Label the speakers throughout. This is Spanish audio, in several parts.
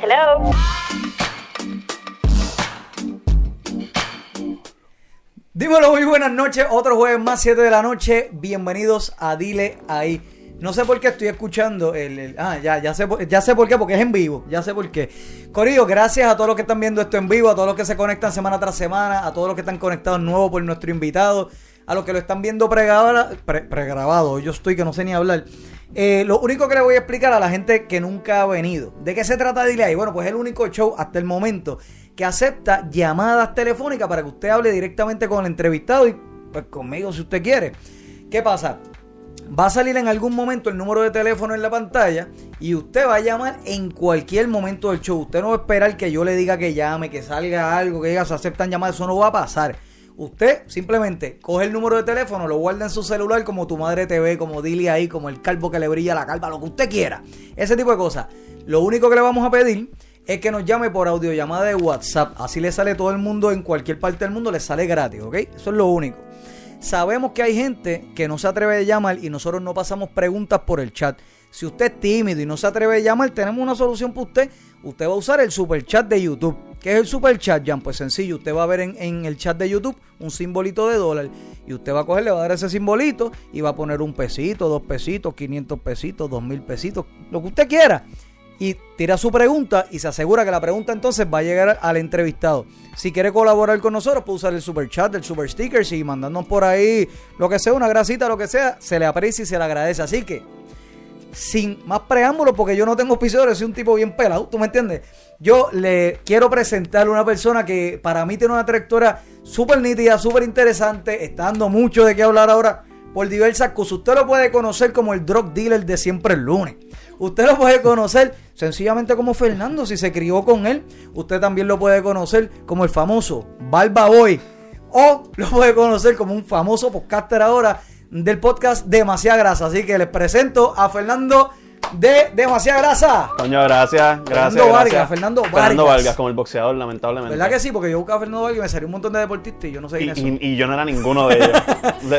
Speaker 1: Hello.
Speaker 2: Dímelo, muy buenas noches. Otro jueves más, 7 de la noche. Bienvenidos a Dile Ahí. No sé por qué estoy escuchando el... el- ah, ya, ya, sé, por- ya sé por qué, porque es en vivo. Ya sé por qué. Corillo, gracias a todos los que están viendo esto en vivo, a todos los que se conectan semana tras semana, a todos los que están conectados nuevos por nuestro invitado, a los que lo están viendo pregabra- pre- pregrabado. Yo estoy que no sé ni hablar. Eh, lo único que le voy a explicar a la gente que nunca ha venido. ¿De qué se trata Dile Ahí? Bueno, pues es el único show hasta el momento que acepta llamadas telefónicas para que usted hable directamente con el entrevistado y pues conmigo si usted quiere. ¿Qué pasa? Va a salir en algún momento el número de teléfono en la pantalla y usted va a llamar en cualquier momento del show. Usted no va a esperar que yo le diga que llame, que salga algo, que diga se aceptan llamadas, eso no va a pasar. Usted simplemente coge el número de teléfono, lo guarda en su celular como tu madre te ve, como Dili ahí, como el calvo que le brilla la calva, lo que usted quiera. Ese tipo de cosas. Lo único que le vamos a pedir es que nos llame por audiollamada de WhatsApp. Así le sale todo el mundo en cualquier parte del mundo, le sale gratis, ¿ok? Eso es lo único. Sabemos que hay gente que no se atreve a llamar y nosotros no pasamos preguntas por el chat. Si usted es tímido y no se atreve a llamar, tenemos una solución para usted. Usted va a usar el super chat de YouTube. ¿Qué es el super chat, Jan? Pues sencillo, usted va a ver en, en el chat de YouTube un simbolito de dólar y usted va a coger, le va a dar ese simbolito y va a poner un pesito, dos pesitos, 500 pesitos, dos mil pesitos, lo que usted quiera y tira su pregunta y se asegura que la pregunta entonces va a llegar al entrevistado. Si quiere colaborar con nosotros, puede usar el super chat, el super sticker y mandarnos por ahí lo que sea, una grasita, lo que sea, se le aprecia y se le agradece. Así que, sin más preámbulos, porque yo no tengo auspiciadores, soy un tipo bien pelado, ¿tú me entiendes? Yo le quiero presentar a una persona que para mí tiene una trayectoria súper nítida, súper interesante, está dando mucho de qué hablar ahora por diversas cosas. Usted lo puede conocer como el drug dealer de siempre el lunes. Usted lo puede conocer sencillamente como Fernando, si se crió con él. Usted también lo puede conocer como el famoso Barba Boy. O lo puede conocer como un famoso podcaster ahora del podcast Demasiada Grasa. Así que les presento a Fernando de Demasiada Grasa.
Speaker 3: Coño, gracias, gracias. gracias.
Speaker 2: Vargas, Fernando
Speaker 3: Fernando
Speaker 2: Vargas.
Speaker 3: Vargas, como el boxeador, lamentablemente.
Speaker 2: ¿Verdad que sí? Porque yo buscaba a Fernando Vargas y me salió un montón de deportistas y yo no sé
Speaker 3: Y,
Speaker 2: quién es.
Speaker 3: y- y yo no era ninguno de ellos.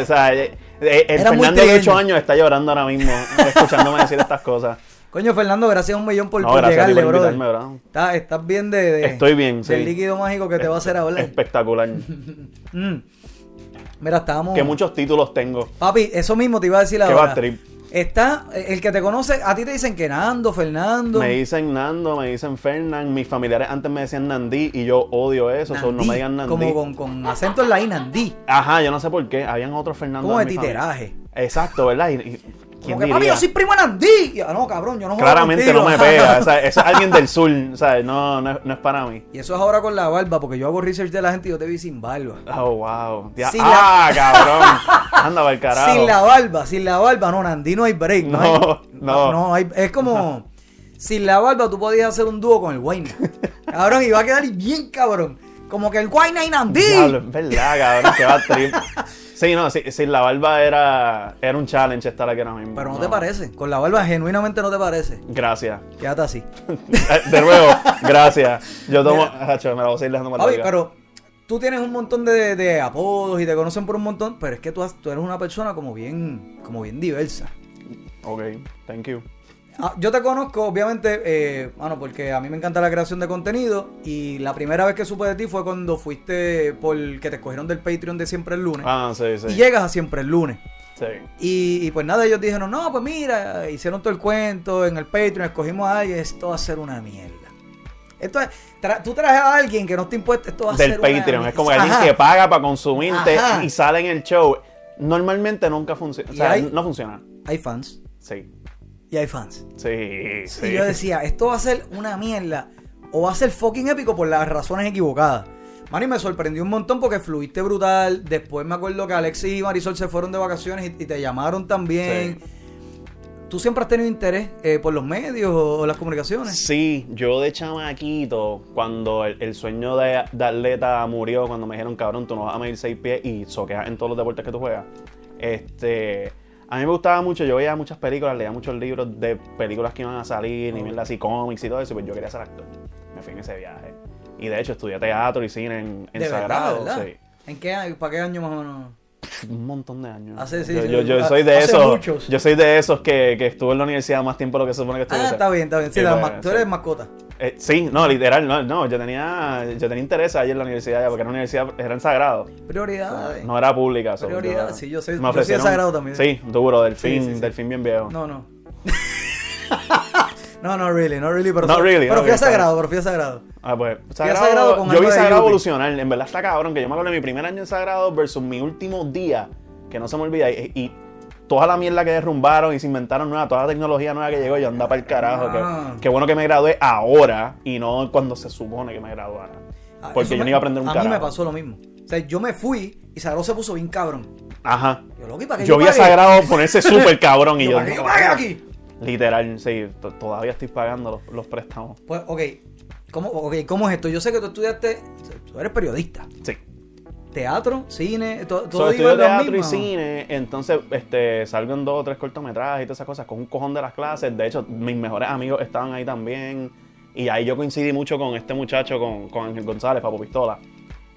Speaker 3: o sea, eh, eh, el
Speaker 2: Era muy
Speaker 3: Fernando de
Speaker 2: trigueño.
Speaker 3: 8 años está llorando ahora mismo, escuchándome decir estas cosas.
Speaker 2: Coño, Fernando, gracias a un millón por,
Speaker 3: No,
Speaker 2: por
Speaker 3: gracias a ti
Speaker 2: llegarle,
Speaker 3: por
Speaker 2: brother.
Speaker 3: invitarme, brother.
Speaker 2: Está- estás bien de, de-
Speaker 3: Estoy bien, sí.
Speaker 2: Del líquido mágico que te va a hacer hablar.
Speaker 3: Espectacular.
Speaker 2: Mm. Mira, estábamos.
Speaker 3: que muchos títulos tengo.
Speaker 2: Papi, eso mismo te iba a decir
Speaker 3: Qué
Speaker 2: ahora.
Speaker 3: bad trip.
Speaker 2: Está el que te conoce, a ti te dicen que Nando, Fernando.
Speaker 3: Me dicen Nando, me dicen Fernán. Mis familiares antes me decían Nandí y yo odio eso. so, no
Speaker 2: Nandí,
Speaker 3: me digan Nandí.
Speaker 2: Como con, con acento en la I, Nandí.
Speaker 3: Ajá, yo no sé por qué. Habían otros Fernando.
Speaker 2: Como de
Speaker 3: en mi familia.
Speaker 2: titeraje.
Speaker 3: Exacto, ¿verdad? Y- y-
Speaker 2: Como
Speaker 3: ¿quién
Speaker 2: que, papi,
Speaker 3: diría?
Speaker 2: yo soy primo de Nandí. Y, ah, no, cabrón, yo no juego
Speaker 3: Claramente no me
Speaker 2: contigo.
Speaker 3: pega. o sea, eso es alguien del sur. o sea, No, no, es- no es para mí.
Speaker 2: Y eso es ahora con la barba, porque yo hago research de la gente y yo te vi sin barba.
Speaker 3: Oh, wow. Ya-
Speaker 2: Sin
Speaker 3: ah, cabrón. Anda, para el carajo.
Speaker 2: Sin la barba, sin la barba, no, Nandí no hay break. No,
Speaker 3: No,
Speaker 2: hay-
Speaker 3: no.
Speaker 2: hay- es como, sin la barba tú podías hacer un dúo con el Wayne. Cabrón, y va a quedar bien cabrón. Como que el Wayne y Nandí.
Speaker 3: Diablo, es verdad, cabrón. Que va trip. Sí, no, sí- sin la barba era, era un challenge estar aquí ahora mismo.
Speaker 2: Pero no, te parece, con la barba genuinamente no te parece.
Speaker 3: Gracias.
Speaker 2: Quédate así.
Speaker 3: Eh, De nuevo, gracias. Yo tomo. Hacho, me la voy a seguir dejando más
Speaker 2: Papi,
Speaker 3: larga.
Speaker 2: pero tú tienes un montón de, de apodos y te conocen por un montón, pero es que tú, has- tú eres una persona como bien, como bien diversa.
Speaker 3: Ok, thank you.
Speaker 2: Ah, Yo te conozco, obviamente, eh, mano, porque a mí me encanta la creación de contenido y la primera vez que supe de ti fue cuando fuiste por que te escogieron del Patreon de Siempre el Lunes
Speaker 3: Ah, sí, sí.
Speaker 2: y llegas a Siempre el Lunes.
Speaker 3: sí.
Speaker 2: Y, y pues nada, ellos dijeron, no, pues mira, hicieron todo el cuento en el Patreon, escogimos a alguien, esto va a ser una mierda. Esto es, tra- tú traes a alguien que no te impuesta, esto va a
Speaker 3: Del
Speaker 2: ser una
Speaker 3: Patreon.
Speaker 2: mierda.
Speaker 3: Es como alguien
Speaker 2: Ajá.
Speaker 3: que paga para consumirte
Speaker 2: Ajá.
Speaker 3: y sale en el show. Normalmente nunca funciona. O
Speaker 2: Y
Speaker 3: sea,
Speaker 2: hay-
Speaker 3: no funciona.
Speaker 2: Hay fans
Speaker 3: Sí.
Speaker 2: y hay fans.
Speaker 3: Sí, sí.
Speaker 2: Y yo decía, esto va a ser una mierda o va a ser fucking épico por las razones equivocadas. Mani, me sorprendió un montón porque fluiste brutal. Después me acuerdo que Alex y Marisol se fueron de vacaciones y, y te llamaron también. ¿Tú siempre has tenido interés eh, por los medios o, o las comunicaciones?
Speaker 3: Sí, yo de chamaquito, cuando el, el sueño de, de atleta murió, cuando me dijeron, cabrón, tú no vas a medir seis pies y soqueas en todos los deportes que tú juegas. Este, a mí me gustaba mucho, yo veía muchas películas, leía muchos libros de películas que iban a salir, y mierda así, cómics y todo eso, pues yo quería ser actor. Me fui en ese viaje. Y de hecho estudié teatro y cine en, en
Speaker 2: de
Speaker 3: Sagrado,
Speaker 2: verdad, ¿verdad?
Speaker 3: sí.
Speaker 2: ¿En qué año? ¿Para qué año más o menos?
Speaker 3: un montón de años.
Speaker 2: Hace- sí,
Speaker 3: yo,
Speaker 2: sí,
Speaker 3: yo- yo
Speaker 2: ha-
Speaker 3: soy de
Speaker 2: hace
Speaker 3: esos.
Speaker 2: muchos.
Speaker 3: Yo soy de esos que, que estuve en la universidad más tiempo de lo que se supone que estuve.
Speaker 2: Ah, está bien, está bien. Sí,
Speaker 3: Sí,
Speaker 2: la
Speaker 3: pues,
Speaker 2: ma- tú
Speaker 3: sí.
Speaker 2: eres mascota.
Speaker 3: Eh, sí, no, literal, no, no, yo tenía, yo tenía interés ahí en la universidad ya, porque era una universidad, era en sagrado,
Speaker 2: Prioridades.
Speaker 3: no era pública. so,
Speaker 2: Prioridad, sí, yo soy-
Speaker 3: me
Speaker 2: yo soy
Speaker 3: ofrecieron-
Speaker 2: sagrado también.
Speaker 3: Sí, duro, del fin,
Speaker 2: sí, sí.
Speaker 3: del fin bien viejo.
Speaker 2: No, no. no, no, really, no, really. Pero,
Speaker 3: No,
Speaker 2: fui-
Speaker 3: really,
Speaker 2: pero
Speaker 3: ok,
Speaker 2: fui a
Speaker 3: está
Speaker 2: sagrado, pero fui a sagrado.
Speaker 3: Ah, pues,
Speaker 2: a
Speaker 3: sagrado,
Speaker 2: Sagrado con
Speaker 3: yo vi
Speaker 2: algo de
Speaker 3: sagrado
Speaker 2: Yupi.
Speaker 3: evolucionar, en verdad está cabrón, que yo me acuerdo de mi primer año en sagrado versus mi último día, que no se me olvida, y, y toda la mierda que derrumbaron y se inventaron nueva, toda la tecnología nueva que llegó, yo andaba para el carajo,
Speaker 2: Ah.
Speaker 3: que, qué bueno que me gradué ahora y no cuando se supone que me graduara,
Speaker 2: Ah,
Speaker 3: porque
Speaker 2: eso
Speaker 3: yo
Speaker 2: me-
Speaker 3: no iba a aprender un
Speaker 2: A
Speaker 3: carajo.
Speaker 2: mí me pasó lo mismo. O sea, yo me fui y Sagrado se puso bien cabrón.
Speaker 3: Ajá.
Speaker 2: Yo, loco, ¿y para qué
Speaker 3: Yo vi a
Speaker 2: pagué?
Speaker 3: Sagrado ponerse súper cabrón y
Speaker 2: Yo,
Speaker 3: yo.
Speaker 2: ¿para qué yo pagué aquí?
Speaker 3: Literal, sí, t- todavía estoy pagando los, los préstamos.
Speaker 2: Pues, ok. ¿Cómo, ok, ¿Cómo es esto? Yo sé que tú estudiaste, tú eres periodista.
Speaker 3: Sí.
Speaker 2: Teatro, cine, to- todo
Speaker 3: So,
Speaker 2: iba
Speaker 3: estudio
Speaker 2: en las
Speaker 3: teatro y
Speaker 2: mismas.
Speaker 3: cine, entonces este, salgo en dos o tres cortometrajes y todas esas cosas, con un cojón de las clases. De hecho, mis mejores amigos estaban ahí también. Y ahí yo coincidí mucho con este muchacho, con, con Ángel González, Papo Pistola.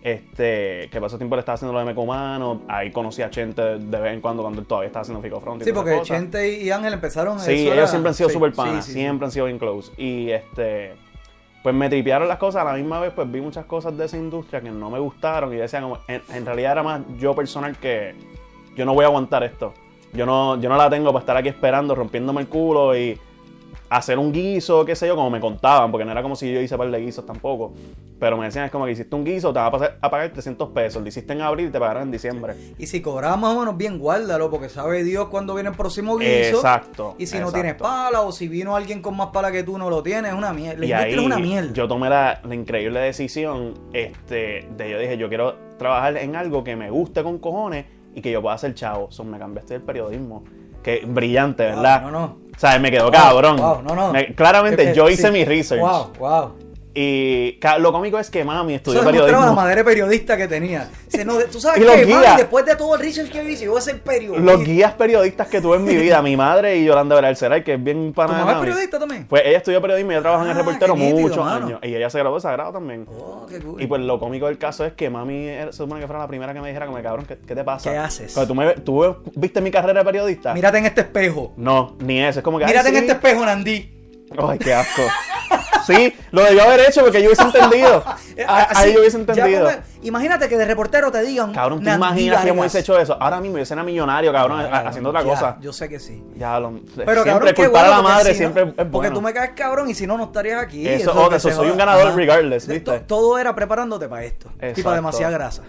Speaker 3: Este, que pasó tiempo le estaba haciendo lo de Meco Humano. Ahí conocí a Chente de vez en cuando, cuando él todavía estaba haciendo Fico Front. y
Speaker 2: Sí,
Speaker 3: todas esas
Speaker 2: porque
Speaker 3: cosas.
Speaker 2: Chente y Ángel empezaron
Speaker 3: Sí,
Speaker 2: eso
Speaker 3: ellos
Speaker 2: era-
Speaker 3: siempre han sido
Speaker 2: sí,
Speaker 3: super
Speaker 2: sí,
Speaker 3: panas,
Speaker 2: sí, sí.
Speaker 3: siempre han sido bien close. Y este, pues me tripearon las cosas, a la misma vez pues vi muchas cosas de esa industria que no me gustaron y decía como, en, en realidad era más yo personal que yo no voy a aguantar esto. Yo no, yo no la tengo para estar aquí esperando, rompiéndome el culo y hacer un guiso, qué sé yo, como me contaban, porque no era como si yo hice un par de guisos tampoco. Pero me decían, es como que hiciste un guiso, te va a, pasar- a pagar 300 pesos, lo hiciste en abril y te pagaron en diciembre.
Speaker 2: Y si cobrabas más o menos bien, guárdalo, porque sabe Dios cuándo viene el próximo guiso.
Speaker 3: Exacto.
Speaker 2: Y si no
Speaker 3: exacto.
Speaker 2: tienes pala, o si vino alguien con más pala que tú, no lo tienes, es una mierda. La
Speaker 3: y
Speaker 2: industria
Speaker 3: ahí
Speaker 2: es una mierda.
Speaker 3: yo tomé la, la increíble decisión este, de yo dije, yo quiero trabajar en algo que me guste con cojones y que yo pueda ser chavo. Son me cambiaste el periodismo. Que brillante,
Speaker 2: Wow,
Speaker 3: ¿verdad?
Speaker 2: no, no.
Speaker 3: O sea, me quedó
Speaker 2: Wow,
Speaker 3: cabrón.
Speaker 2: wow, no, no.
Speaker 3: Me- claramente
Speaker 2: Es que-
Speaker 3: yo hice
Speaker 2: sí.
Speaker 3: mi research.
Speaker 2: Wow, wow.
Speaker 3: Y ca- lo cómico es que mami estudió
Speaker 2: Eso demostraba la
Speaker 3: periodismo.
Speaker 2: madre periodista que tenía. Dice, no, tú sabes
Speaker 3: Y los
Speaker 2: que, mami,
Speaker 3: guías.
Speaker 2: después de todo el research que yo hice, yo voy a ser periodista.
Speaker 3: Los guías periodistas que tuve en mi vida, mi madre y Yolanda Veralceray, que es bien
Speaker 2: ¿Tu
Speaker 3: pana de
Speaker 2: mamá es
Speaker 3: mami.
Speaker 2: periodista también?
Speaker 3: Pues ella estudió periodismo y ella trabajó en el
Speaker 2: Ah,
Speaker 3: reportero
Speaker 2: qué nítido,
Speaker 3: muchos
Speaker 2: mano.
Speaker 3: años. Y ella se graduó de Sagrado también.
Speaker 2: Oh, qué cool.
Speaker 3: Y pues lo cómico del caso es que mami era- se supone que fuera la primera que me dijera, como cabrón, ¿qué, qué te pasa?
Speaker 2: ¿Qué haces?
Speaker 3: Cuando tú, me, ve- tú ve- viste mi carrera de periodista.
Speaker 2: Mírate en este espejo.
Speaker 3: No, ni eso. Es como que. ay,
Speaker 2: Mírate en
Speaker 3: sí.
Speaker 2: este espejo, Nandí.
Speaker 3: Ay, qué asco. sí, lo debió haber hecho porque yo hubiese entendido.
Speaker 2: Eh,
Speaker 3: Ah,
Speaker 2: así,
Speaker 3: Ahí yo hubiese
Speaker 2: ya
Speaker 3: entendido.
Speaker 2: come- imagínate que de reportero te digan.
Speaker 3: Cabrón, ¿te
Speaker 2: Nandí
Speaker 3: imaginas que
Speaker 2: Vargas.
Speaker 3: hubiese hecho eso? Ahora mismo yo era millonario, cabrón,
Speaker 2: Ah,
Speaker 3: ha- haciendo otra
Speaker 2: ya,
Speaker 3: cosa.
Speaker 2: Yo sé que sí.
Speaker 3: Ya, lo,
Speaker 2: Pero
Speaker 3: siempre
Speaker 2: cabrón, qué
Speaker 3: culpar
Speaker 2: bueno,
Speaker 3: a la
Speaker 2: porque
Speaker 3: madre
Speaker 2: si no-
Speaker 3: siempre es bueno.
Speaker 2: Porque tú me caes cabrón y si no, no estarías aquí.
Speaker 3: Eso
Speaker 2: es
Speaker 3: otra,
Speaker 2: que
Speaker 3: eso,
Speaker 2: se
Speaker 3: soy
Speaker 2: joda.
Speaker 3: un ganador regardless,
Speaker 2: De-
Speaker 3: ¿viste?
Speaker 2: to- Todo era preparándote para esto. Y
Speaker 3: Exacto.
Speaker 2: para demasiada grasa.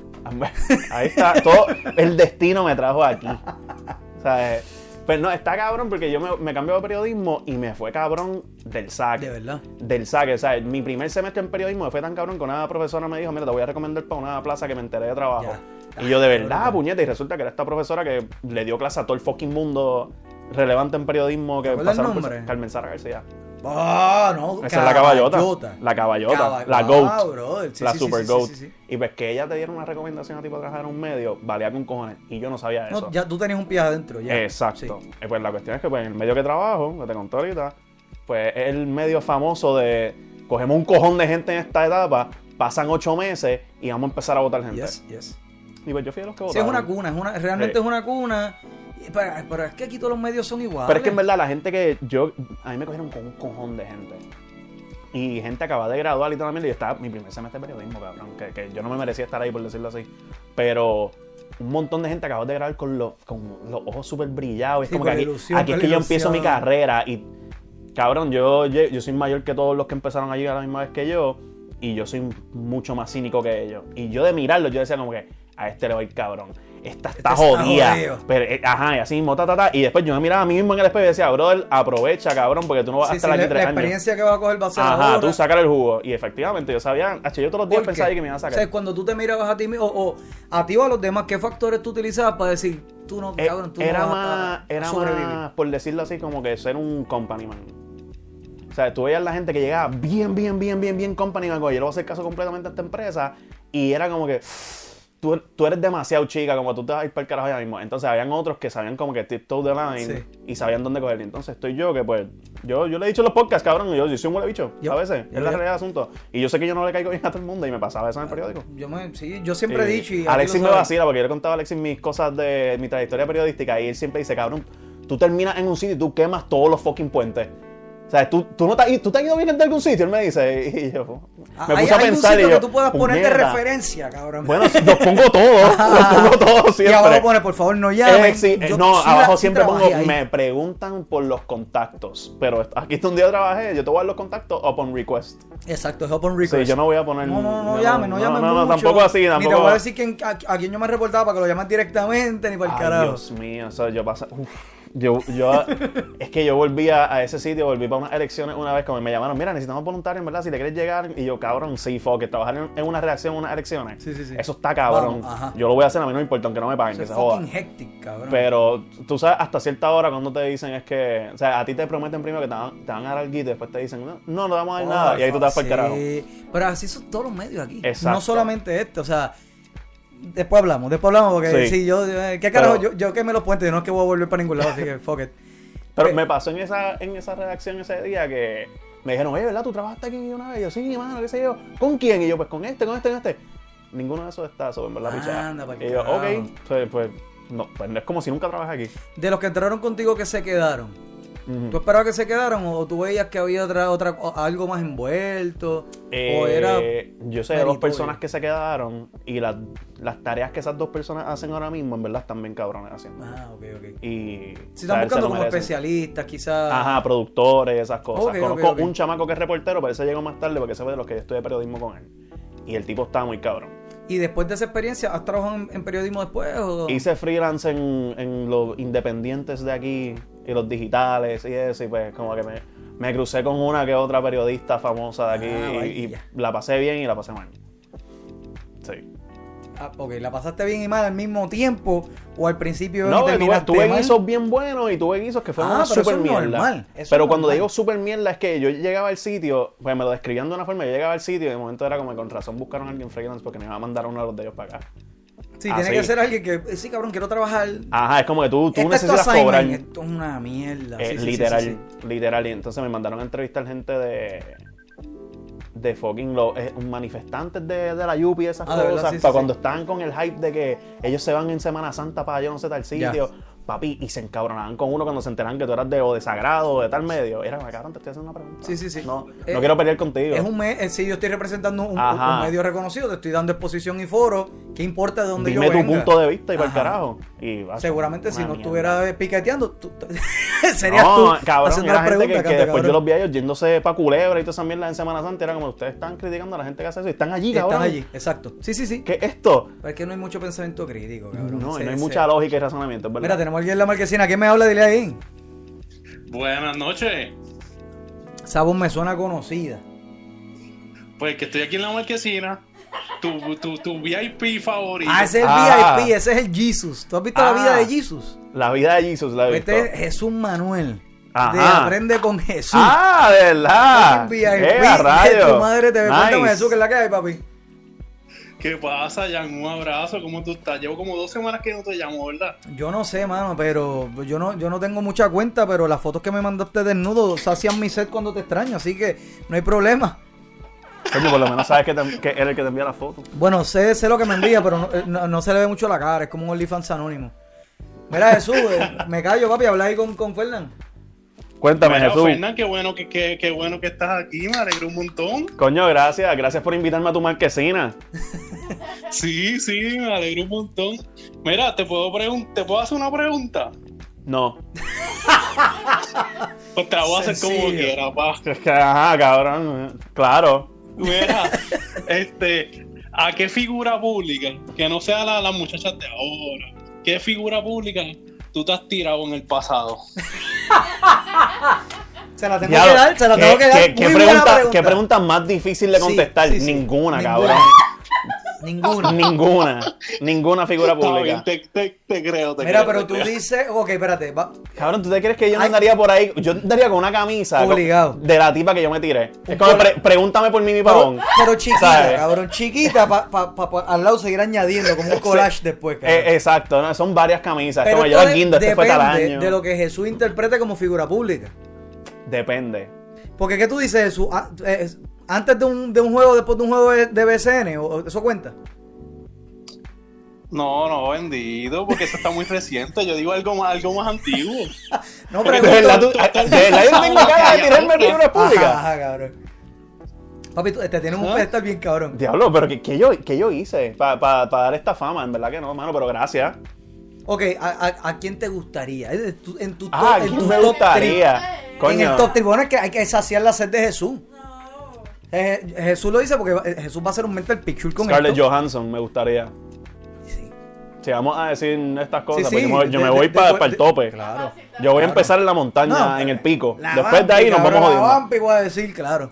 Speaker 3: Ahí está, todo el destino me trajo aquí. O sea, eh, pues no, está cabrón porque yo me, me cambié de periodismo y me fue cabrón del saque.
Speaker 2: De verdad.
Speaker 3: Del saque, o sea, mi primer semestre en periodismo me fue tan cabrón que una profesora me dijo, mira, te voy a recomendar para una plaza que me enteré de trabajo.
Speaker 2: Ya.
Speaker 3: Y yo de
Speaker 2: Ah,
Speaker 3: verdad,
Speaker 2: cabrón.
Speaker 3: puñeta, y resulta que era esta profesora que le dio clase a todo el fucking mundo relevante en periodismo que
Speaker 2: acuerdas el
Speaker 3: pasaron por
Speaker 2: nombre?
Speaker 3: Carmen Sara García.
Speaker 2: Ah, no.
Speaker 3: Esa es la caballota. La caballota.
Speaker 2: Caba-
Speaker 3: la
Speaker 2: Ah,
Speaker 3: GOAT.
Speaker 2: brother. Sí,
Speaker 3: la
Speaker 2: sí, sí,
Speaker 3: super
Speaker 2: sí, sí,
Speaker 3: GOAT.
Speaker 2: sí, sí.
Speaker 3: Y pues que ella te diera una recomendación a ti para trabajar en un medio, valía con cojones. Y yo no sabía eso.
Speaker 2: No, ya tú tenías un pie adentro. Ya.
Speaker 3: Exacto.
Speaker 2: Sí.
Speaker 3: Eh, Pues la cuestión es que pues, en el medio que trabajo, que te conté ahorita, pues es el medio famoso de cogemos un cojón de gente en esta etapa, pasan ocho meses y vamos a empezar a votar gente.
Speaker 2: Yes, yes.
Speaker 3: Y pues yo fui de los que
Speaker 2: Sí, es
Speaker 3: votaron.
Speaker 2: una cuna, es una, realmente
Speaker 3: Sí.
Speaker 2: es una cuna. Y- Pero, pero es que aquí todos los medios son iguales.
Speaker 3: Pero es que en verdad la gente que yo, a mí me cogieron con un cojón de gente. Y gente acaba de graduar y toda la mierda, y yo estaba mi primer semestre de periodismo, cabrón, que, que yo no me merecía estar ahí por decirlo así. Pero un montón de gente acaba de graduar con, los con los ojos súper brillados. Es
Speaker 2: Sí,
Speaker 3: como que
Speaker 2: con
Speaker 3: aquí,
Speaker 2: ilusión,
Speaker 3: aquí es
Speaker 2: con
Speaker 3: que yo empiezo mi
Speaker 2: ilusión.
Speaker 3: carrera y cabrón, yo, yo, yo soy mayor que todos los que empezaron allí a la misma vez que yo y yo soy mucho más cínico que ellos. Y yo de mirarlo, yo decía como que a este le va a ir cabrón. Esta está
Speaker 2: Este está
Speaker 3: jodida.
Speaker 2: jodido.
Speaker 3: Pero, eh, ajá, y así mismo, ta, ta, ta. Y después yo me miraba a mí mismo en el espejo y decía, brother, aprovecha, cabrón, porque tú no vas a
Speaker 2: Sí, sí,
Speaker 3: estar
Speaker 2: la,
Speaker 3: aquí
Speaker 2: la
Speaker 3: tres años.
Speaker 2: experiencia que va a coger va a ser
Speaker 3: Ajá,
Speaker 2: ahora.
Speaker 3: tú sacar el jugo. Y efectivamente, yo sabía, hasta yo todos los días
Speaker 2: ¿Por qué?
Speaker 3: pensaba que me iban a sacar.
Speaker 2: O sea, cuando tú te mirabas a ti mismo, o, o a ti o a los demás, ¿qué factores tú utilizabas para decir, tú no,
Speaker 3: Eh,
Speaker 2: cabrón, tú
Speaker 3: era
Speaker 2: no vas a-
Speaker 3: más,
Speaker 2: a
Speaker 3: era
Speaker 2: sobrevivir?
Speaker 3: más, por decirlo así, como que ser un company man. O sea, tú veías la gente que llegaba bien, bien, bien, bien, bien company man, como yo le voy a hacer caso completamente a esta empresa, y era como que tú, tú eres demasiado chica, como tú te vas a ir para el carajo ya mismo. Entonces, habían otros que sabían como que tiptoe the line
Speaker 2: Sí.
Speaker 3: y sabían dónde cogerle. Entonces, estoy yo que, pues, yo, yo le he dicho en los podcasts, cabrón, yo, yo soy un huele bicho,
Speaker 2: Yo-
Speaker 3: a veces,
Speaker 2: yo-
Speaker 3: es la
Speaker 2: yo-
Speaker 3: realidad del asunto. Y yo sé que yo no le caigo bien a todo el mundo, y me pasaba eso en el periódico.
Speaker 2: Yo, me, sí, yo siempre he
Speaker 3: Eh,
Speaker 2: dicho. Y aquí
Speaker 3: Alexis me
Speaker 2: lo saben.
Speaker 3: vacila porque yo le contaba a Alexis mis cosas de mi trayectoria periodística y él siempre dice, cabrón, tú terminas en un sitio y tú quemas todos los fucking puentes. O sea, ¿tú, tú, no te, has- tú te has ido bien de algún sitio, él me dice. Y yo me
Speaker 2: Ah, ¿Hay
Speaker 3: puse a
Speaker 2: algún
Speaker 3: pensar. y
Speaker 2: sitio
Speaker 3: yo,
Speaker 2: que tú puedas poner de
Speaker 3: "Mierda".
Speaker 2: referencia, cabrón.
Speaker 3: Bueno, los pongo todos. los pongo todos
Speaker 2: y
Speaker 3: siempre.
Speaker 2: abajo pone, por favor, no
Speaker 3: Es
Speaker 2: llamen.
Speaker 3: exi- eh,
Speaker 2: Yo
Speaker 3: no,
Speaker 2: sí la-
Speaker 3: abajo
Speaker 2: sí
Speaker 3: siempre pongo,
Speaker 2: trabajé ahí.
Speaker 3: me preguntan por los contactos. Pero est- aquí está un día trabajé, yo te voy a dar los contactos upon request.
Speaker 2: Exacto, es open
Speaker 3: Sí,
Speaker 2: request.
Speaker 3: yo no voy a poner.
Speaker 2: No, no, no llames, no llames
Speaker 3: No, no,
Speaker 2: mucho.
Speaker 3: tampoco así,
Speaker 2: Ni
Speaker 3: tampoco.
Speaker 2: te voy a decir quién- a, a quién yo me reportaba para que lo llamas directamente, ni para el
Speaker 3: Ay,
Speaker 2: carajo.
Speaker 3: Dios mío, o sea, yo pasa. uf. yo, yo, es que yo volví a, a ese sitio, volví para unas elecciones una vez, como me llamaron, mira, necesitamos voluntarios, ¿verdad? Si te quieres llegar, y yo, cabrón, sí, fuck, it, trabajar en, en una reacción, unas elecciones.
Speaker 2: Sí, sí, sí.
Speaker 3: Eso está cabrón.
Speaker 2: Vamos, ajá.
Speaker 3: yo lo voy a hacer, a mí no me importa, aunque no me paguen,
Speaker 2: Eso
Speaker 3: que
Speaker 2: es
Speaker 3: se joda.
Speaker 2: fucking hectic, cabrón.
Speaker 3: Pero tú sabes, hasta cierta hora cuando te dicen es que, o sea, a ti te prometen primero que te van, te van a dar algo y después te dicen, no, no, no te vamos a dar nada. Y ahí tú te vas para el carajo.
Speaker 2: Oh, Sí, Pero así son todos los medios aquí.
Speaker 3: Exacto.
Speaker 2: No solamente este, o sea. Después hablamos, después hablamos, porque
Speaker 3: Sí.
Speaker 2: si yo. eh, ¿Qué carajo?
Speaker 3: Pero-
Speaker 2: yo, yo quemé los puentes, no es que voy a volver para ningún lado, así que fuck it. Eh,
Speaker 3: Pero me pasó en esa, en esa redacción ese día que me dijeron, oye, ¿verdad? ¿Tú trabajaste aquí una vez? Y yo, sí, mano, qué sé yo. ¿Con quién? Y yo, pues con este, con este, con este. Ninguno de esos está sobre en verdad, pichada.
Speaker 2: Anda, pa'l
Speaker 3: Y yo,
Speaker 2: carajo.
Speaker 3: ok, pues, pues, no, pues no es como si nunca trabajé aquí.
Speaker 2: De los que entraron contigo que se quedaron,
Speaker 3: Ujú.
Speaker 2: ¿tú esperabas que se quedaran o tú veías que había otra, otra o algo más envuelto? o
Speaker 3: Eh,
Speaker 2: era.
Speaker 3: yo sé de dos
Speaker 2: meritorio.
Speaker 3: personas que se quedaron y las, las tareas que esas dos personas hacen ahora mismo, en verdad, están bien cabrones haciendo.
Speaker 2: Ah, ok, ok.
Speaker 3: Y. o sea,
Speaker 2: Si están
Speaker 3: él se
Speaker 2: buscando
Speaker 3: lo
Speaker 2: como
Speaker 3: merece.
Speaker 2: especialistas, quizás.
Speaker 3: Ajá, productores, esas cosas.
Speaker 2: Ok, ok,
Speaker 3: Conozco
Speaker 2: ok.
Speaker 3: un chamaco que es reportero, pero ese llegó más tarde porque ese fue de los que yo estudié periodismo con él. Y el tipo está muy cabrón.
Speaker 2: Y después de esa experiencia, ¿has trabajado en, en periodismo después? O...
Speaker 3: Hice freelance en, en los independientes de aquí y los digitales y eso, y pues como que me, me crucé con una que otra periodista famosa de aquí
Speaker 2: Ah,
Speaker 3: y, y
Speaker 2: vaya.
Speaker 3: la pasé bien y la pasé mal. Sí.
Speaker 2: Ah, ok, ¿la pasaste bien y mal al mismo tiempo o al principio
Speaker 3: No,
Speaker 2: y
Speaker 3: porque tuve,
Speaker 2: terminaste
Speaker 3: tuve
Speaker 2: mal?
Speaker 3: guisos bien buenos y tuve guisos que fueron
Speaker 2: Ah,
Speaker 3: una
Speaker 2: pero eso
Speaker 3: super
Speaker 2: es
Speaker 3: mierda.
Speaker 2: normal, eso
Speaker 3: pero
Speaker 2: es
Speaker 3: cuando
Speaker 2: normal.
Speaker 3: digo super mierda es que yo llegaba al sitio, pues me lo describían de una forma, yo llegaba al sitio y de momento era como que con razón buscaron a alguien freelance porque me iba a mandar a uno de los de ellos para acá.
Speaker 2: Sí,
Speaker 3: Ah,
Speaker 2: tiene
Speaker 3: sí.
Speaker 2: que ser alguien que, eh, sí, cabrón, quiero trabajar.
Speaker 3: Ajá, es como que tú, tú
Speaker 2: Este es tu
Speaker 3: necesitas cobrar.
Speaker 2: assignment, Esto es una mierda.
Speaker 3: eh,
Speaker 2: Ah, Sí, sí, sí,
Speaker 3: literal,
Speaker 2: sí, sí.
Speaker 3: literal. Y entonces me mandaron a entrevistar gente de. De fucking los eh, manifestantes de, de la Yupi y esas
Speaker 2: Ah, de
Speaker 3: cosas.
Speaker 2: verdad, sí, sí,
Speaker 3: para
Speaker 2: sí.
Speaker 3: cuando estaban con el hype de que ellos se van en Semana Santa para yo no sé tal
Speaker 2: Ya.
Speaker 3: sitio. Papi, y se encabronaban con uno cuando se enteraban que tú eras de o de sagrado o de tal medio. Era como, cabrón, te estoy haciendo una pregunta.
Speaker 2: Sí, sí, sí.
Speaker 3: No,
Speaker 2: Eh,
Speaker 3: no quiero pelear contigo.
Speaker 2: Es un mes, eh, sí, yo estoy representando un, un-
Speaker 3: Ajá.
Speaker 2: un medio reconocido, te estoy dando exposición y foro. ¿Qué importa de dónde
Speaker 3: Dime
Speaker 2: yo
Speaker 3: tu
Speaker 2: venga?
Speaker 3: punto de vista y para el
Speaker 2: Ajá.
Speaker 3: carajo. Y, va a ser
Speaker 2: Seguramente si
Speaker 3: una
Speaker 2: no
Speaker 3: mierda.
Speaker 2: estuviera eh, piqueteando, tú, serías
Speaker 3: no,
Speaker 2: tú
Speaker 3: cabrón,
Speaker 2: haciendo
Speaker 3: era
Speaker 2: las
Speaker 3: gente que-
Speaker 2: preguntas.
Speaker 3: que,
Speaker 2: canta,
Speaker 3: después yo
Speaker 2: cabrón.
Speaker 3: los vi a ellos yéndose pa' culebra y todas esas mierdas en Semana Santa. Era como, ustedes están criticando a la gente que hace eso y están allí,
Speaker 2: Están
Speaker 3: cabrón.
Speaker 2: allí, exacto. Sí, sí, sí.
Speaker 3: ¿Qué es esto?
Speaker 2: Pero es que no hay mucho pensamiento crítico, cabrón.
Speaker 3: No, y
Speaker 2: Se-
Speaker 3: no hay
Speaker 2: se-
Speaker 3: mucha lógica y razonamiento, es ¿verdad?
Speaker 2: Mira, tenemos alguien en la marquesina. ¿Quién me habla? Dile ahí.
Speaker 1: Buenas noches.
Speaker 2: Esa voz me suena conocida.
Speaker 1: Pues que estoy aquí en la marquesina. Tu, tu, tu VIP favorito.
Speaker 2: Ah, ese es el
Speaker 3: Ah.
Speaker 2: VIP, ese es el Jesus. ¿Tú has visto la
Speaker 3: Ah.
Speaker 2: vida de Jesus?
Speaker 3: La vida de Jesus, la he visto.
Speaker 2: Este es Jesús Manuel. De
Speaker 3: Ajá.
Speaker 2: Aprende con Jesús.
Speaker 3: Ah, de verdad.
Speaker 2: Fucking VIP.
Speaker 3: Eh, a
Speaker 2: de
Speaker 3: rayos.
Speaker 2: tu este madre te ve. Cuéntame
Speaker 3: Nice.
Speaker 2: Jesús, que es la que hay, papi.
Speaker 1: ¿Qué pasa, Jan? Un abrazo. ¿Cómo tú estás? Llevo como dos semanas que no te llamo, ¿verdad?
Speaker 2: Yo no sé, mano, pero yo no, yo no tengo mucha cuenta, pero las fotos que me mandaste desnudo sacian mi sed cuando te extraño, así que no hay problema.
Speaker 3: Coño, por lo menos sabes que, te- que era el que te envía la foto.
Speaker 2: Bueno, sé, sé lo que me envía, pero no, eh, no- no se le ve mucho la cara, es como un OnlyFans anónimo. Mira, Jesús, eh, me callo, papi, habla ahí con, con Fernán.
Speaker 3: Cuéntame,
Speaker 1: Mira,
Speaker 3: Jesús.
Speaker 1: Fernan, qué bueno que, que- qué bueno que estás aquí. Me alegro un montón.
Speaker 3: Coño, gracias. Gracias por invitarme a tu marquesina.
Speaker 1: Sí, sí, me alegro un montón. Mira, te puedo pregun- te puedo hacer una pregunta.
Speaker 3: No.
Speaker 1: Pues te la voy a hacer como
Speaker 2: Sencillo.
Speaker 1: quieras, pa.
Speaker 3: Es que, ajá, cabrón. Claro.
Speaker 1: Mira, este, ¿a qué figura pública, que no sea la, las muchachas de ahora, qué figura pública tú te has tirado en el pasado?
Speaker 2: Se la tengo
Speaker 3: Ya
Speaker 2: que
Speaker 3: lo-
Speaker 2: dar, se la
Speaker 3: ¿qué-
Speaker 2: tengo que
Speaker 3: qué-
Speaker 2: dar.
Speaker 3: ¿qué,
Speaker 2: Muy buena
Speaker 3: pregunta, qué pregunta más difícil de
Speaker 2: Sí,
Speaker 3: contestar?
Speaker 2: sí, sí.
Speaker 3: Ninguna,
Speaker 2: Ninguna.
Speaker 3: cabrón.
Speaker 2: Ninguna.
Speaker 3: Ninguna. Ninguna figura
Speaker 1: Está
Speaker 3: pública.
Speaker 1: bien, te, te- te creo, te
Speaker 2: Mira,
Speaker 1: creo,
Speaker 2: pero
Speaker 1: te
Speaker 2: tú
Speaker 1: creo.
Speaker 2: dices, ok, espérate, va,
Speaker 3: Cabrón, ¿tú te crees que yo no
Speaker 2: Ay.
Speaker 3: andaría por ahí? Yo andaría con una camisa con-
Speaker 2: Obligado.
Speaker 3: de la tipa que yo me tiré. Es
Speaker 2: Un
Speaker 3: como
Speaker 2: col-
Speaker 3: pre- pregúntame por Mimi
Speaker 2: pero,
Speaker 3: Pavón.
Speaker 2: pero chiquita,
Speaker 3: ¿Sabes?
Speaker 2: cabrón, chiquita, pa, pa, pa- pa- al lado seguir añadiendo como un collage después, cabrón.
Speaker 3: Eh, exacto, ¿no? son varias camisas.
Speaker 2: pero
Speaker 3: como
Speaker 2: esto
Speaker 3: yo
Speaker 2: de-
Speaker 3: guindo, este fue tal año.
Speaker 2: de lo que Jesús interprete como figura pública.
Speaker 3: Depende.
Speaker 2: Porque, ¿qué tú dices, Jesús? Ah, eh, Antes de un, de un juego, después de un juego de, de BCN, ¿o- o ¿eso cuenta?
Speaker 1: No, no, vendido, porque eso está muy reciente. Yo digo algo más, algo más antiguo.
Speaker 2: No,
Speaker 3: Pero
Speaker 2: pregunto-
Speaker 3: de verdad, tú- ah, de verdad yo tengo ganas de tirarme el libro
Speaker 2: Ajá,
Speaker 3: pública.
Speaker 2: ajá, cabrón. Papi, tú- te tienes un
Speaker 1: ¿Ah?
Speaker 2: pedestal bien cabrón.
Speaker 3: Diablo, pero ¿qué, qué yo, qué yo hice para dar esta fama? En verdad que no, mano, pero gracias.
Speaker 2: Ok, ¿a, a, a quién te gustaría? Es de tu- En tu,
Speaker 3: Ah,
Speaker 2: to- en
Speaker 3: ¿quién
Speaker 2: tu
Speaker 3: me
Speaker 2: top
Speaker 3: gustaría?
Speaker 2: three-
Speaker 3: Coño.
Speaker 2: En el top three. Bueno, es que hay que saciar la sed de Jesús. Eh, Jesús lo dice porque va- eh, Jesús va a hacer un mental picture con
Speaker 3: Scarlett
Speaker 2: esto.
Speaker 3: Johansson me gustaría.
Speaker 2: Sí.
Speaker 3: Si vamos a decir estas cosas,
Speaker 2: Sí,
Speaker 3: pues
Speaker 2: sí,
Speaker 3: yo me, yo
Speaker 2: de-
Speaker 3: me
Speaker 2: de-
Speaker 3: voy
Speaker 2: de-
Speaker 3: para
Speaker 2: de-
Speaker 3: el tope.
Speaker 2: Claro.
Speaker 3: Yo voy a
Speaker 2: Claro.
Speaker 3: empezar en la montaña,
Speaker 2: No,
Speaker 3: en el pico.
Speaker 2: la
Speaker 3: Después de ahí nos vamos
Speaker 2: vampi, cabrón, La
Speaker 3: jodiendo.
Speaker 2: vampi voy a decir, claro.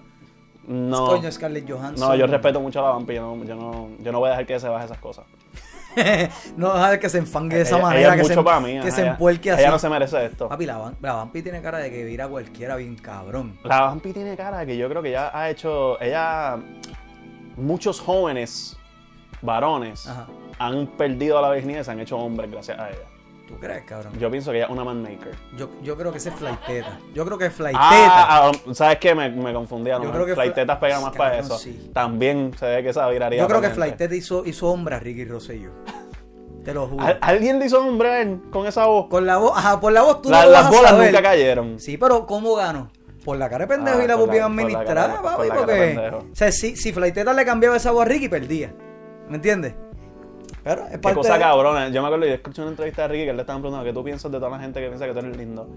Speaker 3: No.
Speaker 2: Coño, Scarlett Johansson.
Speaker 3: No, yo respeto mucho a la vampi, yo no, yo, no, yo no voy a dejar que se baje esas cosas.
Speaker 2: no vas a ver que se enfangue de
Speaker 3: Ella-
Speaker 2: esa
Speaker 3: ella es
Speaker 2: manera. que se, em-
Speaker 3: mucho para mí.
Speaker 2: que
Speaker 3: ajá,
Speaker 2: se
Speaker 3: ella-
Speaker 2: empuerque así.
Speaker 3: Ella no se merece esto.
Speaker 2: Papi, la, van- la vampi tiene cara de que vira a cualquiera bien cabrón.
Speaker 3: La vampi tiene cara que yo creo que ya ha hecho, ella, muchos jóvenes varones
Speaker 2: Ajá.
Speaker 3: han perdido la virginidad y se han hecho hombres gracias a ella.
Speaker 2: ¿Tú crees, cabrón?
Speaker 3: Yo pienso que ella es una manmaker.
Speaker 2: Yo, yo creo que ese es flaiteta. Yo creo que es flaiteta.
Speaker 3: Ah, ah, ¿sabes qué? Me, me confundí. A lo
Speaker 2: Yo
Speaker 3: mejor
Speaker 2: creo que
Speaker 3: Flaitetas
Speaker 2: Fla-
Speaker 3: pega más para
Speaker 2: Cabrón,
Speaker 3: eso.
Speaker 2: sí.
Speaker 3: También se ve que esa viraría.
Speaker 2: yo creo que
Speaker 3: para gente.
Speaker 2: flaiteta hizo, hizo hombre a Ricky Rosselló. Te lo juro.
Speaker 3: ¿Al- ¿Alguien le hizo hombre con esa voz?
Speaker 2: Con la voz, ajá, por la voz tú
Speaker 3: La-
Speaker 2: no lo
Speaker 3: las
Speaker 2: vas a
Speaker 3: bolas
Speaker 2: saber.
Speaker 3: nunca cayeron.
Speaker 2: Sí, pero ¿cómo gano? Por la cara de pendejo
Speaker 3: Ah,
Speaker 2: y la voz
Speaker 3: por la-
Speaker 2: bien
Speaker 3: por la
Speaker 2: administrada,
Speaker 3: cara- por
Speaker 2: papi,
Speaker 3: la cara
Speaker 2: porque.
Speaker 3: de pendejo.
Speaker 2: O sea, si, si Flaiteta le cambiaba esa voz a Ricky, perdía. ¿Me entiendes? Pero es
Speaker 3: Qué
Speaker 2: parte
Speaker 3: cosa
Speaker 2: de-
Speaker 3: cabrona. Yo me acuerdo, yo escuché una entrevista de Ricky que él le estaban preguntando qué tú piensas de toda la gente que piensa que tú eres lindo.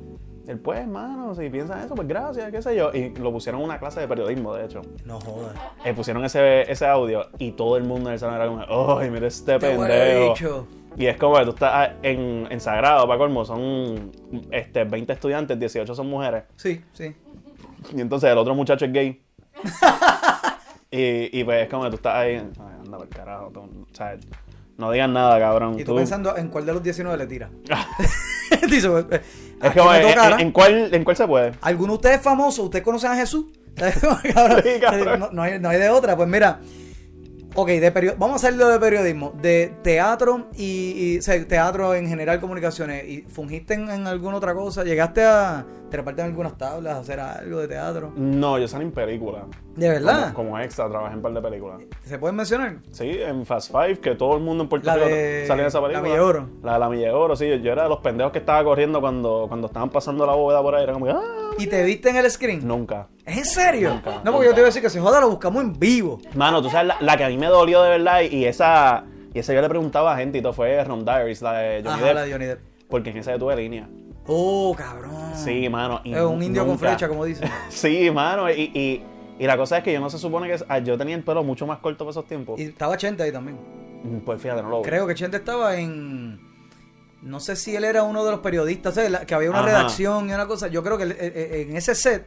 Speaker 3: Y Él, pues, hermano, si piensas eso, pues gracias, qué sé yo. Y lo pusieron en una clase de periodismo, de hecho.
Speaker 2: No jodas.
Speaker 3: Eh, pusieron ese, ese audio y todo el mundo en el salón era como, ¡ay, mira este
Speaker 2: Qué huele
Speaker 3: pendejo!
Speaker 2: bicho.
Speaker 3: Y es como que tú estás ah, en, en Sagrado, para colmo, son este, 20 estudiantes, 18 son mujeres.
Speaker 2: Sí, sí.
Speaker 3: Y entonces el otro muchacho es gay. y, y pues es como que tú estás ahí, "Ay, anda por carajo, tú, ¿sabes? no digas nada, cabrón.
Speaker 2: Y tú, pensando en cuál de los 19 le tira. Dice, pues,
Speaker 3: Es
Speaker 2: eh, ¿a
Speaker 3: que,
Speaker 2: quién
Speaker 3: bueno,
Speaker 2: le tocará?
Speaker 3: ¿en, en cuál, ¿en cuál se puede?
Speaker 2: ¿Alguno de ustedes es famoso? ¿Ustedes conocen a Jesús? Cabrón, eh,
Speaker 3: Sí, cabrón.
Speaker 2: No, no hay, no hay de otra. Pues mira, ok, de perio- vamos a hacerlo de periodismo, de teatro y, y, o sea, teatro en general, comunicaciones. ¿Y fungiste en, en alguna otra cosa? ¿Llegaste a treparte en algunas tablas, a hacer algo de teatro?
Speaker 3: No, yo salí en película.
Speaker 2: ¿De verdad?
Speaker 3: Como, como extra, trabajé en un par de películas.
Speaker 2: ¿Se pueden mencionar?
Speaker 3: Sí, en Fast Five, que todo el mundo en Puerto
Speaker 2: La
Speaker 3: Rico
Speaker 2: de-
Speaker 3: salía en esa
Speaker 2: La
Speaker 3: película.
Speaker 2: Milla de Oro.
Speaker 3: La de la Milla de Oro, sí. Yo era de los pendejos que estaba corriendo cuando, cuando estaban pasando la bóveda por ahí. Era como que, ¡ah!
Speaker 2: ¿Y te viste en el screen?
Speaker 3: Nunca.
Speaker 2: ¿Es en serio?
Speaker 3: Nunca,
Speaker 2: no, porque yo
Speaker 3: nunca.
Speaker 2: te iba a decir que se joda, lo buscamos en vivo.
Speaker 3: Mano, tú sabes, la, la que a mí me dolió de verdad y, y esa... Y esa yo le preguntaba a gente y todo fue Rom Diaries, la de Johnny
Speaker 2: Ajá,
Speaker 3: Depp.
Speaker 2: la de Ah, Johnny Depp.
Speaker 3: Porque en esa yo tuve línea.
Speaker 2: Oh, cabrón.
Speaker 3: Sí, mano. y
Speaker 2: Es un indio con
Speaker 3: nunca-
Speaker 2: flecha, como dicen.
Speaker 3: Sí, mano. Y, y, y la cosa es que yo no se supone que... ah, Yo tenía el pelo mucho más corto para esos tiempos.
Speaker 2: Y estaba 80 ahí también.
Speaker 3: Pues fíjate, no lo vi.
Speaker 2: Creo que Chente estaba en. No sé si él era uno de los periodistas, ¿sabes? La- que había una
Speaker 3: Ajá.
Speaker 2: redacción y una cosa. Yo creo que él, eh, eh, en ese set,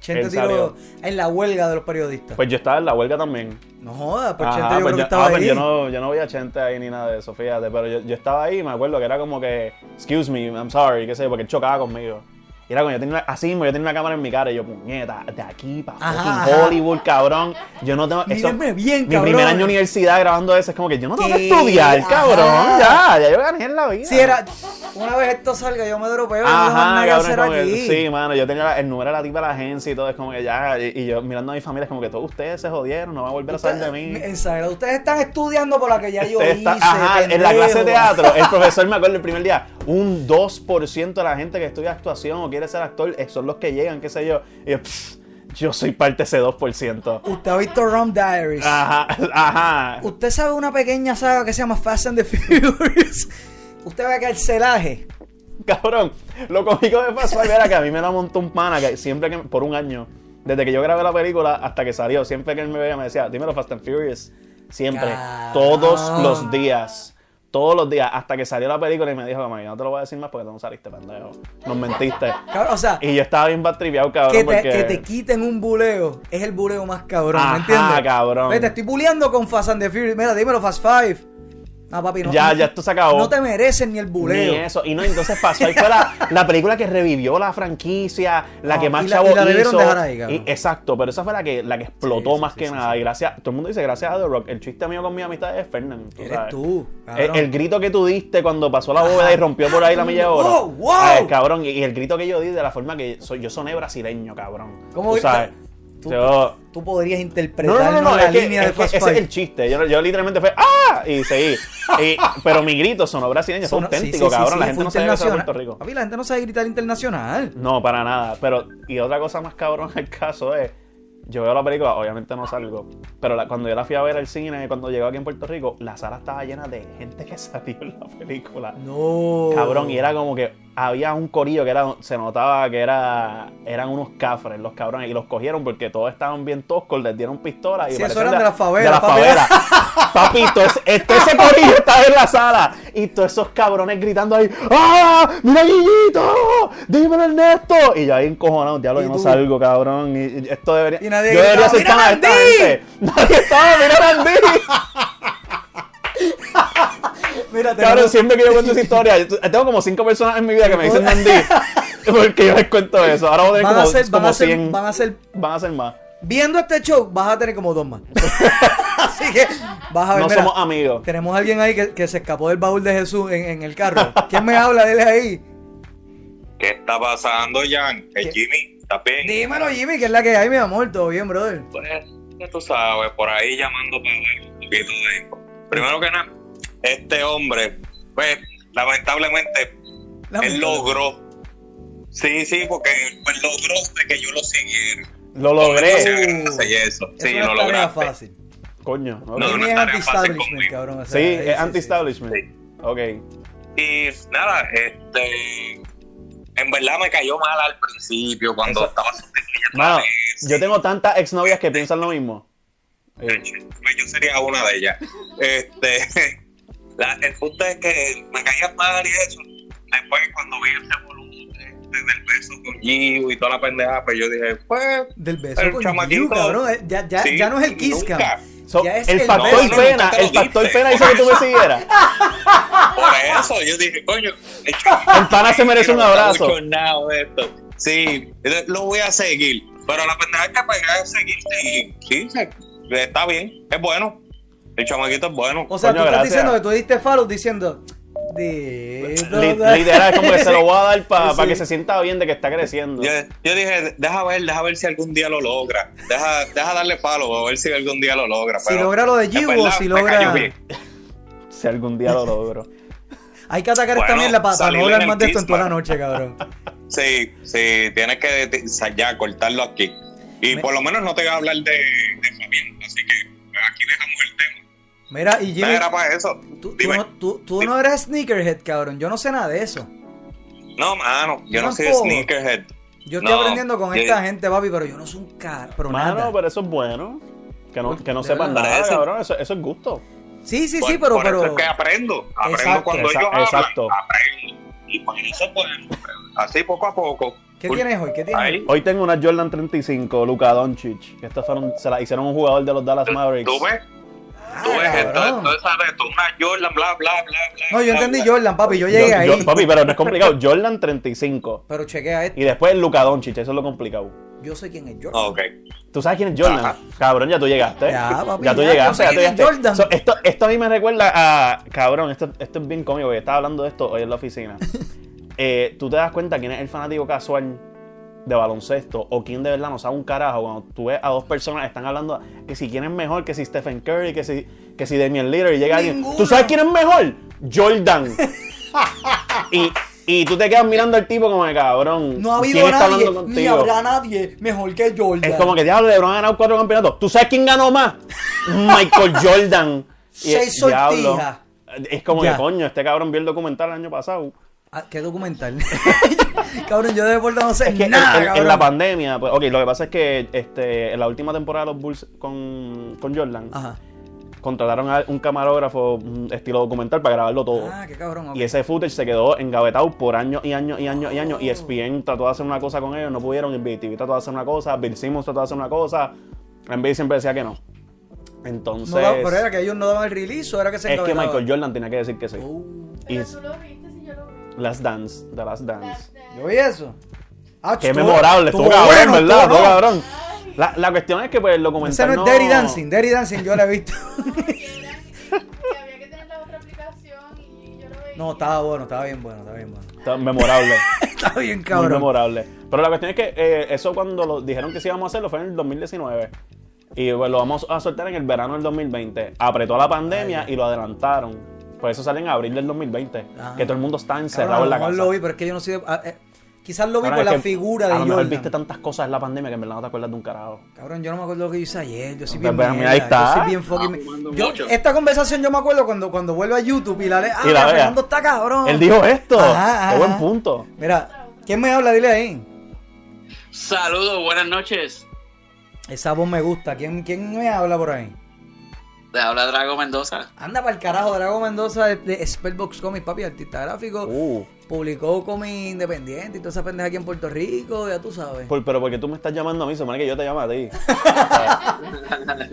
Speaker 2: Chente
Speaker 3: Él
Speaker 2: tiró
Speaker 3: salió.
Speaker 2: en la huelga de los periodistas.
Speaker 3: Pues yo estaba en la huelga también.
Speaker 2: no jodas, pues
Speaker 3: Ajá,
Speaker 2: Chente yo
Speaker 3: pues
Speaker 2: creo que
Speaker 3: yo-
Speaker 2: estaba
Speaker 3: ah, pues
Speaker 2: ahí.
Speaker 3: yo no, yo no vi a Chente ahí ni nada de eso, fíjate, pero yo, yo estaba ahí y me acuerdo que era como que, excuse me, I'm sorry, qué sé yo, porque él chocaba conmigo. Y era como, yo tenía una- así mismo, yo tenía una cámara en mi cara y yo, puñeta, de aquí para
Speaker 2: Ajá,
Speaker 3: fucking
Speaker 2: ajá.
Speaker 3: Hollywood, cabrón. Yo no tengo. eso-
Speaker 2: Mírenme bien,
Speaker 3: mi
Speaker 2: cabrón.
Speaker 3: primer año de universidad grabando eso es como que yo no tengo que
Speaker 2: Sí,
Speaker 3: estudiar,
Speaker 2: ajá.
Speaker 3: cabrón. Ya, ya yo gané en la vida.
Speaker 2: Si era. Una vez esto salga, yo me
Speaker 3: Ajá,
Speaker 2: dropeo. yo no tengo nada que
Speaker 3: cabrón,
Speaker 2: hacer
Speaker 3: como que-
Speaker 2: aquí.
Speaker 3: sí, mano, yo tenía la- el número de la tipa de la agencia y todo, es como que ya, y, y yo mirando a mi familia, es como que todos ustedes se jodieron, no va a volver a salir de mí.
Speaker 2: Exagerado. Ustedes están estudiando por la que ya yo
Speaker 3: Usted
Speaker 2: hice.
Speaker 3: está- ajá, en la clase de
Speaker 2: pendejo.
Speaker 3: teatro, el profesor me acuerdo el primer día, un 2% de la gente que estudia actuación o quiere ser actor eh, son los que llegan, qué sé yo. Y yo, "Pff, yo soy parte de ese 2%.
Speaker 2: Usted ha visto Rum Diaries.
Speaker 3: Ajá, ajá.
Speaker 2: Usted sabe una pequeña saga que se llama Fast and the Furious. Usted ve que el celaje.
Speaker 3: Cabrón, lo cómico de pasó era que a mí me la montó un pana que siempre que, por un año, desde que yo grabé la película hasta que salió, siempre que él me veía me decía, dímelo Fast and Furious. Siempre,
Speaker 2: Cabrón.
Speaker 3: todos los días. Todos los días, hasta que salió la película y me dijo, "Mami, no te lo voy a decir más porque tú no saliste, pendejo. Nos mentiste.
Speaker 2: Cabrón, o sea,
Speaker 3: Y yo estaba bien batripeado, cabrón,
Speaker 2: que te,
Speaker 3: porque...
Speaker 2: que te quiten un buleo es el buleo más cabrón, ¿me
Speaker 3: Ajá,
Speaker 2: entiendes?
Speaker 3: cabrón.
Speaker 2: Ve, te estoy buleando con Fast and the Furious. Mira, dímelo, Fast Five. Ah, papi, no.
Speaker 3: Ya,
Speaker 2: no-
Speaker 3: ya esto se acabó.
Speaker 2: No te mereces ni el buleo.
Speaker 3: Ni eso. Y no, entonces pasó. Ahí fue la, la película que revivió la franquicia, la
Speaker 2: No,
Speaker 3: que más
Speaker 2: Ah, y la-
Speaker 3: chavo
Speaker 2: y la debieron
Speaker 3: hizo.
Speaker 2: dejar ahí, cabrón.
Speaker 3: Y- exacto, pero esa fue la que, la que explotó
Speaker 2: Sí, sí,
Speaker 3: más
Speaker 2: sí,
Speaker 3: que
Speaker 2: sí,
Speaker 3: nada. Y gracias, todo el mundo dice, gracias a The Rock, el chiste mío con mi amistad es Fernan. tú
Speaker 2: Eres
Speaker 3: sabes.
Speaker 2: tú,
Speaker 3: El,
Speaker 2: cabrón.
Speaker 3: el grito que tú diste cuando pasó la bóveda y rompió por ahí la milla de oro.
Speaker 2: ¡Wow, wow!
Speaker 3: Ay, cabrón, y, y el grito que yo di de la forma que soy, yo soné brasileño, cabrón.
Speaker 2: ¿Cómo
Speaker 3: tú
Speaker 2: grita?
Speaker 3: sabes.
Speaker 2: tú,
Speaker 3: Yo-
Speaker 2: tú podrías interpretar
Speaker 3: No, no, no, no,
Speaker 2: la
Speaker 3: es que,
Speaker 2: línea
Speaker 3: es
Speaker 2: de
Speaker 3: que
Speaker 2: Fast
Speaker 3: ese es
Speaker 2: Five.
Speaker 3: el chiste. Yo, yo literalmente fue ¡Ah! Y seguí. Y- pero mi grito sonó brasileño, fue
Speaker 2: Sonó- sí,
Speaker 3: auténtico,
Speaker 2: sí, sí,
Speaker 3: cabrón.
Speaker 2: sí,
Speaker 3: la
Speaker 2: fue
Speaker 3: gente no sabe que soy de
Speaker 2: internacional.
Speaker 3: Puerto Rico.
Speaker 2: Papi, la gente no sabe gritar internacional.
Speaker 3: No, para nada. Pero, y otra cosa más cabrón el caso es, yo veo la película, obviamente no salgo, pero la- cuando yo la fui a ver al cine, cuando llegaba aquí en Puerto Rico, la sala estaba llena de gente que salió en la película.
Speaker 2: No.
Speaker 3: Cabrón, y era como que había un corillo que era, se notaba que era, eran unos cafres los cabrones, y los cogieron porque todos estaban bien toscos, les dieron pistolas y
Speaker 2: Sí,
Speaker 3: parecían
Speaker 2: eso eran de la favela,
Speaker 3: De la
Speaker 2: papi.
Speaker 3: favela. Papito, es- este, ese corillo estaba en la sala y todos esos cabrones gritando ahí, ¡Ah! ¡Mira Guillito! ¡Dímelo Ernesto! Y yo ahí encojonado, diablo,
Speaker 2: ¿Y
Speaker 3: yo no
Speaker 2: tú?
Speaker 3: salgo, cabrón, y y esto debería...
Speaker 2: Y nadie
Speaker 3: yo debería
Speaker 2: gritaba,
Speaker 3: sentarme a
Speaker 2: "¡Mira,
Speaker 3: esta
Speaker 2: Andy!"
Speaker 3: gente. Nadie estaba, mira a Andy.
Speaker 2: Mira,
Speaker 3: Cabrón,
Speaker 2: tenemos-
Speaker 3: siempre que yo cuento esa historia, yo tengo como cinco personas en mi vida que me dicen Nandí. Porque yo les cuento eso. Ahora voy a tener
Speaker 2: van,
Speaker 3: como,
Speaker 2: a ser, van,
Speaker 3: como
Speaker 2: a ser,
Speaker 3: 100.
Speaker 2: van a ser-
Speaker 3: Van a ser más.
Speaker 2: Viendo este show, vas a tener como dos más. Así que vas a ver.
Speaker 3: No
Speaker 2: mira,
Speaker 3: somos amigos.
Speaker 2: tenemos a alguien ahí que, que se escapó del baúl de Jesús en, en el carro. ¿Quién me habla? Dile ahí.
Speaker 4: ¿Qué está pasando, Jan?
Speaker 2: ¿Qué?
Speaker 4: El Jimmy, ¿estás bien?
Speaker 2: Dímelo, Jimmy, que es la que hay, mi amor. Todo bien, brother.
Speaker 4: Pues, ya tú sabes, por ahí llamando para hablar un poquito de eso. Primero que nada, este hombre, pues, lamentablemente, él logró. Sí, sí, porque pues, logró de que yo lo siguiera.
Speaker 3: Lo
Speaker 4: O sea,
Speaker 3: logré.
Speaker 4: gracias y eso.
Speaker 2: Eso
Speaker 4: Sí,
Speaker 2: no
Speaker 4: lo
Speaker 2: es tarea
Speaker 4: lograste.
Speaker 2: fácil.
Speaker 3: Coño. ok.
Speaker 4: No,
Speaker 2: Jimmy
Speaker 4: no es
Speaker 2: es
Speaker 4: tarea fácil
Speaker 2: anti-establishment,
Speaker 4: conmigo.
Speaker 2: cabrón. o sea,
Speaker 3: Sí, es
Speaker 2: sí,
Speaker 3: anti-establishment.
Speaker 4: Sí.
Speaker 3: Ok.
Speaker 4: Y nada, este. En verdad me cayó mal al principio cuando
Speaker 3: Eso-
Speaker 4: estaba sustituyendo a
Speaker 3: Mano,
Speaker 4: Messi.
Speaker 3: yo tengo tantas exnovias que piensan lo mismo. Eh,
Speaker 4: Pues yo sería una de ellas. Este, la- el punto es que me caía mal y eso. Después, cuando vi ese volumen este, del beso con Gio y toda la pendejada, pues yo dije, pues.
Speaker 2: Del beso
Speaker 4: El
Speaker 2: con
Speaker 4: chamaquito.
Speaker 2: Yu, cabrón. eh, Ya, ya,
Speaker 4: sí,
Speaker 2: ya no es el kiss cam.
Speaker 4: nunca.
Speaker 3: so,
Speaker 2: Ya es
Speaker 3: el
Speaker 2: el
Speaker 3: factor
Speaker 2: beso.
Speaker 3: pena,
Speaker 4: No, no, no,
Speaker 3: el factor
Speaker 4: no,
Speaker 3: pena
Speaker 4: no,
Speaker 3: hizo que tú me siguieras.
Speaker 4: Por eso yo dije, coño, el
Speaker 3: El pana se merece un abrazo.
Speaker 4: Mucho esto. Sí, lo voy a seguir. Pero la pendeja es que pegar es seguirte y sí, se- está bien, es bueno. El chamaquito es bueno.
Speaker 2: O sea,
Speaker 3: Coño,
Speaker 2: tú estás
Speaker 3: gracias.
Speaker 2: diciendo que tú diste follow diciendo. "Dito,
Speaker 3: Li-
Speaker 2: da-".
Speaker 3: Literal, como que se lo voy a dar para
Speaker 2: Sí.
Speaker 3: que se sienta bien de que está creciendo.
Speaker 4: Yo, yo dije, deja ver, deja ver si algún día lo logra. Deja, deja darle palo a ver si algún día lo logra.
Speaker 2: Si logra lo de Jibo,
Speaker 4: o
Speaker 2: si logra.
Speaker 3: Si algún día lo logro.
Speaker 2: Hay que atacar esta
Speaker 4: Bueno,
Speaker 2: mierda para, para
Speaker 4: salir
Speaker 2: no hablar
Speaker 4: en
Speaker 2: más
Speaker 4: el
Speaker 2: de esto en
Speaker 4: Kiss,
Speaker 2: toda la
Speaker 4: mano.
Speaker 2: noche, cabrón.
Speaker 4: Sí, sí, tienes que te- ya cortarlo aquí. Y
Speaker 2: Me-
Speaker 4: por lo menos no te voy a hablar de, de Fabián. Así que aquí dejamos el tema.
Speaker 2: Mira, y
Speaker 4: No
Speaker 2: Jimmy,
Speaker 4: era para eso.
Speaker 2: tú, tú
Speaker 4: Dime.
Speaker 2: no, tú- tú no eres sneakerhead, cabrón. Yo no sé nada de eso.
Speaker 4: No, mano, yo no soy
Speaker 2: Tampoco.
Speaker 4: sneakerhead.
Speaker 2: Yo estoy
Speaker 4: No,
Speaker 2: aprendiendo con
Speaker 4: yo-
Speaker 2: esta gente, papi, pero yo no soy un car, pero nada.
Speaker 3: Mano, pero eso es bueno. Que no, que no
Speaker 2: De
Speaker 3: sepas
Speaker 2: verdad.
Speaker 3: nada,
Speaker 4: Eso-
Speaker 3: cabrón. Eso, eso es gusto.
Speaker 2: Sí, sí,
Speaker 4: Por-
Speaker 2: sí, pero.
Speaker 4: por eso
Speaker 2: pero...
Speaker 4: es que aprendo. Aprendo
Speaker 2: Exacto,
Speaker 4: cuando
Speaker 3: exa-
Speaker 4: ellos hablan.
Speaker 3: exacto.
Speaker 4: Aprendo. Y por eso, pues, así poco a poco.
Speaker 2: ¿Qué
Speaker 4: Por-
Speaker 2: tienes hoy? ¿Qué tienes?
Speaker 4: Ahí.
Speaker 2: hoy?
Speaker 3: Hoy tengo una Jordan 35, Luka Doncic. Estas fueron, se la hicieron un jugador de los Dallas Mavericks.
Speaker 4: ¿Tú ves? Tú
Speaker 2: Ah,
Speaker 4: ves,
Speaker 2: cabrón.
Speaker 4: entonces, entonces esa retorna Jordan, bla, bla, bla, bla.
Speaker 2: No, yo
Speaker 4: bla,
Speaker 2: entendí
Speaker 4: bla.
Speaker 2: Jordan, papi. Yo
Speaker 3: Yo-
Speaker 2: llegué
Speaker 3: yo-
Speaker 2: ahí.
Speaker 3: papi, pero no es complicado. Jordan 35.
Speaker 2: Pero chequea esto.
Speaker 3: Y después Luka Doncic. Eso es lo complicado.
Speaker 2: Yo sé quién es Jordan.
Speaker 4: Ok.
Speaker 3: ¿Tú sabes quién es Jordan?
Speaker 4: Ajá.
Speaker 3: Cabrón, ya tú llegaste.
Speaker 2: Ya,
Speaker 3: tú
Speaker 2: papi, ya,
Speaker 3: llegaste.
Speaker 2: yo
Speaker 3: Ya
Speaker 2: sé
Speaker 3: tú
Speaker 2: quién es
Speaker 3: llegaste.
Speaker 2: Jordan.
Speaker 3: So, esto, esto a mí me recuerda a. Cabrón, esto, esto es bien cómico. Yo estaba hablando de esto hoy en la oficina. Eh, tú te das cuenta quién es el fanático casual de baloncesto o quién de verdad no sabe un carajo. Cuando tú ves a dos personas están hablando que si quién es mejor, que si Stephen Curry, que si, que si Damian Lillard y llega alguien.
Speaker 2: Ninguno.
Speaker 3: ¿Tú sabes quién es mejor? Jordan. y, y tú te quedas mirando al tipo como de cabrón.
Speaker 2: No ha habido
Speaker 3: ¿quién está
Speaker 2: nadie,
Speaker 3: hablando
Speaker 2: ni
Speaker 3: contigo?
Speaker 2: habrá nadie mejor que Jordan.
Speaker 3: Es como que diablo, LeBron ha ganado cuatro campeonatos. ¿Tú sabes quién ganó más? Michael Jordan.
Speaker 2: Seis
Speaker 3: es- diablo.
Speaker 2: sortijas.
Speaker 3: Es como
Speaker 2: Ya.
Speaker 3: que coño, este cabrón vio el documental el año pasado.
Speaker 2: Ah, ¿Qué documental? cabrón, yo de deporte no sé
Speaker 3: Es que en-
Speaker 2: Pues nada,
Speaker 3: en, en
Speaker 2: cabrón.
Speaker 3: la pandemia, pues, ok, lo que pasa es que este, en la última temporada de los Bulls con, con Jordan,
Speaker 2: Ajá.
Speaker 3: contrataron a un camarógrafo mm, estilo documental para grabarlo todo.
Speaker 2: Ah, qué cabrón. ok.
Speaker 3: Oh. Y ese footage se quedó engavetado por años y años y años y años. Y E ESPN trató de hacer una cosa con ellos, no pudieron. NBTV trató de hacer una cosa, Bill Simmons trató de hacer una cosa. NBA siempre decía que no. Entonces,
Speaker 2: No daba- pero era que ellos no daban el release o era que se
Speaker 3: es que
Speaker 2: encabezaba?
Speaker 3: Michael Jordan tenía que decir que sí.
Speaker 2: Uh,
Speaker 3: Y
Speaker 5: Pero tú lo viste, si yo lo vi.
Speaker 3: Last Dance, The Last Dance.
Speaker 2: ¿Yo vi eso? Ah,
Speaker 3: Qué
Speaker 2: estuvo-
Speaker 3: memorable, estuvo
Speaker 2: estuvo
Speaker 3: cabrón,
Speaker 2: bueno,
Speaker 3: ¿verdad?
Speaker 2: estuvo
Speaker 3: Estuvo
Speaker 2: bueno.
Speaker 3: cabrón. La, la cuestión es que pues el documental
Speaker 2: Ese no es
Speaker 3: no-
Speaker 2: Dirty Dancing. Dirty Dancing yo la he visto.
Speaker 5: Que era- que había que tener la otra aplicación y yo lo veía.
Speaker 2: no, estaba bueno, estaba bien bueno, estaba bien bueno.
Speaker 3: Está memorable.
Speaker 2: Está bien,
Speaker 3: muy
Speaker 2: cabrón.
Speaker 3: memorable. Pero la cuestión es que eh, eso cuando lo dijeron que sí íbamos a hacerlo fue en el 2019. Y pues, lo vamos a soltar en el verano del 2020. Apretó la pandemia y lo adelantaron. Por eso sale en abril del 2020.
Speaker 2: Ah.
Speaker 3: Que todo el mundo está
Speaker 2: Cabrón,
Speaker 3: encerrado
Speaker 2: a lo
Speaker 3: en la
Speaker 2: mejor
Speaker 3: casa.
Speaker 2: lo vi, pero es que yo no sé. ah, eh, quizás lo vi
Speaker 3: Cabrón,
Speaker 2: por
Speaker 3: es que
Speaker 2: la figura de
Speaker 3: A lo mejor
Speaker 2: Jordan.
Speaker 3: viste tantas cosas en la pandemia que en verdad no te acuerdas de un carajo.
Speaker 2: Cabrón, yo no me acuerdo lo que yo hice ayer. Yo soy
Speaker 3: Pues,
Speaker 2: bien.
Speaker 3: pues, mira, ahí
Speaker 2: mierda,
Speaker 3: está.
Speaker 2: Yo soy bien fucking-
Speaker 4: Ah, fumando
Speaker 2: Yo-
Speaker 4: mucho.
Speaker 2: esta conversación yo me acuerdo cuando, cuando vuelvo a YouTube y la leo. Ah,
Speaker 3: Y la vea.
Speaker 2: Fernando está cabrón.
Speaker 3: Él dijo esto.
Speaker 2: Ah. Ajá,
Speaker 3: Qué
Speaker 2: ajá.
Speaker 3: buen punto.
Speaker 2: Mira, ¿quién me habla? Dile ahí.
Speaker 6: Saludos, buenas noches.
Speaker 2: Esa voz me gusta. ¿Quién, quién me habla por ahí?
Speaker 6: Te habla Drago Mendoza.
Speaker 2: Anda para el carajo, Drago Mendoza de- de Spellbox Comics, papi, artista gráfico.
Speaker 3: Uh,
Speaker 2: Publicó cómics independiente y toda esa pendeja aquí en Puerto Rico, ya tú sabes.
Speaker 3: por- pero porque tú me estás llamando a mí, se supone que yo te llamo a ti.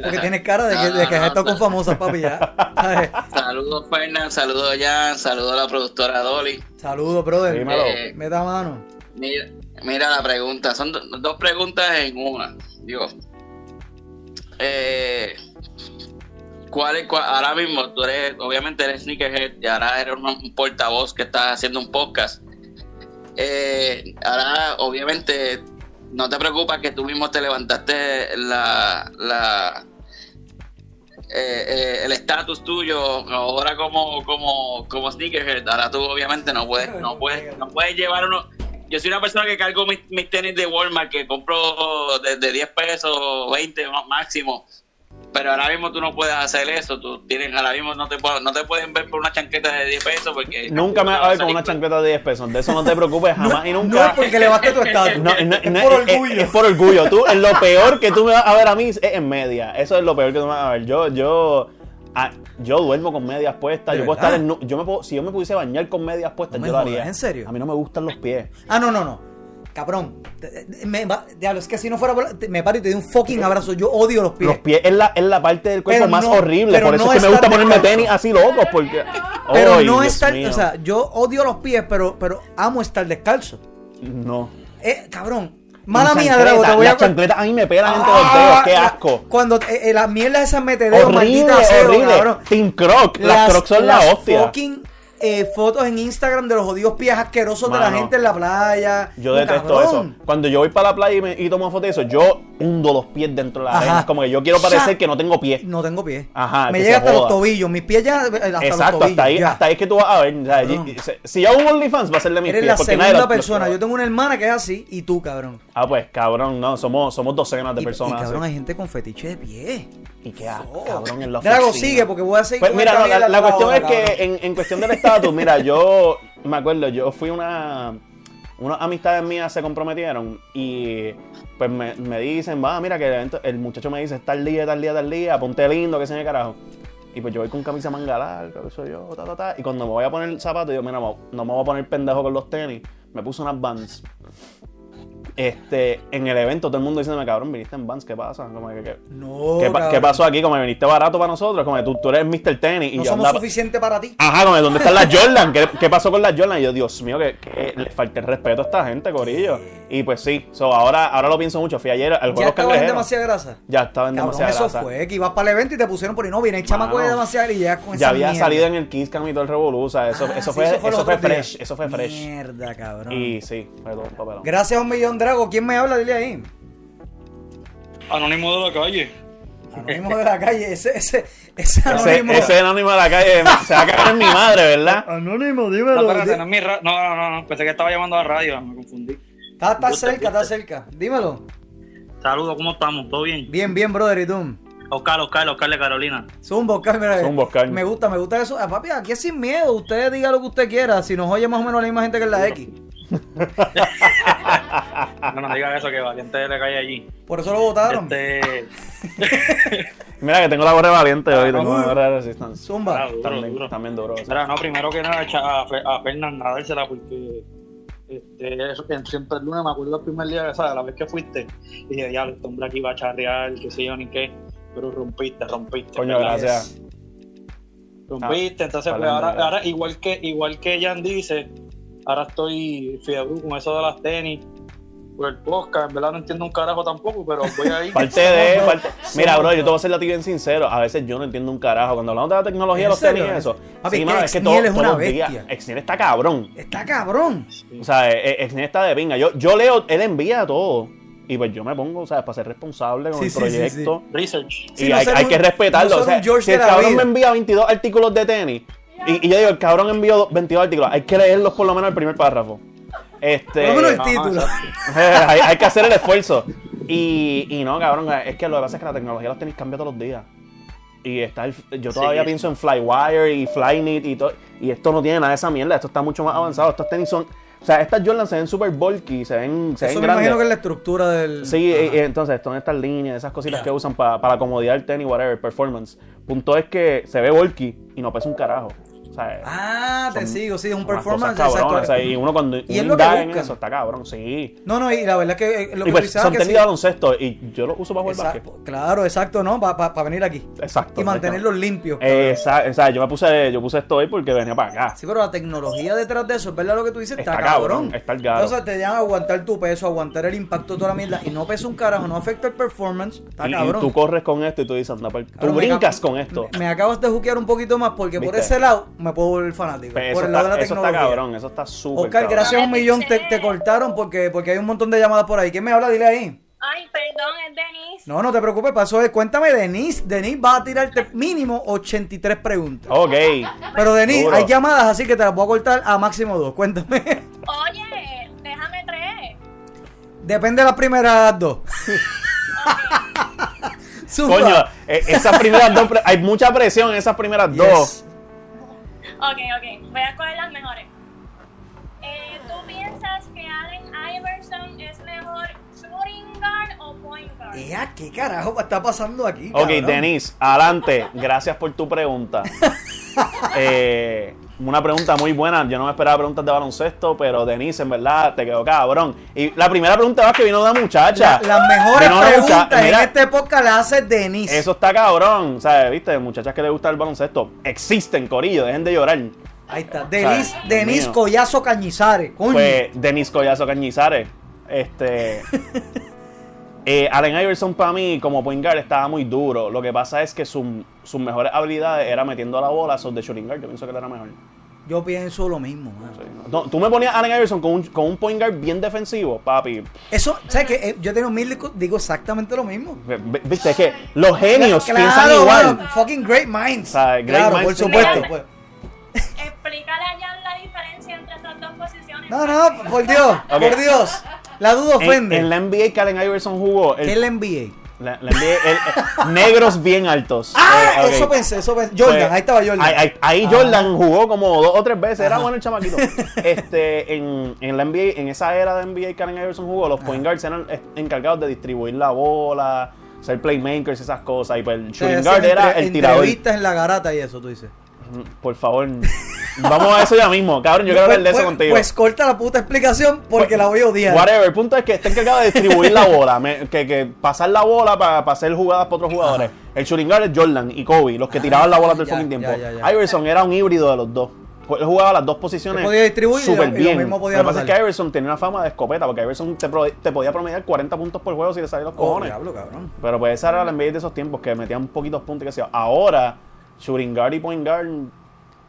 Speaker 2: Porque tienes cara de que, de que has estado con famosas, papi, ya. ¿Sabes?
Speaker 6: Saludos, Fernan. Saludos, Jan. Saludos a la productora Dolly.
Speaker 2: Saludos, brother.
Speaker 3: Dímelo.
Speaker 6: Eh,
Speaker 2: Meta mano.
Speaker 6: Mira, mira la pregunta. Son do- dos preguntas en una. Digo, eh, ¿cuál es, cuál- ahora mismo tú eres, obviamente eres sneakerhead y ahora eres un, un portavoz que estás haciendo un podcast. Eh, ahora, obviamente, no te preocupas que tú mismo te levantaste la, la, eh, eh, el estatus tuyo ahora como, como, como sneakerhead, ahora tú obviamente no puedes, no puedes, no puedes llevar uno. Yo soy una persona que cargo mis, mis tenis de Walmart que compro de, de 10 pesos, 20 más máximo. Pero ahora mismo tú no puedes hacer eso. Tú tienes, ahora mismo no te, puedo- no te pueden ver por una chanqueta de 10 pesos
Speaker 7: eh,
Speaker 6: porque.
Speaker 3: Nunca me vas a ver con una chancleta de 10 pesos. De eso no te preocupes jamás y nunca.
Speaker 2: No es porque le baste tu estatus.
Speaker 3: No, no, eh,
Speaker 2: es
Speaker 3: no,
Speaker 2: por
Speaker 3: es-
Speaker 2: orgullo.
Speaker 3: Es, es por orgullo. Tú, es lo peor que tú me vas a ver a mí es en media. Eso es lo peor que tú me vas a ver. Yo, yo, ah, yo duermo con medias puestas.
Speaker 2: ¿De
Speaker 3: Yo puedo
Speaker 2: verdad?
Speaker 3: estar en nu- yo me puedo, si yo me pudiese bañar con medias puestas,
Speaker 2: No me
Speaker 3: yo lo haría.
Speaker 2: jodas, ¿en serio?
Speaker 3: A mí no me gustan los pies.
Speaker 2: Ah, no, no, no. Cabrón. Te- te- Me, va- diablo, es que si no fuera por la- te- Me paro y te doy un fucking abrazo. Yo odio los pies.
Speaker 3: Los pies es la, es la parte del cuerpo
Speaker 2: Pero
Speaker 3: más
Speaker 2: no-
Speaker 3: horrible.
Speaker 2: pero
Speaker 3: Por eso
Speaker 2: no
Speaker 3: es que me gusta
Speaker 2: estar
Speaker 3: ponerme
Speaker 2: descalzo.
Speaker 3: tenis así locos. Porque.
Speaker 2: Pero
Speaker 3: Ay,
Speaker 2: no
Speaker 3: Dios
Speaker 2: estar.
Speaker 3: mío.
Speaker 2: O sea, yo odio los pies, pero, pero amo estar descalzo.
Speaker 3: no.
Speaker 2: Eh, cabrón. Mala
Speaker 3: Y
Speaker 2: mía, Drago, te
Speaker 3: chancletas,
Speaker 2: voy a.
Speaker 3: Las chancletas a mí me pelan entre los dedos.
Speaker 2: Ah,
Speaker 3: Qué
Speaker 2: la-
Speaker 3: asco.
Speaker 2: Cuando eh, eh, las mierdas esas metedeo,
Speaker 3: Horrible,
Speaker 2: maldita sea,
Speaker 3: horrible.
Speaker 2: cabrón.
Speaker 3: Team Croc. Las, Crocs son la
Speaker 2: las
Speaker 3: hostia.
Speaker 2: fucking eh, fotos en Instagram de los jodidos pies asquerosos de la
Speaker 3: Mano.
Speaker 2: gente en la playa.
Speaker 3: Yo detesto
Speaker 2: Cabrón.
Speaker 3: eso. Cuando yo voy para la playa y, me, y tomo fotos de eso, yo hundo los pies dentro de la
Speaker 2: Ajá.
Speaker 3: arena. Es como que yo quiero parecer
Speaker 2: Sa-
Speaker 3: que no tengo pies.
Speaker 2: No tengo pie.
Speaker 3: Ajá,
Speaker 2: Me
Speaker 3: que se
Speaker 2: llega hasta los
Speaker 3: joda.
Speaker 2: tobillos. Mis pies ya. eh, Hasta los
Speaker 3: Exacto,
Speaker 2: tobillos,
Speaker 3: hasta ahí,
Speaker 2: ya.
Speaker 3: hasta ahí es que tú vas a ver. o sea, allí-
Speaker 2: Cabrón.
Speaker 3: se- si yo hago un OnlyFans, va a ser de mis
Speaker 2: Eres
Speaker 3: pies.
Speaker 2: la
Speaker 3: porque
Speaker 2: segunda
Speaker 3: nadie lo-
Speaker 2: persona.
Speaker 3: lo-
Speaker 2: Yo tengo una hermana que es así y tú, cabrón.
Speaker 3: Ah, pues, cabrón, no, somos, somos docenas de
Speaker 2: Y, y,
Speaker 3: personas. así.
Speaker 2: cabrón, hay gente con fetiche de pie.
Speaker 3: Y qué asco,
Speaker 2: Oh.
Speaker 3: cabrón, en la
Speaker 2: Drago,
Speaker 3: oficina.
Speaker 2: sigue porque voy a seguir.
Speaker 3: Pues
Speaker 2: con
Speaker 3: mira,
Speaker 2: esta
Speaker 3: no, la,
Speaker 2: mierda
Speaker 3: la
Speaker 2: hasta
Speaker 3: cuestión es
Speaker 2: ahora, cabrón.
Speaker 3: que en, en cuestión del estatus, mira, yo me acuerdo, yo fui una. Unas amistades mías se comprometieron y pues me, me dicen, va, mira que el, evento- el muchacho me dice, tal día, tal día, tal día, ponte lindo, que se me carajo. Y pues yo voy con camisa manga larga, que soy yo, ta, ta, ta. Y cuando me voy a poner el zapato, yo, mira, mo- no me voy a poner pendejo con los tenis. Me puse unas Vans. Este, en el evento todo el mundo diciéndome, cabrón, viniste en Vans, ¿qué pasa? Como que- que,
Speaker 2: No.
Speaker 3: eh, ¿Qué, pa-
Speaker 2: cabrón.
Speaker 3: qué pasó aquí? Como que viniste barato para nosotros, como que tú, tú eres Mr. Tenis y
Speaker 2: No
Speaker 3: yo
Speaker 2: somos
Speaker 3: andaba- Ah,
Speaker 2: suficientes para ti.
Speaker 3: Ajá, como que, ¿dónde están las Jordan? ¿Qué, qué pasó con las Jordan? Y yo, Dios mío, que, que le falta el respeto a esta gente, corillo. Y pues sí, so, ahora, ahora lo pienso mucho. Fui ayer al juego de
Speaker 2: Ya
Speaker 3: los
Speaker 2: estaba en
Speaker 3: cangrejeros.
Speaker 2: demasiada grasa.
Speaker 3: Ya estaba en
Speaker 2: Cabrón,
Speaker 3: demasiada
Speaker 2: eso
Speaker 3: grasa.
Speaker 2: fue que ibas para el evento y te pusieron por ahí. No, viene el chamaco
Speaker 3: Mano,
Speaker 2: de demasiada y llegas con esa
Speaker 3: Ya había
Speaker 2: mierda.
Speaker 3: salido en el Kiss Cam y todo el Revolusa. Eso,
Speaker 2: Ah,
Speaker 3: eso
Speaker 2: sí,
Speaker 3: fue, eso
Speaker 2: fue los
Speaker 3: fue
Speaker 2: otros días.
Speaker 3: fresh. Eso fue fresh.
Speaker 2: Mierda, cabrón.
Speaker 3: Y sí, fue todo un papelón.
Speaker 2: Gracias a un millón, Drago. ¿Quién me habla? Dile ahí.
Speaker 1: Anónimo de la calle.
Speaker 2: Anónimo de la calle. Ese, ese, ese
Speaker 3: Ese,
Speaker 2: anónimo.
Speaker 3: ese anónimo de la calle se va a cagar en mi madre, ¿verdad?
Speaker 2: Anónimo,
Speaker 8: No,
Speaker 2: dímelo.
Speaker 8: espérate, no, es mi ra- no, no, no, no, pensé que estaba llamando a la radio, me confundí.
Speaker 2: Está, está cerca, está cerca. Dímelo.
Speaker 8: Saludos, ¿cómo estamos? ¿Todo bien?
Speaker 2: Bien, bien, brother. ¿Y tú?
Speaker 8: Oscar, Oscar, Oscar de Carolina.
Speaker 2: Zumbo, Oscar, mira. eh,
Speaker 3: Zumba, Oscar.
Speaker 2: Me gusta, me gusta eso. Ah, papi, aquí es sin miedo. Usted diga lo que usted quiera. Si nos oye más o menos la misma gente que en la X.
Speaker 8: No nos digas eso, que valiente de la calle allí.
Speaker 2: Por eso lo votaron.
Speaker 8: Este,
Speaker 3: Mira que tengo la gorra de valiente hoy, tengo la gorra de Resistance.
Speaker 2: Zumba.
Speaker 8: Ah, duro,
Speaker 3: También,
Speaker 8: duro.
Speaker 3: también duro. sí.
Speaker 8: mira, no, primero que nada, echa a, Fe- a Fernanda, dársela porque este, eso que siempre el lunes me acuerdo el primer día, ¿sabes? La vez que fuiste, dije, ya, este hombre aquí va a charrear, qué sé yo, ni qué. Pero rompiste, rompiste.
Speaker 3: Coño, gracias. Ah,
Speaker 8: Rompiste, entonces pues,
Speaker 3: hablando,
Speaker 8: ahora,
Speaker 3: ya.
Speaker 8: ahora igual que igual que Jan dice, ahora estoy fiebrú con eso de las tenis. por el podcast. En verdad no entiendo un carajo tampoco, pero voy a ir.
Speaker 3: Parte de. parte- Mira, bro, yo te voy a ser a ti bien sincero. A veces yo no entiendo un carajo. Cuando hablamos de la tecnología,
Speaker 2: ¿En
Speaker 3: los tenis y
Speaker 2: serio?
Speaker 3: eso.
Speaker 2: Papi, es que
Speaker 3: mano,
Speaker 2: Exniel
Speaker 3: todo-
Speaker 2: es una
Speaker 3: todos los días-
Speaker 2: bestia.
Speaker 3: Exniel está cabrón.
Speaker 2: Está cabrón.
Speaker 3: O sea, eh, eh, Exniel está de pinga. Yo, yo leo, él envía todo. Y pues yo me pongo, o sea, para ser responsable con
Speaker 2: Sí,
Speaker 3: el
Speaker 2: sí, sí, sí.
Speaker 3: proyecto.
Speaker 8: Research.
Speaker 2: Sí,
Speaker 3: y
Speaker 2: no
Speaker 3: hay,
Speaker 2: ser
Speaker 3: hay
Speaker 2: un-
Speaker 3: que respetarlo.
Speaker 2: no
Speaker 3: o
Speaker 2: ser
Speaker 3: sea,
Speaker 2: un George
Speaker 3: si
Speaker 2: de
Speaker 3: el
Speaker 2: la
Speaker 3: cabrón
Speaker 2: vida.
Speaker 3: me envía 22 artículos de tenis y, y yo digo, el cabrón envió do- 22 artículos, hay que leerlos por lo menos el primer párrafo. Este,
Speaker 2: Por lo menos el
Speaker 8: Ajá,
Speaker 2: título.
Speaker 3: hay, hay que hacer el esfuerzo. Y, y no, cabrón, es que lo que pasa es que la tecnología los tenis cambia todos los días. Y está el- yo todavía
Speaker 6: Sí.
Speaker 3: pienso en Flywire y Flyknit y todo. Y esto no tiene nada de esa mierda, esto está mucho más avanzado. Estos tenis son. O sea, estas Jordan se ven super bulky, se ven, se
Speaker 2: Eso
Speaker 3: ven
Speaker 2: me
Speaker 3: grandes.
Speaker 2: imagino que es la estructura del.
Speaker 3: Sí,
Speaker 2: Ajá.
Speaker 3: eh, eh, entonces, son estas líneas, esas cositas que usan pa- para acomodar el tenis, whatever, performance. Punto es que se ve bulky y no pesa un carajo. O sea,
Speaker 2: Ah, te
Speaker 3: son-
Speaker 2: sigo, sí, es un
Speaker 3: son unas
Speaker 2: performance.
Speaker 3: cosas cabronas,
Speaker 2: exacto.
Speaker 3: o sea, y uno cuando
Speaker 2: Y es
Speaker 3: uno
Speaker 2: lo que
Speaker 3: indaga en
Speaker 2: buscan.
Speaker 3: eso está cabrón, sí.
Speaker 2: No, no, y la verdad es que eh, lo
Speaker 3: Y
Speaker 2: que
Speaker 3: pues
Speaker 2: utilizaba
Speaker 3: son
Speaker 2: que
Speaker 3: tenis
Speaker 2: sí.
Speaker 3: de pues, baloncesto y yo los uso bajo el
Speaker 2: Exacto,
Speaker 3: básquet.
Speaker 2: Claro, exacto, ¿no? Para venir aquí.
Speaker 3: Exacto.
Speaker 2: Y mantenerlos limpios.
Speaker 3: Eh, Exacto, yo me puse, yo puse esto hoy porque venía para acá.
Speaker 2: Sí, pero la tecnología detrás de eso, es verdad lo que tú dices, está,
Speaker 3: Está
Speaker 2: cabrón.
Speaker 3: cabrón, está el garo.
Speaker 2: Entonces te llaman a aguantar tu peso, aguantar el impacto de toda la mierda. Y no pesa un carajo, no afecta el performance. Está
Speaker 3: Y- y,
Speaker 2: cabrón.
Speaker 3: tú corres con esto y tú dices, anda, pa'l- tú
Speaker 2: Cabrón, me
Speaker 3: brincas
Speaker 2: acab-
Speaker 3: con esto.
Speaker 2: Me, me acabas de juquear un poquito más porque por
Speaker 3: ¿Viste?
Speaker 2: ese lado me puedo volver fanático.
Speaker 3: Pues
Speaker 2: por
Speaker 3: eso,
Speaker 2: el lado de
Speaker 3: está,
Speaker 2: la
Speaker 3: eso está
Speaker 2: tecnología.
Speaker 3: cabrón, eso está súper
Speaker 2: Oscar,
Speaker 3: cabrón.
Speaker 2: gracias a un millón te, te cortaron porque, porque hay un montón de llamadas por ahí. ¿Quién me habla? Dile ahí.
Speaker 5: Ay, perdón, es Denise.
Speaker 2: No, no te preocupes, pasó de. Cuéntame, Denise. Denise va a tirarte mínimo 83 preguntas.
Speaker 3: Ok.
Speaker 2: Pero Denise,
Speaker 3: Oh, Duro.
Speaker 2: hay llamadas así que te las voy a cortar a máximo dos. Cuéntame.
Speaker 5: Oye, déjame tres.
Speaker 2: Depende de las primeras dos. Zumba.
Speaker 3: Coño, eh, esas primeras dos, pre- hay mucha presión en esas primeras
Speaker 2: Yes.
Speaker 3: dos.
Speaker 5: Ok, ok, voy a coger las mejores. Eh, ¿Tú piensas que Allen Iverson es mejor shooting guard o point guard?
Speaker 2: Ea, ¿qué carajo está pasando aquí?
Speaker 3: Ok,
Speaker 2: cabrón?
Speaker 3: Denise, adelante. Gracias por tu pregunta. Eh, una pregunta muy buena. Yo no me esperaba preguntas de baloncesto, pero Denise, en verdad, te quedó cabrón. Y la primera pregunta va que vino de una muchacha.
Speaker 2: La- las mejores
Speaker 3: Vino de una
Speaker 2: preguntas
Speaker 3: mucha- mira,
Speaker 2: en esta época las hace Denise.
Speaker 3: Eso está cabrón. ¿Sabes? ¿Viste? Muchachas que les gusta el baloncesto. Existen, corillo. Dejen de llorar.
Speaker 2: Ahí está. Denise,
Speaker 3: Dios
Speaker 2: Denise
Speaker 3: mío.
Speaker 2: Collazo Cañizares. Coño.
Speaker 3: Pues Denis Collazo Cañizares. Este. eh, Allen Iverson para mí, como point guard, estaba muy duro. Lo que pasa es que su- sus mejores habilidades era metiendo la bola, son de shooting guard. Yo pienso que él era mejor.
Speaker 2: Yo pienso lo mismo. mano.
Speaker 3: No, tú me ponías a Allen Iverson con un, con un point guard bien defensivo, papi.
Speaker 2: Eso, ¿sabes qué? Eh, Yo tengo mil discu- digo exactamente lo mismo.
Speaker 3: V- v- Viste, es que los genios
Speaker 2: Claro,
Speaker 3: piensan igual.
Speaker 2: mano, fucking great minds.
Speaker 3: O sea, great
Speaker 2: claro,
Speaker 3: minds
Speaker 2: por
Speaker 3: think alike.
Speaker 2: supuesto. pues.
Speaker 5: Explícale a Jan la diferencia entre esas dos posiciones.
Speaker 2: No, no, por Dios,
Speaker 3: Ok.
Speaker 2: por Dios. La duda
Speaker 3: En,
Speaker 2: ofende.
Speaker 3: en la Eh, NBA que Allen Iverson jugó, el-
Speaker 2: ¿Qué es la NBA?
Speaker 3: la- la NBA, el- el- negros bien altos.
Speaker 2: Ah,
Speaker 3: Eh, ok.
Speaker 2: eso pensé, eso pensé. Jordan,
Speaker 3: Pues,
Speaker 2: ahí estaba Jordan.
Speaker 3: Ahí, ahí- ahí
Speaker 2: Ah.
Speaker 3: Jordan jugó como dos o tres veces. Era
Speaker 2: Ajá.
Speaker 3: bueno el chamaquito. Este, en, en la NBA, en esa era de NBA que Allen Iverson jugó, los point guards eran eh, encargados de distribuir la bola, ser playmakers, esas cosas. Y pues el
Speaker 2: O sea,
Speaker 3: shooting
Speaker 2: hacen
Speaker 3: guard era
Speaker 2: entre-
Speaker 3: el tirador.
Speaker 2: Entrevistas en la garata y eso, tú dices.
Speaker 3: Por favor, vamos a eso ya mismo. Cabrón, yo quiero hablar de eso
Speaker 2: Pues-
Speaker 3: contigo.
Speaker 2: Pues corta la puta explicación porque
Speaker 3: Pues,
Speaker 2: la voy a odiar.
Speaker 3: Whatever, el punto es que está encargado de distribuir la bola, me- que, que pasar la bola para hacer jugadas para otros jugadores. El shooting guard es Jordan y Kobe, los que tiraban la bola todo el
Speaker 2: Ah, ya,
Speaker 3: fucking tiempo.
Speaker 2: ya, ya, ya.
Speaker 3: Iverson era un híbrido de los dos. Pues Él jugaba las dos posiciones
Speaker 2: Él podía distribuir y lo-
Speaker 3: súper
Speaker 2: y lo
Speaker 3: bien.
Speaker 2: mismo podía
Speaker 3: Lo que pasa es
Speaker 2: anotar.
Speaker 3: que Iverson tenía una fama de escopeta, porque Iverson te, pro- te podía promediar 40 puntos por juego si le salían los
Speaker 2: Oh,
Speaker 3: cojones.
Speaker 2: diablo, cabrón.
Speaker 3: Pero pues esa era la NBA de esos tiempos, que metían poquitos puntos y que sea. Ahora, shooting guard y point guard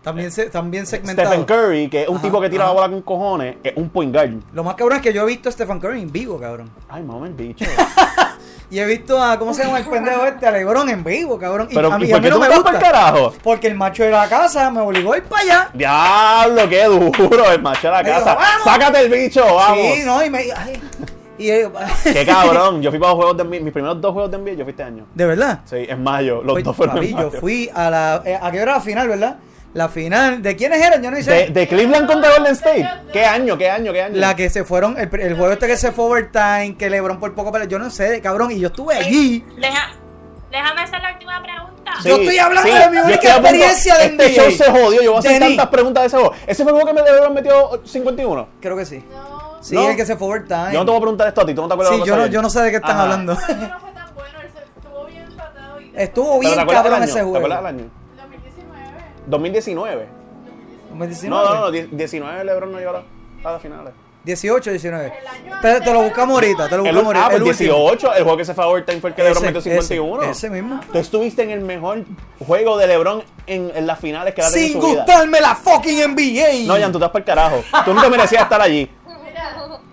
Speaker 2: También, se, también segmentado.
Speaker 3: Stephen Curry, que es un
Speaker 2: Ajá,
Speaker 3: tipo que tira
Speaker 2: ajá.
Speaker 3: la bola con cojones, es un point guard.
Speaker 2: Lo más cabrón es que yo he visto a Stephen Curry en vivo, cabrón.
Speaker 3: Ay, mamá, el bicho.
Speaker 2: Y he visto a, ¿cómo se llama el pendejo este? A LeBron en vivo, cabrón. Y
Speaker 3: Pero,
Speaker 2: a mí,
Speaker 3: ¿y
Speaker 2: a
Speaker 3: por
Speaker 2: mí
Speaker 3: qué
Speaker 2: no
Speaker 3: tú
Speaker 2: me
Speaker 3: estás pa'l
Speaker 2: gusta.
Speaker 3: carajo?
Speaker 2: Porque el macho de la casa me obligó a ir para allá.
Speaker 3: Diablo, qué duro el macho de la
Speaker 2: Me dijo,
Speaker 3: casa.
Speaker 2: "Vamos".
Speaker 3: Sácate el bicho, vamos.
Speaker 2: Sí, no, y me... ay, y yo-
Speaker 3: Qué cabrón. Yo fui para los juegos de NBA. Mis primeros dos juegos de NBA yo fui este año.
Speaker 2: ¿De verdad?
Speaker 3: Sí, en mayo. Los
Speaker 2: Pues,
Speaker 3: dos fueron
Speaker 2: papi,
Speaker 3: en
Speaker 2: yo
Speaker 3: mayo.
Speaker 2: fui a la... eh, ¿A qué hora era la final, verdad? La final... ¿De quiénes eran? Yo no hice...
Speaker 3: De, de Cleveland contra Golden State. ¿Qué año? ¿Qué año? ¿Qué año?
Speaker 2: La que se fueron, el, el juego este que se fue overtime, que Lebron por poco, pero yo no sé, cabrón, y yo estuve allí.
Speaker 5: Deja- déjame hacer la última pregunta.
Speaker 3: Sí,
Speaker 2: yo estoy hablando
Speaker 3: sí,
Speaker 2: de mi
Speaker 3: yo
Speaker 2: única
Speaker 3: estoy a punto-
Speaker 2: experiencia de
Speaker 3: Este
Speaker 2: NBA.
Speaker 3: show se jodió. Yo voy a hacer
Speaker 2: Denis.
Speaker 3: tantas preguntas de ese juego. Ese fue el juego que me debieron metido 51.
Speaker 2: Creo que sí.
Speaker 5: No,
Speaker 2: Sí,
Speaker 3: No.
Speaker 2: el que se fue overtime.
Speaker 3: Yo no te voy a preguntar esto a ti. Tú no te acuerdas
Speaker 2: sí,
Speaker 3: de lo que
Speaker 2: yo no,
Speaker 3: pasó
Speaker 2: yo no sé de qué están
Speaker 3: Ajá.
Speaker 2: hablando.
Speaker 5: ese no fue tan bueno, él se estuvo bien empatado y
Speaker 2: Estuvo
Speaker 3: ayer.
Speaker 2: bien
Speaker 3: ¿Pero te acuerdas del
Speaker 2: cabrón
Speaker 3: año?
Speaker 2: ese
Speaker 3: ¿Te acuerdas
Speaker 2: juego.
Speaker 3: del año?
Speaker 5: 2019.
Speaker 3: 2019.
Speaker 2: 2019.
Speaker 3: No, no, no, 19 LeBron no llegó a la- a las finales.
Speaker 2: 18, 19.
Speaker 5: El año
Speaker 2: Te, te lo
Speaker 5: anterior.
Speaker 2: buscamos ahorita, te lo
Speaker 3: El,
Speaker 2: buscamos
Speaker 3: ul- ah,
Speaker 2: ahorita.
Speaker 3: pues
Speaker 2: el último.
Speaker 3: 18, el juego que se fue a overtime fue el que
Speaker 2: Ese,
Speaker 3: LeBron metió 51.
Speaker 2: Ese, ese mismo.
Speaker 3: Tú estuviste en el mejor juego de LeBron en, en las finales que ha tenido en
Speaker 2: Sin
Speaker 3: su vida.
Speaker 2: gustarme la fucking NBA.
Speaker 3: No, Jan, tú estás para el carajo. Tú no te merecías estar allí.
Speaker 9: Mira,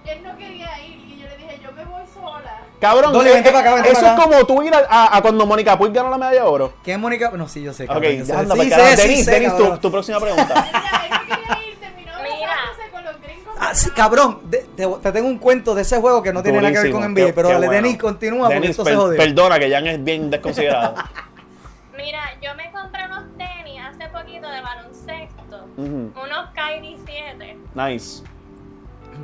Speaker 9: él no quería ir y yo le dije, yo me voy sola.
Speaker 3: Cabrón,
Speaker 2: Dole,
Speaker 3: eh,
Speaker 2: vente pa' acá, vente
Speaker 3: eso
Speaker 2: pa' acá.
Speaker 3: es como tú ir a, a- a cuando Mónica Puig ganó la medalla de oro.
Speaker 2: ¿Qué es Mónica? No, sí, yo sé.
Speaker 3: Ok, Ah,
Speaker 2: cabrón, yo sé.
Speaker 3: ya anda
Speaker 2: Sí,
Speaker 3: para el
Speaker 2: sé,
Speaker 3: carajo.
Speaker 2: sí,
Speaker 3: Denis,
Speaker 2: sé,
Speaker 3: Denis, tu,
Speaker 2: cabrón.
Speaker 3: tu próxima pregunta.
Speaker 9: Mira, él no quería ir, terminó
Speaker 5: Mira.
Speaker 9: besándose con los gringos.
Speaker 2: Ah, sí, cabrón, de- te, te tengo un cuento de ese juego que no tiene nada que ver
Speaker 3: Durísimo.
Speaker 2: con NBA,
Speaker 3: Qué-
Speaker 2: pero
Speaker 3: qué
Speaker 2: dale,
Speaker 3: bueno.
Speaker 2: Denis, continúa porque
Speaker 3: Denis,
Speaker 2: esto
Speaker 3: per-
Speaker 2: se jodió.
Speaker 3: Perdona que Jan es bien desconsiderado.
Speaker 5: Mira, yo me compré unos tenis hace poquito de baloncesto,
Speaker 3: Ujú,
Speaker 5: unos Kyrie 7.
Speaker 3: Nice.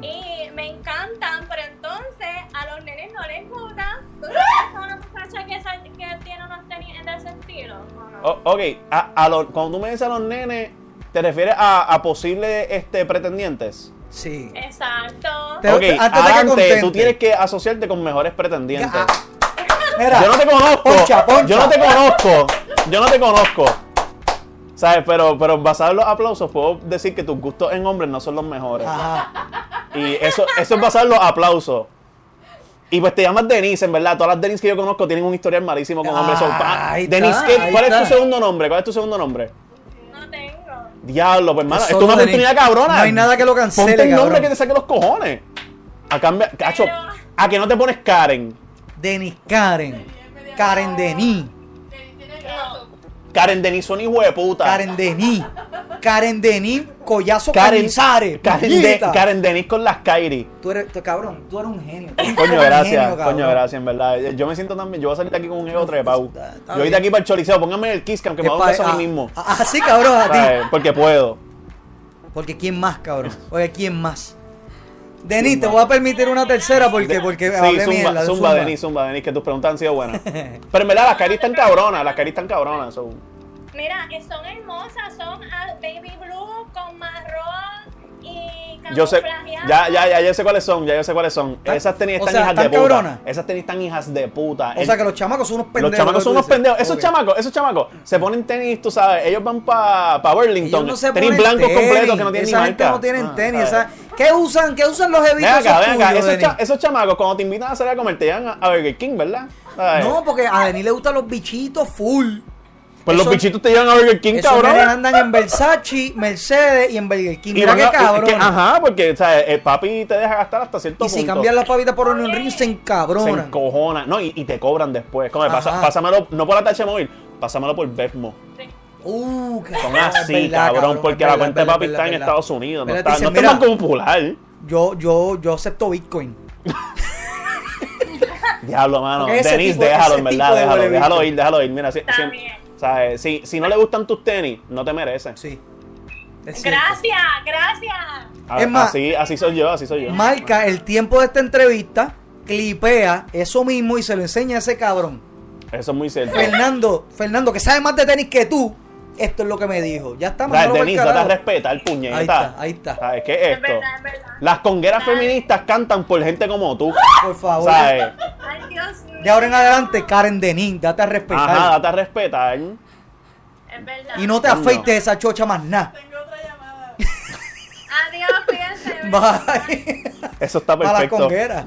Speaker 5: Y me encantan, pero entonces a los nenes no les gusta. ¿Tú sabes a una muchacha que, sal- que tiene unos tenis de ese estilo? ¿o no?
Speaker 3: O- Oh, ok, a, a los- cuando tú me dices a los nenes, ¿te refieres a, a posibles este, pretendientes?
Speaker 2: Sí.
Speaker 5: Exacto.
Speaker 2: Te-
Speaker 3: ok,
Speaker 2: antes de que
Speaker 3: adelante, tú
Speaker 2: contente.
Speaker 3: tienes que asociarte con mejores pretendientes.
Speaker 2: Ya, Ah, Mira,
Speaker 3: Yo no te conozco.
Speaker 2: Poncha, poncha.
Speaker 3: Yo no te conozco. Yo no te conozco. ¿Sabes? Pero, pero basado en los aplausos, puedo decir que tus gustos en hombres no son los mejores.
Speaker 2: Ah. Ajá.
Speaker 3: Y eso, eso es basado en los aplausos. Y pues te llamas Denise, en verdad. Todas las Denise que yo conozco tienen un historial malísimo con hombres. Son pa-
Speaker 2: Ahí está,
Speaker 3: Denise, ¿qué-
Speaker 2: ahí
Speaker 3: ¿cuál es tu
Speaker 2: está.
Speaker 3: segundo nombre? ¿Cuál es tu segundo nombre?
Speaker 5: No tengo.
Speaker 3: Diablo, pues hermano,
Speaker 2: Solo
Speaker 3: esto es una
Speaker 2: Denise.
Speaker 3: oportunidad cabrona.
Speaker 2: No hay nada que lo cancele,
Speaker 3: Ponte el nombre
Speaker 2: cabrón.
Speaker 3: que te saque los cojones. A cambio, cacho,
Speaker 5: Pero-
Speaker 3: a que no te pones Karen.
Speaker 2: Denis Karen. Karen Denis.
Speaker 9: Él tiene gato.
Speaker 3: Karen Denise son hijo de puta.
Speaker 2: Karen Denis. Karen Denis, collazo
Speaker 3: Karen,
Speaker 2: Canizares,
Speaker 3: Karen, De-
Speaker 2: puñeta.
Speaker 3: Karen Denise con las Kairi.
Speaker 2: Tú eres, tú- cabrón, tú eres un genio.
Speaker 3: Coño, gracias, coño,
Speaker 2: gracias.
Speaker 3: gracias, en verdad. Yo me siento también, yo voy a salir de aquí con un ego trepau.
Speaker 2: está- está
Speaker 3: Yo voy de
Speaker 2: bien.
Speaker 3: aquí para el choliseo, póngame el kiss, que aunque me
Speaker 2: Es
Speaker 3: va a
Speaker 2: pa-
Speaker 3: dar un beso a
Speaker 2: ah,
Speaker 3: mí mismo.
Speaker 2: ah, ah, sí, cabrón, a ti.
Speaker 3: ¿Sabes? Porque puedo.
Speaker 2: Porque quién más, cabrón. Oye, quién más. Denis, te voy a permitir una tercera porque, porque
Speaker 3: sí,
Speaker 2: hablé
Speaker 3: zumba,
Speaker 2: mierda,
Speaker 3: zumba,
Speaker 2: zumba.
Speaker 3: Denise, zumba, Denise, que tus preguntas han sido buenas. Pero en verdad, las Kairi están cabronas, las Kairi están cabronas. son-
Speaker 5: Mira, eh, son hermosas, son ah, baby blue con marrón y
Speaker 3: Yo sé,
Speaker 5: camuflajeadas.
Speaker 3: ya, ya, ya, yo sé cuáles son, ya yo sé cuáles son.
Speaker 2: Ah,
Speaker 3: Esas tenis
Speaker 2: o
Speaker 3: están
Speaker 2: sea,
Speaker 3: hijas de
Speaker 2: están
Speaker 3: puta.
Speaker 2: cabronas.
Speaker 3: Esas tenis están hijas de puta.
Speaker 2: O
Speaker 3: El-
Speaker 2: sea que los chamacos son unos pendejos.
Speaker 3: los chamacos
Speaker 2: lo
Speaker 3: son
Speaker 2: que
Speaker 3: unos
Speaker 2: tú dices.
Speaker 3: pendejos. Esos
Speaker 2: Ok.
Speaker 3: chamacos, esos chamacos se ponen tenis, tú sabes, ellos van para pa Burlington.
Speaker 2: Ellos no se
Speaker 3: tenis
Speaker 2: ponen
Speaker 3: blancos
Speaker 2: tenis.
Speaker 3: completos que no tienen
Speaker 2: Esa
Speaker 3: ni
Speaker 2: gente
Speaker 3: marca.
Speaker 2: no tienen
Speaker 3: Ah,
Speaker 2: tenis.
Speaker 3: ¿sabes?
Speaker 2: esa- ¿Qué usan? ¿Qué usan los
Speaker 3: Ven
Speaker 2: evitos?
Speaker 3: acá, ven acá. Esos, cha-
Speaker 2: Denis?
Speaker 3: esos chamacos, cuando te invitan a salir a comer, te llevan a, a Burger King, ¿verdad? ¿Sabes?
Speaker 2: No, porque a Denis le gustan los bichitos full.
Speaker 3: pues los
Speaker 2: eso-
Speaker 3: bichitos te llevan a Burger King,
Speaker 2: Esos
Speaker 3: cabrón.
Speaker 2: nenes andan en Versace, Mercedes y en Burger King.
Speaker 3: Y
Speaker 2: Mira
Speaker 3: van
Speaker 2: qué
Speaker 3: a-
Speaker 2: cabrón.
Speaker 3: es que, ajá, porque ¿sabes? el papi te deja gastar hasta cierto
Speaker 2: Y si
Speaker 3: punto.
Speaker 2: cambian las pavitas por un ring, se
Speaker 3: se
Speaker 2: encabronan.
Speaker 3: encojona. No, y, y te cobran después. Come, pasa-
Speaker 2: Ajá.
Speaker 3: pásamelo, no por la tacha móvil, pásamelo por Venmo.
Speaker 2: Uh, cabrón,
Speaker 3: Son
Speaker 2: es
Speaker 3: así,
Speaker 2: verdad,
Speaker 3: cabrón,
Speaker 2: cabrón,
Speaker 3: porque
Speaker 2: es
Speaker 3: la cuenta de
Speaker 2: verdad,
Speaker 3: papi
Speaker 2: es
Speaker 3: está en
Speaker 2: verdad, es
Speaker 3: Estados
Speaker 2: verdad.
Speaker 3: Unidos. No está,
Speaker 2: Espérate,
Speaker 3: no
Speaker 2: dicen,
Speaker 3: está en
Speaker 2: mira,
Speaker 3: Banco Popular.
Speaker 2: yo, yo, yo acepto Bitcoin.
Speaker 3: Diablo, mano.
Speaker 2: Porque ese
Speaker 3: Denise,
Speaker 2: tipo-
Speaker 3: déjalo,
Speaker 2: ese
Speaker 3: en
Speaker 2: tipo
Speaker 3: verdad.
Speaker 2: de
Speaker 3: Déjalo,
Speaker 2: huele
Speaker 3: déjalo
Speaker 2: bicho.
Speaker 3: ir, déjalo ir. Mira, si,
Speaker 5: Está
Speaker 3: si-
Speaker 5: bien.
Speaker 3: ¿sabes? Si, si no le gustan tus tenis, no te mereces.
Speaker 2: Sí. Es cierto.
Speaker 5: Gracias, gracias.
Speaker 3: A-
Speaker 2: Es más-
Speaker 3: así, así soy yo, así soy yo.
Speaker 2: Marca el tiempo de esta entrevista, clipea eso mismo y se lo enseña a ese cabrón.
Speaker 3: Eso es muy cierto.
Speaker 2: Fernando, Fernando, que sabe más de tenis que tú, esto es lo que me dijo. Ya está,
Speaker 3: Dale,
Speaker 2: mándalo pa'l
Speaker 3: Denise, date a
Speaker 2: carajo.
Speaker 3: respetar, puñeta.
Speaker 2: Ahí está, ahí está.
Speaker 3: ¿Sabes qué es
Speaker 5: Es
Speaker 3: esto?
Speaker 5: verdad, es verdad.
Speaker 3: Las congueras
Speaker 5: Dale.
Speaker 3: feministas cantan por gente como tú.
Speaker 2: Por favor.
Speaker 3: ¿Sabes?
Speaker 5: Ay, Dios mío.
Speaker 2: De ahora en adelante, Karen Denis, date a respetar.
Speaker 3: Ajá, date a respetar.
Speaker 5: Es verdad.
Speaker 2: y no te
Speaker 3: Coño.
Speaker 2: afeites esa chocha más nada.
Speaker 9: Tengo otra llamada.
Speaker 5: Adiós, cuídense.
Speaker 2: Bye.
Speaker 3: Eso está
Speaker 2: A las
Speaker 3: Ah, perfecto.
Speaker 2: congueras.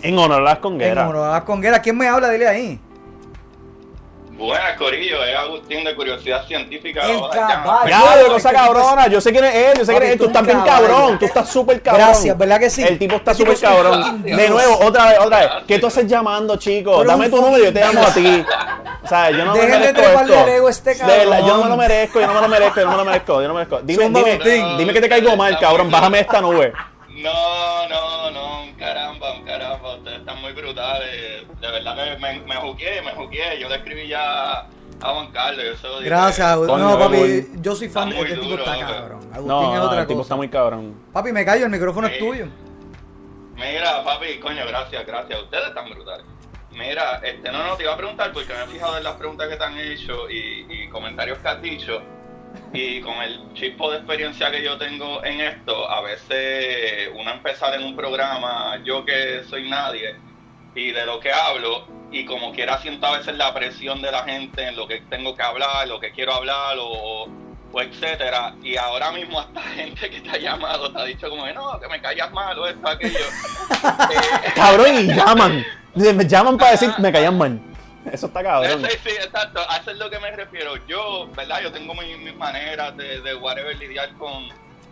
Speaker 3: En honor a las
Speaker 2: En honor
Speaker 3: congueras.
Speaker 2: a las congueras. ¿Quién me habla? Dile ahí.
Speaker 10: Buenas, Corillo, es Agustín de Curiosidad Científica.
Speaker 2: El
Speaker 10: Ahora ya.
Speaker 2: caballo.
Speaker 3: Ya,
Speaker 2: Ay,
Speaker 3: de cosa
Speaker 2: qué tipo
Speaker 3: cabrona. Yo sé quién es él, yo sé
Speaker 2: Papi,
Speaker 3: quién es él.
Speaker 2: tú
Speaker 3: Tú
Speaker 2: un
Speaker 3: estás bien
Speaker 2: caballo.
Speaker 3: cabrón. Tú estás súper cabrón.
Speaker 2: Gracias, ¿verdad que sí?
Speaker 3: El tipo está
Speaker 2: Este tipo
Speaker 3: súper
Speaker 2: es un
Speaker 3: cabrón.
Speaker 2: fucking
Speaker 3: De
Speaker 2: dios.
Speaker 3: nuevo, otra vez, otra vez. ¿Qué tú haces llamando, chico?
Speaker 2: Pero
Speaker 3: Dame
Speaker 2: un
Speaker 3: tu número y yo te
Speaker 2: fucking
Speaker 3: llamo a ti. O sea, yo no me
Speaker 2: Dejen de
Speaker 3: merezco
Speaker 2: treparle
Speaker 3: esto.
Speaker 2: al ego a este
Speaker 3: De verdad,
Speaker 2: cabrón.
Speaker 3: yo no me lo merezco, yo no me lo merezco, yo no me lo merezco, yo no me lo merezco. Dime,
Speaker 2: Zumba,
Speaker 3: dime,
Speaker 2: Agustín.
Speaker 3: dime que te caigo mal, cabrón. Bájame esta nube.
Speaker 10: No, no, no, caramba, caramba, ustedes están muy brutales. De verdad que me, me juqué, me juqué. Yo le escribí ya a Juan Carlos. Yo se lo dije.
Speaker 2: Gracias, Agustín.
Speaker 3: Coño,
Speaker 2: No, papi,
Speaker 3: Raúl.
Speaker 2: yo soy fan de
Speaker 10: Está muy
Speaker 2: este tipo,
Speaker 10: duro,
Speaker 2: está
Speaker 10: loco.
Speaker 2: cabrón. Agustín
Speaker 3: No,
Speaker 2: es
Speaker 3: no,
Speaker 2: otra
Speaker 3: el tipo
Speaker 2: cosa.
Speaker 3: está muy cabrón.
Speaker 2: Papi, me callo, el micrófono es
Speaker 10: Sí.
Speaker 2: tuyo.
Speaker 10: Mira, papi, coño, gracias, gracias. Ustedes están brutales. Mira, este, no, no, te iba a preguntar porque me he fijado en las preguntas que te han hecho y, y comentarios que has dicho. Y con el chispo de experiencia que yo tengo en esto, a veces uno empezar en un programa, yo que soy nadie, y de lo que hablo, y como quiera siento a veces la presión de la gente en lo que tengo que hablar, lo que quiero hablar, o, o etcétera, y ahora mismo hasta gente que te ha llamado te ha dicho como que no, que me callas mal o esto, aquello. Eh,
Speaker 3: Cabrón, y llaman. Me llaman para decir, me callan mal. Eso está cabrón.
Speaker 10: Sí, sí, exacto. A eso es lo que me refiero. Yo, ¿verdad? Yo tengo mi- mis, maneras de, de whatever lidiar con,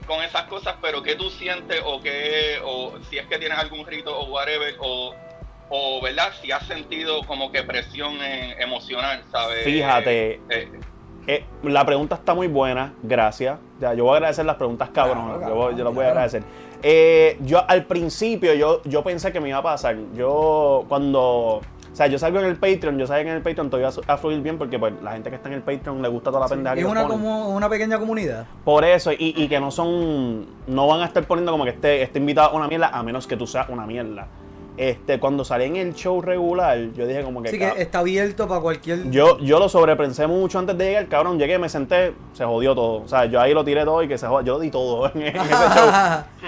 Speaker 10: con esas cosas, pero ¿qué tú sientes o qué, o si es que tienes algún rito o whatever, o, o ¿verdad? Si has sentido como que presión eh, emocional, ¿sabes?
Speaker 3: Fíjate.
Speaker 10: Eh, eh,
Speaker 3: Eh, la pregunta está muy buena, gracias. Ya, yo voy a agradecer las preguntas cabronas,
Speaker 2: Claro,
Speaker 3: yo, voy- yo las voy a
Speaker 2: claro.
Speaker 3: agradecer. Eh, yo al principio yo, yo pensé que me iba a pasar. Yo cuando... O sea, yo salgo en el Patreon, yo salgo en el Patreon, todo iba a su- a fluir bien porque pues, la gente que está en el Patreon le gusta toda la pendeja que
Speaker 2: Es
Speaker 3: yo
Speaker 2: una,
Speaker 3: pongo.
Speaker 2: como, una pequeña comunidad.
Speaker 3: Por eso, y, y que no son. No van a estar poniendo como que este, este invitado es una mierda, a menos que tú seas una mierda. Este, cuando salí en el show regular, yo dije como que.
Speaker 2: Así que
Speaker 3: "Cab-
Speaker 2: está abierto para cualquier.
Speaker 3: yo, yo lo sobrepensé mucho antes de llegar, cabrón. Llegué, me senté, se jodió todo. O sea, yo ahí lo tiré todo y que se jodió. Yo lo di todo en, en ese show.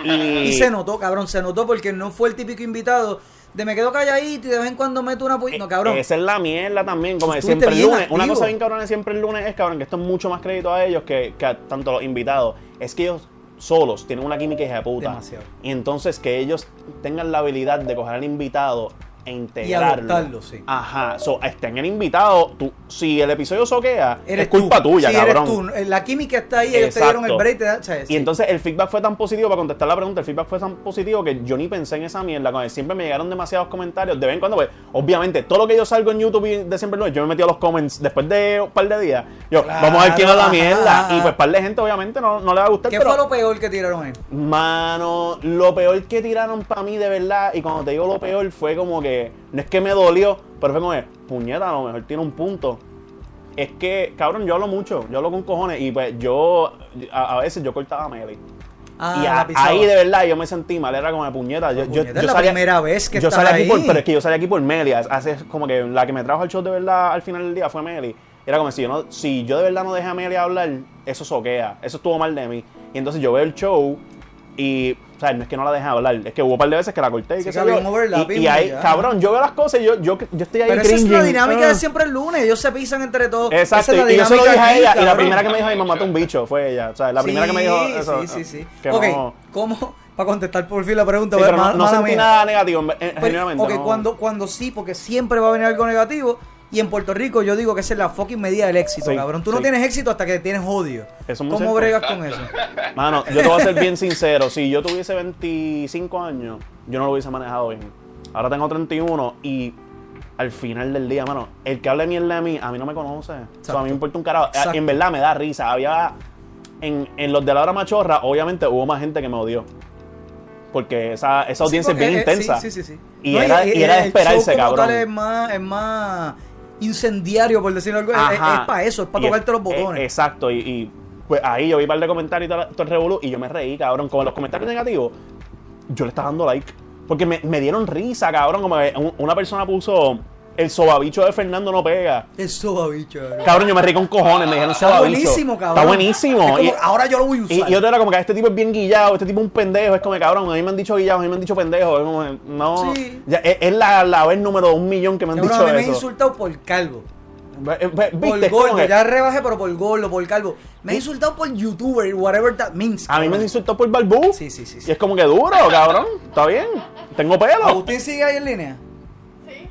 Speaker 3: Y,
Speaker 2: y se notó, cabrón, se notó porque no fue el típico invitado de me quedo calladito y de vez en cuando meto una puñita. No, cabrón.
Speaker 3: e, Esa Eh, es la mierda también, como de
Speaker 2: Estuviste
Speaker 3: siempre el
Speaker 2: bien
Speaker 3: lunes. Una
Speaker 2: activo.
Speaker 3: cosa bien cabrona de siempre el lunes es, cabrón, que esto es mucho más crédito a ellos que, que a tanto los invitados. Es que ellos solos tienen una química hija de puta.
Speaker 2: Demasiado.
Speaker 3: Y entonces que ellos tengan la habilidad de coger al invitado e integrarlo.
Speaker 2: adoptarlo, sí.
Speaker 3: Ah, Ajá. So, está en el invitado. Tú, si el episodio soquea,
Speaker 2: Eres
Speaker 3: es culpa
Speaker 2: tú.
Speaker 3: tuya,
Speaker 2: Sí,
Speaker 3: cabrón.
Speaker 2: Eres tú. La química está ahí, ellos te dieron el
Speaker 3: Exacto.
Speaker 2: break. Te da, o sea, sí.
Speaker 3: Y entonces el feedback fue tan positivo, para contestar la pregunta, el feedback fue tan positivo que yo ni pensé en esa mierda. Como que Siempre me llegaron demasiados comentarios. De vez en cuando, pues, obviamente, todo lo que yo salgo en YouTube y de siempre no, yo me metí a los comments después de un par de días. Yo,
Speaker 2: Claro,
Speaker 3: vamos a ver quién es la mierda.
Speaker 2: ajá.
Speaker 3: Y pues, par de gente, obviamente, no, no le va a gustar.
Speaker 2: ¿Qué
Speaker 3: pero,
Speaker 2: fue lo peor que tiraron ahí?
Speaker 3: Mano, lo peor que tiraron para mí, de verdad, y cuando te digo lo peor, fue como que, no es que me dolió, pero fue como que, puñeta, a lo mejor tiene un punto. Es que, cabrón, yo hablo mucho, yo hablo con cojones, y pues yo, a, a veces yo cortaba a Meli.
Speaker 2: Ah,
Speaker 3: y a-
Speaker 2: la pisada.
Speaker 3: ahí de verdad yo me sentí mal, era como de puñeta. Yo, yo,
Speaker 2: Puñeta,
Speaker 3: yo
Speaker 2: es la
Speaker 3: salía-
Speaker 2: primera vez que
Speaker 3: yo
Speaker 2: estás
Speaker 3: salí aquí por,
Speaker 2: ahí.
Speaker 3: pero es que yo salí aquí por Meli. Hace como que la que me trajo al show de verdad al final del día fue Meli. Era como si yo no, si yo de verdad no dejé a Meli hablar, eso soquea. Eso estuvo mal de mí. Y entonces yo veo el show y, o sea, no es que no la dejé hablar, es que hubo un par de veces que la corté y
Speaker 2: Sí,
Speaker 3: que
Speaker 2: que había un overlap
Speaker 3: Y,
Speaker 2: y
Speaker 3: y ahí,
Speaker 2: ya.
Speaker 3: cabrón, yo veo las cosas y yo, yo, yo estoy ahí
Speaker 2: Pero esa es la
Speaker 3: cringing.
Speaker 2: dinámica
Speaker 3: Ah.
Speaker 2: de siempre el lunes. Ellos se pisan entre todos.
Speaker 3: Exacto,
Speaker 2: Esa es la
Speaker 3: y yo se lo
Speaker 2: dinámica
Speaker 3: dije a
Speaker 2: aquí,
Speaker 3: ella, y la
Speaker 2: cabrón.
Speaker 3: primera que me dijo, ay, mamá, mata un bicho, fue ella. O sea, la primera que me dijo eso.
Speaker 2: Sí, sí, sí.
Speaker 3: que
Speaker 2: ok,
Speaker 3: no-
Speaker 2: ¿cómo? Para contestar por fin la pregunta,
Speaker 3: Sí,
Speaker 2: pues,
Speaker 3: pero no,
Speaker 2: mala-
Speaker 3: no
Speaker 2: mala
Speaker 3: sentí
Speaker 2: mía.
Speaker 3: nada negativo, en- en-
Speaker 2: Pero,
Speaker 3: genuinamente.
Speaker 2: ok,
Speaker 3: no.
Speaker 2: cuando, cuando sí, porque siempre va a venir algo negativo. Y en Puerto Rico yo digo que esa es la fucking medida del éxito,
Speaker 3: Sí,
Speaker 2: cabrón. Tú no
Speaker 3: sí.
Speaker 2: tienes éxito hasta que tienes odio.
Speaker 3: Eso es muy
Speaker 2: ¿Cómo
Speaker 3: cierto.
Speaker 2: bregas con eso?
Speaker 3: Mano, yo te voy a ser bien sincero. Si yo tuviese 25 años, yo no lo hubiese manejado bien. Ahora tengo 31 y al final del día, mano, el que hable mierda de mí, a mí no me conoce. O sea, a mí me importa un carajo.
Speaker 2: Exacto.
Speaker 3: En verdad me da risa. Había. En, en los de la hora machorra, obviamente hubo más gente que me odió. Porque esa, esa audiencia
Speaker 2: porque,
Speaker 3: es bien
Speaker 2: eh,
Speaker 3: intensa.
Speaker 2: Sí, sí, sí. sí.
Speaker 3: Y era- y era de
Speaker 2: el
Speaker 3: esperarse,
Speaker 2: show como
Speaker 3: cabrón.
Speaker 2: tal es más, es más incendiario, por decirlo algo. Pues, Es- Es,
Speaker 3: Ajá.
Speaker 2: para eso, es para
Speaker 3: Y es-
Speaker 2: tocarte los botones.
Speaker 3: eh, exacto, y, y, pues ahí yo vi un par de comentarios y todo, la- todo el revolú y yo me reí, cabrón. Como en los comentarios negativos, yo le estaba dando like. Porque me, me dieron risa, cabrón. Como que un- una persona puso el sobabicho de Fernando no pega.
Speaker 2: Eso va, bicho. cabrón.
Speaker 3: Cabrón, yo me reí con cojones, me dijeron
Speaker 2: Está
Speaker 3: sobabicho.
Speaker 2: buenísimo, cabrón.
Speaker 3: Está
Speaker 2: Es
Speaker 3: buenísimo.
Speaker 2: como,
Speaker 3: Y-
Speaker 2: ahora yo lo voy a usar.
Speaker 3: y, y otro era como que este tipo es bien guillado, este tipo es un pendejo, es como que, cabrón, a mí me han dicho guillado, a mí me han dicho pendejo, es como que, no,
Speaker 2: Sí.
Speaker 3: Ya, e, es, es la, la vez número un millón que me han
Speaker 2: Cabrón, a
Speaker 3: dicho
Speaker 2: mí me han
Speaker 3: eso.
Speaker 2: insultado por calvo.
Speaker 3: Eh, eh,
Speaker 2: Por
Speaker 3: viste, es como
Speaker 2: gordo,
Speaker 3: que-
Speaker 2: ya rebajé, pero por gordo, por calvo. Me han insultado por youtuber, whatever that means.
Speaker 3: A mí me
Speaker 2: cabrón.
Speaker 3: insultó por barbú.
Speaker 2: Sí, sí, sí.
Speaker 3: Y
Speaker 2: sí. Ah,
Speaker 3: es como que duro, cabrón. Está bien. Tengo pelo.
Speaker 2: Agustín sigue ahí en línea.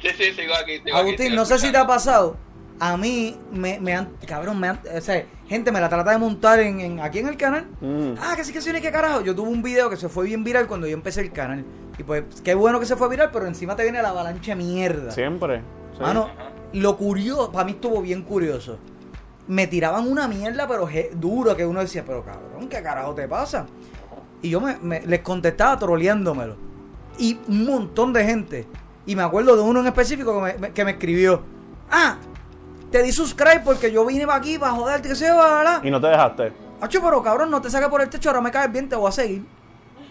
Speaker 10: sí, sí, sigo aquí. sigo aquí,
Speaker 2: Agustín,
Speaker 10: sigo
Speaker 2: no sé si te
Speaker 10: escuchando.
Speaker 2: ha pasado. A mí me, me han, cabrón, me han, o sea, gente me la trata de montar en, en- aquí en el canal.
Speaker 3: Mm.
Speaker 2: Ah, que sí, que sí, ni qué carajo. Yo tuve un video que se fue bien viral cuando yo empecé el canal. Y pues, qué bueno que se fue viral, pero encima te viene la avalancha de mierda.
Speaker 3: Siempre. Sí.
Speaker 2: Mano, lo curioso, para mí estuvo bien curioso. Me tiraban una mierda, pero je- duro, que uno decía, pero cabrón, ¿qué carajo te pasa? Y yo me, me- les contestaba troleándomelo. Y un montón de gente. Y me acuerdo de uno en específico que me, me- que me escribió. Ah, te di subscribe porque yo vine pa' aquí para joderte, que se va, bla,
Speaker 3: Y
Speaker 2: bla".
Speaker 3: no te dejaste.
Speaker 2: Acho, pero cabrón, no te saques por el techo, ahora me caes bien, te voy a seguir.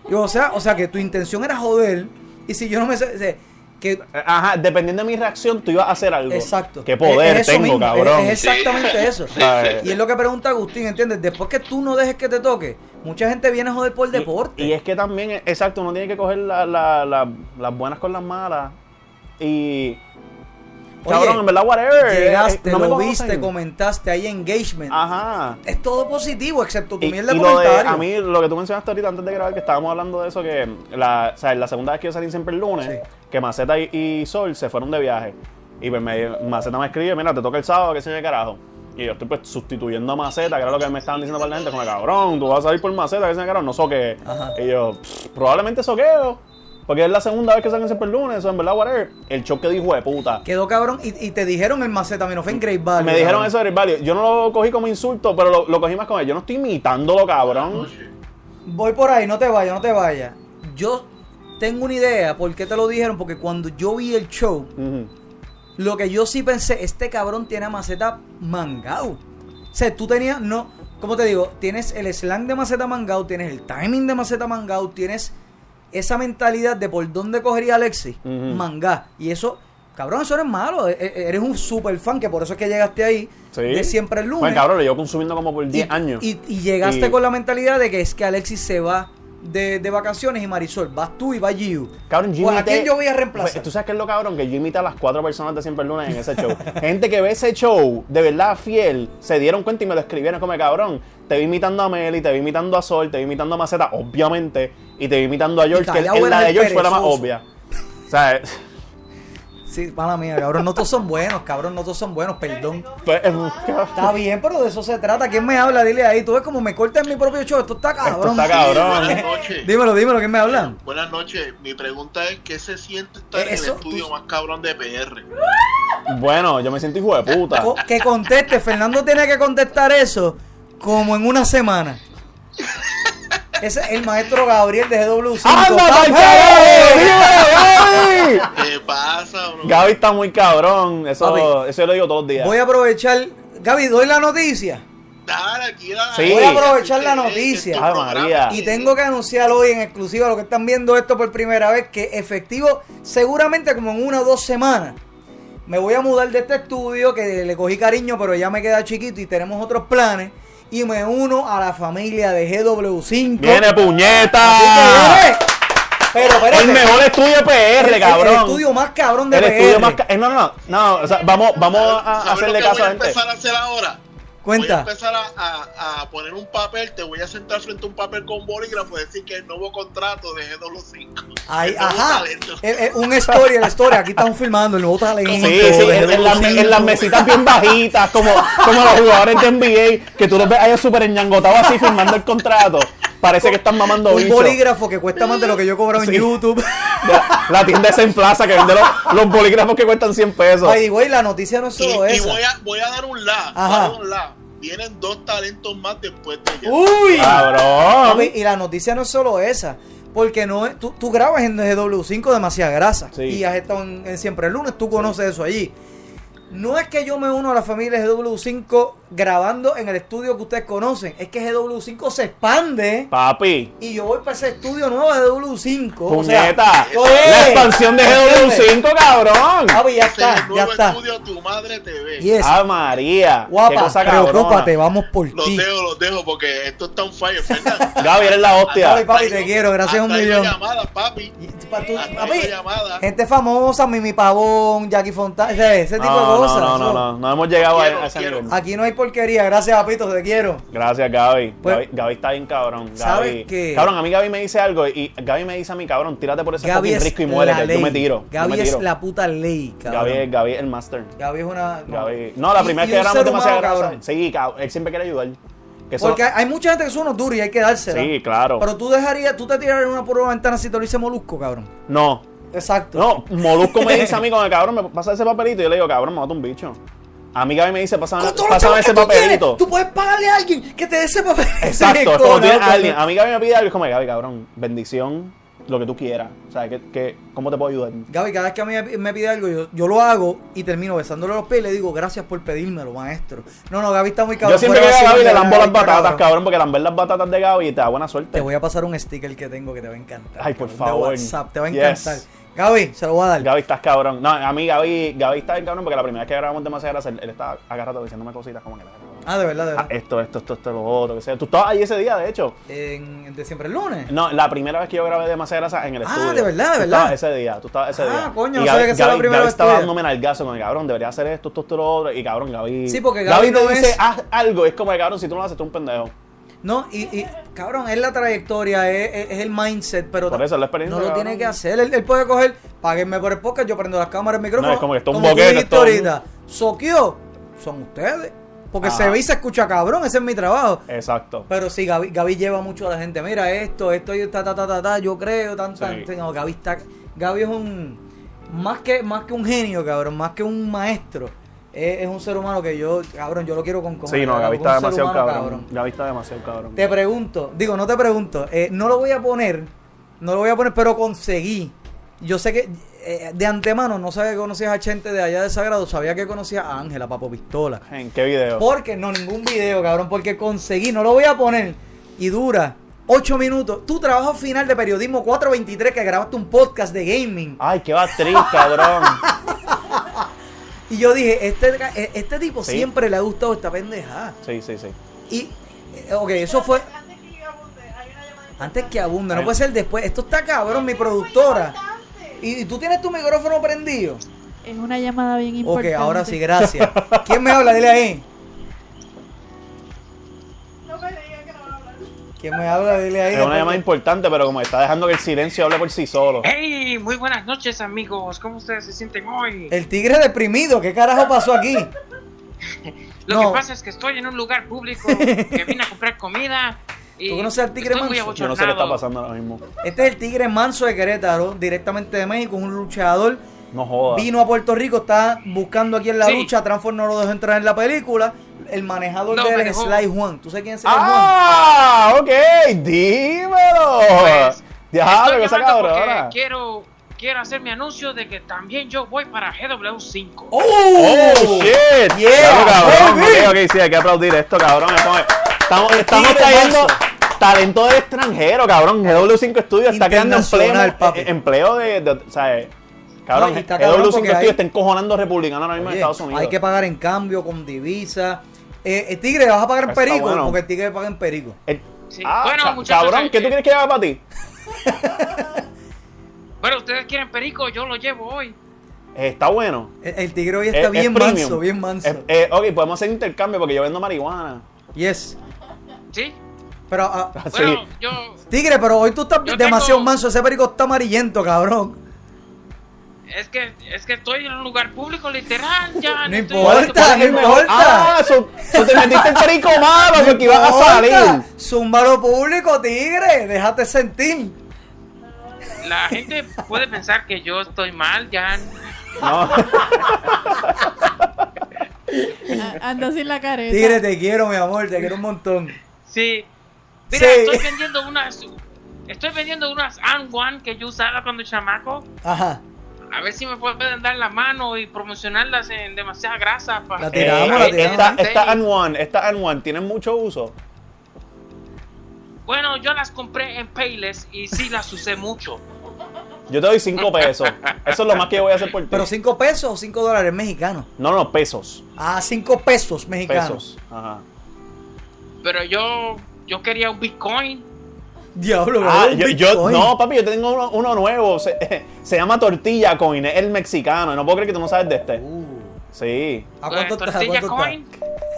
Speaker 2: Y, o sea, o sea que tu intención era joder. Y si yo no me... sa- o sea, que
Speaker 3: Eh, Ajá, dependiendo de mi reacción, tú ibas a hacer algo.
Speaker 2: Exacto.
Speaker 3: Qué poder
Speaker 2: Es- es eso
Speaker 3: tengo,
Speaker 2: mismo, e-
Speaker 3: cabrón. eh,
Speaker 2: Es, es exactamente eso.
Speaker 3: ¿Sabes?
Speaker 2: Y es lo que pregunta Agustín, ¿entiendes? Después que tú no dejes que te toque, mucha gente viene a joder por
Speaker 3: Y-
Speaker 2: deporte.
Speaker 3: Y, es que también, eh, exacto, uno tiene que coger la- la- la- las buenas con las malas. Y Cabrón, en verdad, whatever. eh,
Speaker 2: Llegaste,
Speaker 3: eh, no me
Speaker 2: lo
Speaker 3: conocen.
Speaker 2: viste, comentaste, hay engagement.
Speaker 3: Ajá.
Speaker 2: Es todo positivo, excepto tu
Speaker 3: Y,
Speaker 2: mierda
Speaker 3: y
Speaker 2: de
Speaker 3: lo de,
Speaker 2: comentario.
Speaker 3: a mí, lo que tú mencionaste ahorita antes de grabar, que estábamos hablando de eso, que la, o sea, la segunda vez que yo salí siempre el lunes,
Speaker 2: Sí.
Speaker 3: que Maceta y, y Sol se fueron de viaje. Y pues me, Maceta me escribe, mira, te toca el sábado, qué sé yo, qué carajo. Y yo estoy pues sustituyendo a Maceta, que era lo que me estaban diciendo para la gente, como cabrón, tú vas a salir por Maceta, qué sé yo, qué carajo, no soquees.
Speaker 2: Ajá.
Speaker 3: Y yo, "Pff, probablemente soqueo, porque es la segunda vez que salen siempre el lunes, eso en verdad, whatever. El choque dijo de puta.
Speaker 2: Quedó cabrón y, y te dijeron el maceta, mira, fue en Great Value.
Speaker 3: Me dijeron
Speaker 2: cabrón.
Speaker 3: eso de Value. Yo no lo cogí como insulto, pero lo, lo cogí más como, yo no estoy imitándolo, cabrón.
Speaker 2: Voy por ahí, no te vayas, no te vayas. Yo tengo una idea por qué te lo dijeron, porque cuando yo vi el show,
Speaker 3: Ujú.
Speaker 2: lo que yo sí pensé, este cabrón tiene a Maceta mangao. O sea, tú tenías, no, ¿cómo te digo? Tienes el slang de Maceta mangao, tienes el timing de Maceta mangao, tienes esa mentalidad de por dónde cogería Alexis,
Speaker 3: Ujú.
Speaker 2: mangá. Y eso, cabrón, eso no es malo. E- e- Eres un super fan, que por eso es que llegaste ahí
Speaker 3: Sí.
Speaker 2: de siempre el lunes.
Speaker 3: Bueno, Pues, cabrón, lo llevo consumiendo como por 10
Speaker 2: Y-
Speaker 3: años.
Speaker 2: Y, y llegaste
Speaker 3: Y-
Speaker 2: con la mentalidad de que es que Alexis se va de, de vacaciones y Marisol, vas tú y va Giu.
Speaker 3: Cabrón, yo
Speaker 2: Pues, ¿a
Speaker 3: imité-
Speaker 2: quién yo voy a reemplazar?
Speaker 3: Pues, ¿Tú sabes qué es lo cabrón? Que yo imité a las cuatro personas de Siempre el Lunes en ese show. Gente que ve ese show, de verdad fiel, se dieron cuenta y me lo escribieron como, cabrón, te vi imitando a Meli, te vi imitando a Sol, te vi imitando a Maceta, obviamente, y te vi imitando a George, que
Speaker 2: callao
Speaker 3: el- la
Speaker 2: eres
Speaker 3: de
Speaker 2: el
Speaker 3: George fue la más
Speaker 2: perezoso.
Speaker 3: obvia. O sea,
Speaker 2: Sí, mala mía, cabrón, no todos son buenos, cabrón, no todos son buenos, perdón.
Speaker 3: pues, cabrón,
Speaker 2: Está bien, pero de eso se trata. ¿Quién me habla? Dile ahí. Tú ves como me cortan mi propio show. Esto está
Speaker 3: esto
Speaker 2: cabrón.
Speaker 3: está cabrón.
Speaker 11: Buenas noches.
Speaker 2: Dímelo, dímelo. ¿Quién me habla?
Speaker 11: Buenas noches. Mi pregunta es: ¿qué se siente estar en
Speaker 2: Eso,
Speaker 11: el estudio
Speaker 2: tú-
Speaker 11: más cabrón de PR?
Speaker 3: Bueno, yo me siento hijo de puta.
Speaker 2: Co- que conteste. Fernando tiene que contestar eso como en una semana. Ese es el maestro Gabriel de GW5.
Speaker 3: ¡Anda, pa'l carajo! ¡Vive, Gaby!
Speaker 11: ¿Qué pasa, bro?
Speaker 3: Gaby está muy cabrón. Eso,
Speaker 2: Papi.
Speaker 3: eso yo lo digo todos los días.
Speaker 2: Voy a aprovechar. Gaby, doy la noticia.
Speaker 11: Dale, aquí la-
Speaker 3: Sí. Voy a
Speaker 2: aprovechar la
Speaker 11: Este es
Speaker 2: noticia.
Speaker 11: tu
Speaker 3: Ave
Speaker 11: programa.
Speaker 3: María.
Speaker 2: Y tengo que anunciar hoy en exclusiva, los que están viendo esto por primera vez, que efectivo, seguramente como en una o dos semanas, me voy a mudar de este estudio que le cogí cariño, pero ya me queda chiquito y tenemos otros planes. Y me uno a la familia de GW5.
Speaker 3: ¡Viene
Speaker 2: Así que
Speaker 3: puñeta!
Speaker 2: viene. Pero espérate.
Speaker 3: El mejor estudio
Speaker 2: El-
Speaker 3: PR,
Speaker 2: el-
Speaker 3: cabrón.
Speaker 2: El estudio más cabrón de
Speaker 3: El estudio
Speaker 2: PR.
Speaker 3: más ca- eh, No, no, no. No, o sea, vamos, vamos a
Speaker 11: ¿Sabes lo
Speaker 3: hacerle
Speaker 11: que
Speaker 3: caso
Speaker 11: voy
Speaker 3: a
Speaker 11: a
Speaker 3: gente.
Speaker 11: empezar a hacer ahora? Voy a
Speaker 2: Cuenta.
Speaker 11: empezar a, a- a poner un papel, te voy a sentar frente a un papel con bolígrafo y decir que el nuevo contrato de GW5.
Speaker 2: Ahí,
Speaker 11: Ese pues, este es un
Speaker 2: ajá.
Speaker 11: talento.
Speaker 2: El- el- un story, el story. Aquí están filmando el nuevo
Speaker 3: Sí,
Speaker 2: talento.
Speaker 3: sí,
Speaker 2: de
Speaker 3: en, en las-
Speaker 2: GW5.
Speaker 3: en las mesitas bien bajitas, como, como los jugadores de NBA, que tú los ves ahí súper enyangotados así firmando el contrato. Parece que están mamando
Speaker 2: Un
Speaker 3: bicho.
Speaker 2: bolígrafo que cuesta más de lo que yo he cobrado en
Speaker 3: Sí.
Speaker 2: YouTube.
Speaker 3: La, la tienda esa en plaza que vende los, los bolígrafos que cuestan 100 pesos.
Speaker 2: Ay, güey, la noticia no es
Speaker 11: Y,
Speaker 2: solo
Speaker 11: y
Speaker 2: esa.
Speaker 11: voy, a, voy a dar un la, voy
Speaker 2: Ajá.
Speaker 11: a dar un la. Vienen dos talentos más después de ya.
Speaker 2: ¡Uy!
Speaker 3: Ah, Cabrón.
Speaker 2: Papi, y la noticia no es solo esa. Porque no es- tú, tú grabas en GW5 demasiada grasa.
Speaker 3: Sí.
Speaker 2: Y has estado en, en Siempre el Lunes, tú conoces eso allí. No es que yo me uno a la familia de GW5 grabando en el estudio que ustedes conocen. Es que GW5 se expande.
Speaker 3: Papi.
Speaker 2: y yo voy para ese estudio nuevo de GW5. o sea,
Speaker 3: Puñeta.
Speaker 2: yo- ¡Eh!
Speaker 3: la expansión de
Speaker 2: ¿Entiendes?
Speaker 3: GW5, cabrón.
Speaker 2: Papi, Ah, pues ya
Speaker 11: Ese es
Speaker 2: está,
Speaker 11: el
Speaker 2: ya
Speaker 11: nuevo
Speaker 2: está.
Speaker 11: estudio Tu Madre TV.
Speaker 2: Yes.
Speaker 3: Ah, María. qué
Speaker 2: pues, Guapa,
Speaker 3: cosa cabrona.
Speaker 2: preocúpate, vamos por
Speaker 11: Los
Speaker 2: ti.
Speaker 11: dejo, los dejo, porque esto está un fire, Fernando.
Speaker 3: Gaby, eres la
Speaker 2: Papi,
Speaker 3: hostia.
Speaker 2: papi, te quiero, gracias a un
Speaker 11: Hasta ahí la
Speaker 2: millón.
Speaker 11: llamada, papi.
Speaker 2: Y pa' tú-
Speaker 11: Hasta ahí
Speaker 2: papi,
Speaker 11: la llamada.
Speaker 2: gente famosa, Mimi Pavón, Jackie Fontana, ese, ese tipo de
Speaker 3: No, no,
Speaker 2: cosas.
Speaker 3: no, no,
Speaker 2: eso.
Speaker 3: no, no hemos llegado
Speaker 11: Quiero,
Speaker 3: a ese
Speaker 11: quiero.
Speaker 3: nivel.
Speaker 2: Aquí no hay porquería, gracias, Apito, te quiero.
Speaker 3: Gracias, Gaby.
Speaker 2: Pues-
Speaker 3: Gaby. Gaby está bien cabrón. Gaby.
Speaker 2: ¿Sabes qué?
Speaker 3: Cabrón, a mí Gaby me dice algo y Gaby me dice a mí, cabrón, tírate por ese
Speaker 2: Gaby
Speaker 3: fucking
Speaker 2: es
Speaker 3: risco y muere,
Speaker 2: la
Speaker 3: que
Speaker 2: ley.
Speaker 3: yo me tiro. yo
Speaker 2: Gaby
Speaker 3: me tiro.
Speaker 2: es la puta ley, cabrón.
Speaker 3: Gaby, es- Gaby es el master.
Speaker 2: Gaby es una. no.
Speaker 3: Gaby. No, la
Speaker 2: Y-
Speaker 3: primera
Speaker 2: y
Speaker 3: vez que
Speaker 2: un
Speaker 3: grabamos
Speaker 2: ser humano,
Speaker 3: demasiado grasa.
Speaker 2: cabrón.
Speaker 3: Sí, cabrón, él siempre quiere ayudar. Que eso-
Speaker 2: Porque hay, hay mucha gente que son unos duros y hay que dársela.
Speaker 3: Sí, claro.
Speaker 2: Pero tú dejarías, tú te tirarías una por una ventana si te lo dice Molusco, cabrón.
Speaker 3: No,
Speaker 2: Exacto.
Speaker 3: No, Molusco me dice a mí, como el cabrón, me pasa ese papelito. Y yo le digo, cabrón, me mata un bicho. A mí Gaby me dice, pásame,
Speaker 2: Con todos
Speaker 3: ah,
Speaker 2: los
Speaker 3: pásame
Speaker 2: chavos
Speaker 3: ese
Speaker 2: que tú tienes,
Speaker 3: papelito.
Speaker 2: tú puedes pagarle a alguien que te dé ese papel.
Speaker 3: Exacto, es
Speaker 2: Sí,
Speaker 3: como
Speaker 2: con-
Speaker 3: tú tienes
Speaker 2: con-
Speaker 3: a alguien. ah. A mí Gaby me pide algo, es como, Gaby, cabrón, bendición, lo que tú quieras. O sea, que, que, ¿cómo te puedo ayudar?
Speaker 2: Gaby, cada vez que a mí me pide algo, yo, yo lo hago y termino besándole los pies y le digo, gracias por pedírmelo, maestro. No, no, Gaby está muy cabrón.
Speaker 3: Yo siempre que
Speaker 2: Fuera
Speaker 3: a Gaby
Speaker 2: vacío,
Speaker 3: le
Speaker 2: Gaby
Speaker 3: lambo las
Speaker 2: está
Speaker 3: batatas, cabrón.
Speaker 2: cabrón.
Speaker 3: porque lamber las batatas de Gaby te da buena
Speaker 2: Te
Speaker 3: suerte.
Speaker 2: voy a pasar un sticker que tengo que te va a encantar.
Speaker 3: Ay, por
Speaker 2: cabrón,
Speaker 3: favor.
Speaker 2: De WhatsApp, te va a
Speaker 3: Yes.
Speaker 2: encantar. Gaby, se lo voy a dar.
Speaker 3: Gaby, estás cabrón. No, a mí Gaby, Gaby está bien cabrón porque la primera vez que grabamos demasiado grasa, él, él estaba agarrado diciéndome cositas como que...
Speaker 2: Ah, de verdad, de
Speaker 3: Ah,
Speaker 2: verdad.
Speaker 3: esto, esto, esto, esto, lo otro, que sea. Tú estabas ahí ese día, de hecho.
Speaker 2: En, de siempre el lunes.
Speaker 3: No, la primera vez que yo grabé Demasiada Grasa en el
Speaker 2: Ah,
Speaker 3: estudio.
Speaker 2: de verdad, de
Speaker 3: Tú estabas
Speaker 2: verdad.
Speaker 3: ese día, tú estabas ese
Speaker 2: Ah,
Speaker 3: día.
Speaker 2: coño,
Speaker 3: Y
Speaker 2: no sabía que esa era la primera
Speaker 3: Gaby
Speaker 2: vez
Speaker 3: estaba
Speaker 2: tuya.
Speaker 3: dándome nalgazo con el cabrón, debería hacer esto, esto, esto, lo otro. Y cabrón, Gaby.
Speaker 2: Sí, porque Gaby
Speaker 3: te
Speaker 2: no
Speaker 3: dice,
Speaker 2: es-
Speaker 3: haz algo. Es como que cabrón, si tú no lo haces, tú eres un pendejo.
Speaker 2: No, y, y, cabrón, es la trayectoria, es, es- es el mindset, pero
Speaker 3: Por eso, es la experiencia,
Speaker 2: no lo
Speaker 3: cabrón.
Speaker 2: tiene que hacer. Él, él puede coger, páguenme por el podcast, yo prendo las cámaras, el micrófono.
Speaker 3: No, es como que esto es un
Speaker 2: tú
Speaker 3: boquete,
Speaker 2: dijiste
Speaker 3: esto es un-
Speaker 2: ahorita, soqueó, son ustedes. Porque
Speaker 3: Ajá.
Speaker 2: se ve y se escucha cabrón, ese es mi trabajo.
Speaker 3: Exacto.
Speaker 2: Pero sí, Gaby, Gaby lleva mucho a la gente. Mira esto, esto y ta, ta, ta, ta, ta, yo creo, tan, tan.
Speaker 3: Sí.
Speaker 2: No, Gaby está. Gaby es un. Más que, más que un genio, cabrón, más que un maestro. Es, es un ser humano que yo, cabrón, yo lo quiero con cojones,
Speaker 3: Sí, no,
Speaker 2: cabrón,
Speaker 3: Gaby
Speaker 2: porque
Speaker 3: está
Speaker 2: es un ser
Speaker 3: demasiado
Speaker 2: humano,
Speaker 3: cabrón. Gaby está demasiado cabrón.
Speaker 2: te pregunto, digo, no te pregunto, eh, no lo voy a poner, no lo voy a poner, pero conseguí. Yo sé que eh, de antemano no sabía que conocías a gente de allá de Sagrado, sabía que conocías a Ángela, Papo Pistola.
Speaker 3: ¿En qué video?
Speaker 2: Porque no, ningún video, cabrón, porque conseguí, no lo voy a poner. Y dura 8 minutos. Tu trabajo final de periodismo 423 que grabaste un podcast de gaming.
Speaker 3: Ay, qué batriz, cabrón.
Speaker 2: Y yo dije, este, ca- eh, este tipo
Speaker 3: Sí.
Speaker 2: siempre le ha gustado esta pendejada.
Speaker 3: Sí, sí, sí.
Speaker 2: Y, eh, ok, eso fue
Speaker 9: Antes que digamos, hay una llamada
Speaker 2: antes que abunda, no
Speaker 3: Ay.
Speaker 2: puede ser después. Esto está cabrón, mi productora.
Speaker 9: importante.
Speaker 2: Y, y tú tienes tu micrófono prendido.
Speaker 12: Es una llamada bien
Speaker 2: Ok,
Speaker 12: importante.
Speaker 2: ahora sí, gracias. ¿Quién me habla? Dile ahí.
Speaker 9: No me digas que no va a hablar.
Speaker 2: ¿Quién me habla? Dile ahí.
Speaker 3: Es una llamada importante, pero como está dejando que el silencio hable por sí solo.
Speaker 7: ¡Hey! Muy buenas noches, amigos. ¿Cómo ustedes se sienten hoy?
Speaker 2: El tigre deprimido, ¿qué carajo pasó aquí?
Speaker 7: Lo
Speaker 2: no.
Speaker 7: que pasa es que estoy en un lugar público que vine a comprar comida. Y
Speaker 2: ¿Tú conoces al Tigre
Speaker 7: estoy muy
Speaker 2: Manso?
Speaker 3: Yo no sé qué está
Speaker 7: abochornado.
Speaker 3: pasando ahora mismo.
Speaker 2: Este es el tigre manso de Querétaro, directamente de México, es un luchador.
Speaker 3: No jodas.
Speaker 2: Vino a Puerto Rico, está buscando aquí en la
Speaker 7: Sí.
Speaker 2: lucha. Transform no lo dejó entrar en la película. El manejador
Speaker 7: No,
Speaker 2: de
Speaker 7: me
Speaker 2: él es
Speaker 7: dejó.
Speaker 2: Sly Juan. ¿Tú sabes quién es Sly
Speaker 3: ¡Ah! ¡Ok! ¡Dímelo!
Speaker 7: Pues,
Speaker 3: ¡Diablo,
Speaker 7: Estoy
Speaker 3: que esa
Speaker 7: llamando porque
Speaker 3: cabrona!
Speaker 7: quiero, quiero hacer mi anuncio de que también yo voy para GW5.
Speaker 2: Juan?
Speaker 3: ¡Oh,
Speaker 7: Uh,
Speaker 2: ¡Oh!
Speaker 3: shit!
Speaker 2: Yeah,
Speaker 3: Diablo, cabrón!
Speaker 2: baby.
Speaker 3: Ok, ok, sí, hay que aplaudir esto, cabrón. Estamos, estamos, estamos
Speaker 2: Tigre
Speaker 3: trayendo
Speaker 2: manso.
Speaker 3: talento del extranjero, cabrón. GW5 Studios está creando empleo,
Speaker 2: Internacional, papi.
Speaker 3: eh, empleo de, de- o sea, eh, Cabrón,
Speaker 2: No, y está cabrón
Speaker 3: GW5
Speaker 2: porque
Speaker 3: Studios
Speaker 2: hay-
Speaker 3: está encojonando republicanos ahora mismo
Speaker 2: Oye,
Speaker 3: en Estados Unidos.
Speaker 2: Hay que pagar en cambio, con divisa. Eh, eh, tigre, ¿vas a pagar en
Speaker 3: Está
Speaker 2: perico?
Speaker 3: bueno.
Speaker 2: Porque el tigre paga en perico.
Speaker 3: El-
Speaker 7: Sí.
Speaker 3: Ah,
Speaker 7: Bueno,
Speaker 3: ca-
Speaker 7: muchachos,
Speaker 3: cabrón,
Speaker 7: eh,
Speaker 3: ¿qué tú
Speaker 7: eh,
Speaker 3: crees que haga para ti?
Speaker 7: Bueno, ustedes quieren perico, yo lo llevo hoy.
Speaker 3: Eh, Está bueno.
Speaker 2: El, el tigre hoy está
Speaker 3: Es- es
Speaker 2: bien
Speaker 3: premium.
Speaker 2: manso, bien manso.
Speaker 3: Es- eh, ok, podemos hacer intercambio porque yo vendo marihuana.
Speaker 2: yes.
Speaker 7: ¿Sí?
Speaker 2: Pero, ah,
Speaker 3: Así.
Speaker 7: Bueno, yo.
Speaker 2: tigre, pero hoy tú estás
Speaker 7: Yo
Speaker 2: demasiado
Speaker 7: tengo-
Speaker 2: manso. Ese perico está amarillento, cabrón.
Speaker 7: Es que, es que estoy en un lugar público, literal. Ya,
Speaker 2: No
Speaker 7: estoy-
Speaker 2: importa, no
Speaker 3: Es mejor-
Speaker 2: importa.
Speaker 3: Ah, so- so te metiste en perico malo porque ibas a salir.
Speaker 2: Zúmbalo público, tigre. Déjate sentir.
Speaker 7: La gente puede pensar que yo estoy mal, ya.
Speaker 3: No.
Speaker 12: A- Anda sin la careta.
Speaker 2: Tigre, te quiero, mi amor. Te quiero un montón.
Speaker 7: Sí. Mira,
Speaker 2: Sí.
Speaker 7: estoy vendiendo unas. Estoy vendiendo unas and one que yo usaba cuando chamaco.
Speaker 2: Ajá.
Speaker 7: A ver si me pueden dar la mano y promocionarlas en demasiada grasa. pa-
Speaker 2: La tiramos,
Speaker 7: Eh,
Speaker 2: la
Speaker 7: eh,
Speaker 2: tiramos.
Speaker 7: esta- esta
Speaker 3: Esta, esta
Speaker 7: and-
Speaker 3: and one, esta and one, tienen mucho uso.
Speaker 7: Bueno, yo las compré en Payless y sí las usé mucho.
Speaker 3: Yo te doy 5 pesos. Eso es lo más que yo voy a hacer por ti.
Speaker 2: Pero cinco pesos o cinco dólares mexicanos.
Speaker 3: No, no, pesos.
Speaker 2: Ah, cinco pesos mexicanos.
Speaker 3: Pesos. Ajá.
Speaker 7: Pero yo, yo quería un Bitcoin.
Speaker 2: Diablo,
Speaker 3: Ah,
Speaker 2: cabrón,
Speaker 3: yo, yo,
Speaker 2: Bitcoin.
Speaker 3: no, papi, yo tengo uno, uno nuevo. Se, se llama Tortilla Coin, es el mexicano. No puedo creer que tú no sabes de este.
Speaker 2: Uh,
Speaker 3: Sí.
Speaker 2: ¿A
Speaker 7: eh,
Speaker 2: cuánto estás? ¿A
Speaker 7: tortilla
Speaker 2: cuánto estás?
Speaker 7: Coin.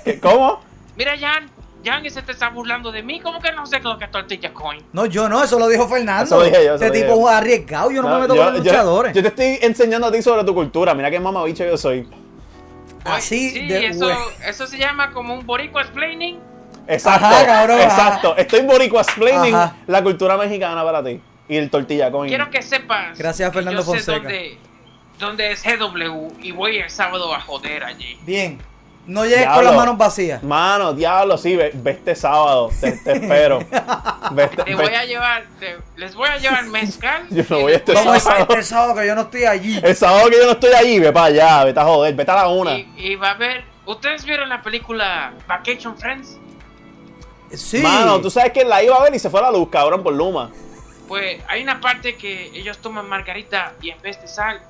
Speaker 3: ¿Qué- ¿Cómo?
Speaker 7: Mira, Jan, Jan, se te está burlando de mí. ¿Cómo que no sé lo que es Tortilla Coin?
Speaker 2: No, yo no, eso lo dijo Fernando.
Speaker 3: Eso lo dije yo, eso
Speaker 2: este
Speaker 3: lo dije
Speaker 2: tipo
Speaker 3: yo.
Speaker 2: es arriesgado, yo no, me meto con los luchadores.
Speaker 3: yo te estoy enseñando a ti sobre tu cultura. Mira qué mamabicho yo soy.
Speaker 7: Oye,
Speaker 2: Así
Speaker 7: sí,
Speaker 2: Ah, de
Speaker 7: eso,
Speaker 2: hue-
Speaker 7: eso se llama como un boricua explaining.
Speaker 3: Exacto.
Speaker 2: Ajá, cabrón,
Speaker 3: exacto. Estoy boricua explaining
Speaker 2: Ajá.
Speaker 3: la cultura mexicana para ti. Y el tortilla coin.
Speaker 7: Quiero que sepas.
Speaker 2: Gracias,
Speaker 7: que
Speaker 2: Fernando
Speaker 7: yo sé
Speaker 2: Fonseca.
Speaker 7: Dónde, dónde es GW y voy el sábado a joder allí.
Speaker 2: Bien. No llegues
Speaker 3: Diablo.
Speaker 2: con las manos vacías.
Speaker 3: Mano, diablo, sí, ve, ve este sábado. Te, te espero. Ve este-
Speaker 7: Te
Speaker 3: ve-
Speaker 7: voy a llevar, te- les voy a llevar mezcal.
Speaker 3: Yo no
Speaker 7: y
Speaker 3: voy a este
Speaker 7: después-
Speaker 2: Vamos a
Speaker 3: sábado.
Speaker 2: estar pensado que yo no estoy allí.
Speaker 3: El sábado que yo no estoy ahí, ve para allá, vete a joder, vete a la una.
Speaker 7: y, y va a haber. ¿Ustedes vieron la película Vacation Friends?
Speaker 2: Sí.
Speaker 3: Eh, Mano, tú sabes que la iba a ver y se fue la luz, cabrón, por Luma.
Speaker 7: Pues hay una parte que ellos toman margarita y en vez de sal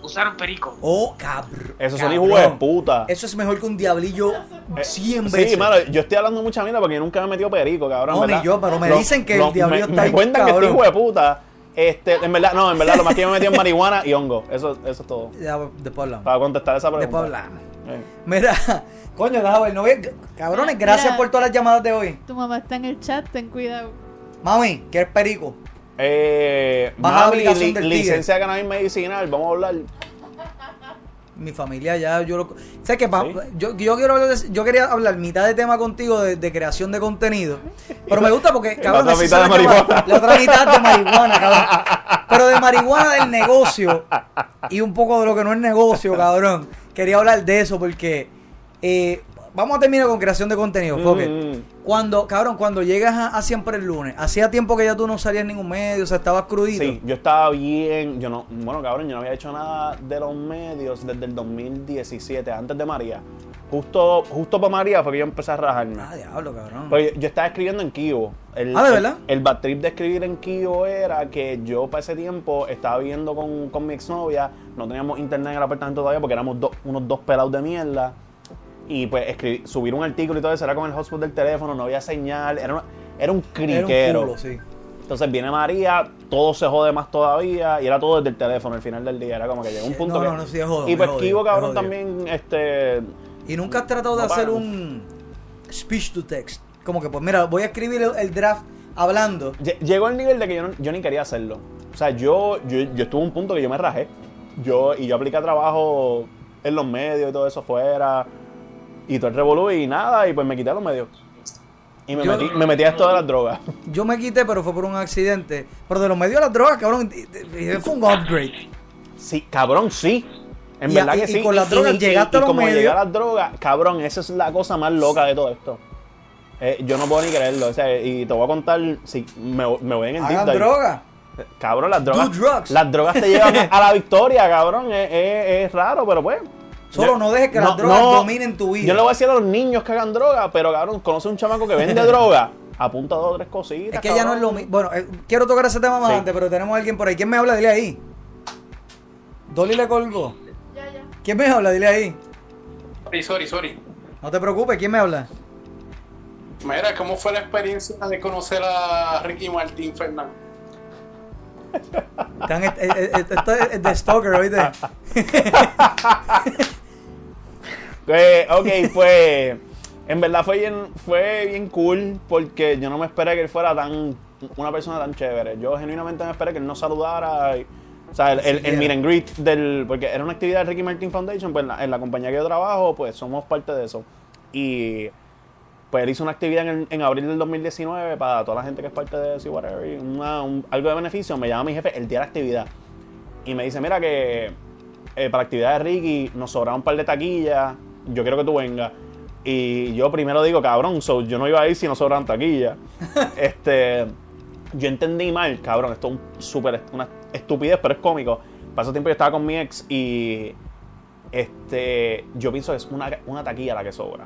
Speaker 7: usaron perico.
Speaker 2: Oh, cabr- cabrón.
Speaker 3: Esos son hijos de puta.
Speaker 2: Eso es mejor que un diablillo
Speaker 3: Eh,
Speaker 2: 100
Speaker 3: Sí,
Speaker 2: veces.
Speaker 3: mano, yo estoy hablando mucha mierda porque yo nunca me he metido perico, cabrón.
Speaker 2: No,
Speaker 3: ¿verdad?
Speaker 2: ni yo, pero me dicen que el diablo
Speaker 3: me,
Speaker 2: está
Speaker 3: me
Speaker 2: ahí,
Speaker 3: cuentan que
Speaker 2: cabrón.
Speaker 3: este hijo de puta. Este, en verdad, no, en verdad, lo más que yo me metí en marihuana y hongo. Eso, eso es todo.
Speaker 2: Ya, después hablamos.
Speaker 3: Para contestar esa pregunta.
Speaker 2: Después hablamos. Mira, coño, déjame ver, no voy- cabrones,
Speaker 12: Mira.
Speaker 2: gracias por todas las llamadas de hoy.
Speaker 12: Tu mamá está en el chat, ten cuidado.
Speaker 2: Mami, ¿qué es perico?
Speaker 3: Eh,
Speaker 2: Baja la
Speaker 3: mami,
Speaker 2: aplicación
Speaker 3: li-
Speaker 2: del Tigre.
Speaker 3: licencia de cannabis medicinal, vamos a hablar.
Speaker 2: Mi familia ya, yo lo... ¿Sabes qué? pa- Yo, yo, quiero hablar de- yo quería hablar mitad de tema contigo de, de creación de contenido. Pero me gusta porque, cabrón,
Speaker 3: otra
Speaker 2: así
Speaker 3: mitad
Speaker 2: se
Speaker 3: de
Speaker 2: le acaba-
Speaker 3: marihuana.
Speaker 2: La otra mitad de marihuana, cabrón. Pero de marihuana del negocio y un poco de lo que no es negocio, cabrón. Quería hablar de eso porque... eh, vamos a terminar con creación de contenido,
Speaker 3: Mm.
Speaker 2: fuck it. Cuando, cabrón, cuando llegas a, a siempre el lunes, hacía tiempo que ya tú no salías en ningún medio, o sea, estabas crudito.
Speaker 3: Sí, yo estaba bien. Yo no, bueno, cabrón, yo no había hecho nada de los medios desde el 2017, antes de María. Justo, justo para María fue que yo empecé a rajarme.
Speaker 2: Ah, diablo, cabrón.
Speaker 3: Pues yo estaba escribiendo en Kibo. El,
Speaker 2: Ah, ¿de
Speaker 3: el-
Speaker 2: verdad?
Speaker 3: El, bad trip de escribir en Kibo era que yo para ese tiempo estaba viviendo con, con mi exnovia, no teníamos internet en el apartamento todavía porque éramos dos- unos dos pelados de mierda. Y pues escribir, subir un artículo y todo eso era con el hotspot del teléfono, no había señal, era, una- era un criquero.
Speaker 2: culo, sí.
Speaker 3: Entonces viene María, todo se jode más todavía y era todo desde el teléfono al final del día. Era como que llegó un punto
Speaker 2: No,
Speaker 3: que.
Speaker 2: no, no, sí, es jodido,
Speaker 3: y
Speaker 2: es
Speaker 3: pues
Speaker 2: jodido,
Speaker 3: Kibo,
Speaker 2: es
Speaker 3: cabrón,
Speaker 2: jodido.
Speaker 3: también. este
Speaker 2: Y nunca has tratado de
Speaker 3: no
Speaker 2: hacer
Speaker 3: pagan.
Speaker 2: un speech to text. Como que, pues mira, voy a escribir el, el draft hablando.
Speaker 3: Lle- Llegó el nivel de que yo, no- yo ni quería hacerlo. O sea, yo, yo, yo estuve a un punto que yo me rajé. Yo, y yo apliqué a trabajo en los medios y todo eso fuera. Y todo el revolú y nada, y pues me quité los medios. Y me,
Speaker 2: Yo- Mm.
Speaker 3: metí, me metí a esto de las drogas.
Speaker 2: Yo me quité, pero fue por un accidente. Pero de los medios de las drogas, cabrón, y- y- y- fue un upgrade.
Speaker 3: Sí, cabrón, sí. En
Speaker 2: Y-
Speaker 3: verdad
Speaker 2: y-
Speaker 3: que
Speaker 2: y
Speaker 3: sí.
Speaker 2: con las drogas llegaste a los
Speaker 3: como
Speaker 2: medios.
Speaker 3: llegué a las drogas, cabrón, esa es la cosa más loca de todo esto. Eh, yo no puedo ni creerlo. O sea, y te voy a contar, si me, me voy en el deep
Speaker 2: Hagan
Speaker 3: dive.
Speaker 2: droga.
Speaker 3: Cabrón, las drogas.
Speaker 2: Do drugs.
Speaker 3: Las drogas te llevan a la victoria, cabrón. Es, es- es raro, pero pues.
Speaker 2: Solo
Speaker 3: yo-
Speaker 2: no dejes que las drogas dominen tu vida.
Speaker 3: Yo le voy a decir a los niños que hagan droga, pero cabrón, conoce un chamaco que vende droga. Apunta dos o tres cositas.
Speaker 2: Es que ya no es lo mismo. Bueno, eh, quiero tocar ese tema más
Speaker 3: Sí.
Speaker 2: antes, pero tenemos a alguien por ahí. ¿Quién me habla? Dile ahí. Dolly le colgó.
Speaker 9: Ya, ya.
Speaker 2: ¿Quién me habla? Dile ahí.
Speaker 1: Sorry, sorry, sorry.
Speaker 2: No te preocupes, ¿quién me habla?
Speaker 1: Mira, ¿cómo fue la experiencia de conocer a Ricky Martín Fernández?
Speaker 2: Están, eh, eh, eh, esto es de Stalker, ¿oíste?
Speaker 3: Eh, ok, pues. En verdad fue bien, fue bien cool porque yo no me esperé que él fuera tan una persona tan chévere. Yo genuinamente me esperé que él no saludara. y- o sea, el, el, el meet and greet del. Porque era una actividad de Ricky Martin Foundation, pues en la, en la compañía que yo trabajo, pues somos parte de eso. Y. Pues él hizo una actividad en, el- en abril del 2019 para toda la gente que es parte de eso y whatever. y una- un- algo de beneficio. Me llama mi jefe el día de la actividad. Y me dice, mira que eh, para la actividad de Ricky nos sobraron un par de taquillas, yo quiero que tú vengas. Y yo primero digo, cabrón, so, yo no iba a ir si no sobraban taquillas. este, yo entendí mal, cabrón, esto es un súper est- una estupidez, pero es cómico. Pasó tiempo yo estaba con mi ex y este, yo pienso que es una, una taquilla la que sobra.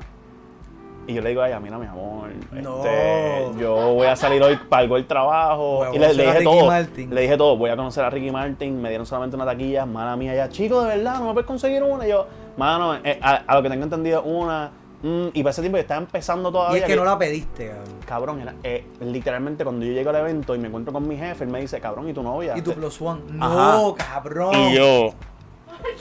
Speaker 3: Y yo le digo a ella, mira mi amor, este, yo voy a salir hoy, pago el trabajo.
Speaker 2: Voy a
Speaker 3: y le, le
Speaker 2: conocer a
Speaker 3: dije
Speaker 2: Ricky
Speaker 3: todo.
Speaker 2: Martin.
Speaker 3: Le dije todo, voy a conocer a Ricky Martin, me dieron solamente una taquilla, mala mía ya, chico, de verdad, no me puedes conseguir una. Y yo, mano, eh, a, a lo que tengo entendido, una. mm, y para ese tiempo yo estaba empezando todavía.
Speaker 2: Y es que
Speaker 3: que-
Speaker 2: no la pediste, cabrón.
Speaker 3: Cabrón, era, eh, literalmente cuando yo llego al evento y me encuentro con mi jefe, él me dice, cabrón, ¿y tu novia?
Speaker 2: Y tu plus one.
Speaker 3: Ajá.
Speaker 2: No, cabrón.
Speaker 3: Y yo,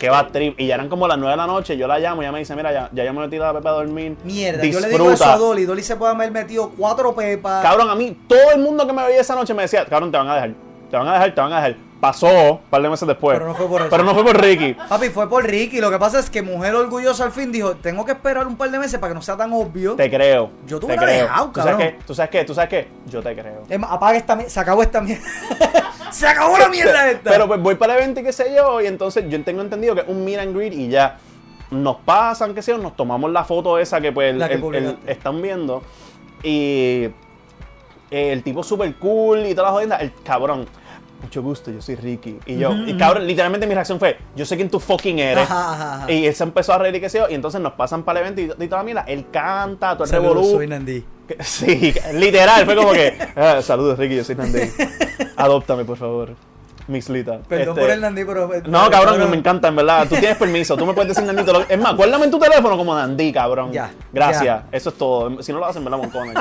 Speaker 3: qué va trip. Y ya eran como las 9 de la noche, yo la llamo y ella me dice, mira, ya, ya yo me metí la pepa a dormir.
Speaker 2: Mierda,
Speaker 3: disfruta.
Speaker 2: yo le digo eso a Dolly. Dolly se puede haber metido cuatro pepas.
Speaker 3: Cabrón, a mí, todo el mundo que me veía esa noche me decía, cabrón, te van a dejar, te van a dejar, te van a dejar. Pasó un par de meses después.
Speaker 2: Pero no fue por eso.
Speaker 3: pues. Pero no fue por Ricky.
Speaker 2: Papi, fue por Ricky. Lo que pasa es que Mujer Orgullosa al fin dijo, tengo que esperar un par de meses para que no sea tan obvio.
Speaker 3: Te creo.
Speaker 2: Yo
Speaker 3: te
Speaker 2: te hubiera
Speaker 3: creo.
Speaker 2: dejado,
Speaker 3: ¿Tú sabes
Speaker 2: cabrón.
Speaker 3: qué? ¿Tú sabes qué? ¿Tú sabes qué? Yo te creo.
Speaker 2: Es más, apaga esta mierda. Se acabó esta mierda. se acabó la mierda esta.
Speaker 3: Pero pues voy para el evento y qué sé yo, y entonces yo tengo entendido que es un meet and greet y ya nos pasan, qué sé yo, nos tomamos la foto esa que pues el-
Speaker 2: La que
Speaker 3: el- el-
Speaker 2: publicaste.
Speaker 3: están viendo. Y eh, el tipo super cool y todas las jodiendas, el cabrón. Mucho gusto, yo soy Ricky. Y yo,
Speaker 2: Ujú,
Speaker 3: y
Speaker 2: ujú.
Speaker 3: cabrón, literalmente mi reacción fue, yo sé quién tú fucking eres.
Speaker 2: Mm. Ajá, ajá, ajá.
Speaker 3: Y él se empezó a reír y qué sé yo, y entonces nos pasan para el evento y, y toda la mierda. Él canta, todo el
Speaker 2: Saludos,
Speaker 3: revolú.
Speaker 2: soy Nandí.
Speaker 3: Que- Sí, literal, fue como que, "Ah, saludos Ricky, yo soy Nandín. Adóptame, por favor. Mislita.
Speaker 2: Perdón
Speaker 3: Este,
Speaker 2: por el Nandí, pero. eh,
Speaker 3: No, cabrón,
Speaker 2: pero-
Speaker 3: me encanta, en verdad. Tú tienes permiso, tú me puedes decir Nandito. lo- Es más, guárdame en tu teléfono como Nandí, cabrón.
Speaker 2: Ya,
Speaker 3: Gracias,
Speaker 2: ya.
Speaker 3: eso es todo. Si no lo hacen, me la monconen.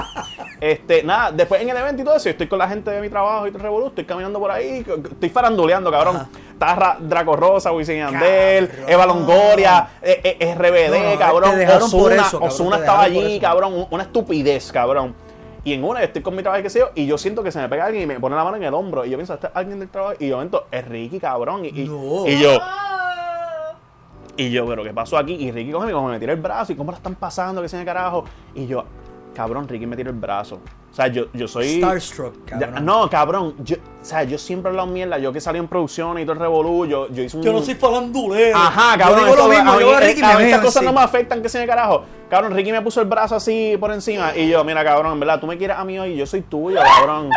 Speaker 3: este, nada, después en el evento y todo eso, yo estoy con la gente de mi trabajo y todo el revolú, estoy caminando por ahí, c- c- estoy faranduleando, cabrón. Está Ra- Draco Rosa, Wisin y Yandel, Eva Longoria, eh, eh, RBD,
Speaker 2: No, te
Speaker 3: cabrón.
Speaker 2: dejaron por
Speaker 3: Ozuna,
Speaker 2: eso, cabrón,
Speaker 3: Ozuna
Speaker 2: te
Speaker 3: estaba
Speaker 2: dejaron por
Speaker 3: allí,
Speaker 2: eso.
Speaker 3: cabrón. un- Una estupidez, cabrón. Y en una, yo estoy con mi trabajo, qué sé yo, y yo siento que se me pega alguien y me pone la mano en el hombro. Y yo pienso, este es alguien del trabajo. Y de momento, es Ricky, cabrón. Y, y- y yo, y yo, pero ¿qué pasó aquí? Y Ricky coge, y como me tira el brazo, ¿y cómo la están pasando? ¿Qué se me carajo? Y yo, cabrón, Ricky me tira el brazo. O sea, yo, yo soy.
Speaker 2: Starstruck,
Speaker 3: Ya-
Speaker 2: cabrón.
Speaker 3: no, cabrón. Yo, o sea, yo siempre he hablado mierda. Yo que salí en producciones y todo el revolú, yo, yo hice un.
Speaker 2: Yo no soy farandulero.
Speaker 3: Ajá, cabrón.
Speaker 2: Yo digo lo
Speaker 3: esto-
Speaker 2: mismo,
Speaker 3: a mí-
Speaker 2: yo veo a Ricky y
Speaker 3: a
Speaker 2: me
Speaker 3: mí
Speaker 2: veo
Speaker 3: Estas cosas
Speaker 2: así.
Speaker 3: no me afectan, que se me carajo. Cabrón, Ricky me puso el brazo así por encima. Y yo, mira, cabrón, en verdad, tú me quieres a mí hoy y yo soy tuyo, cabrón.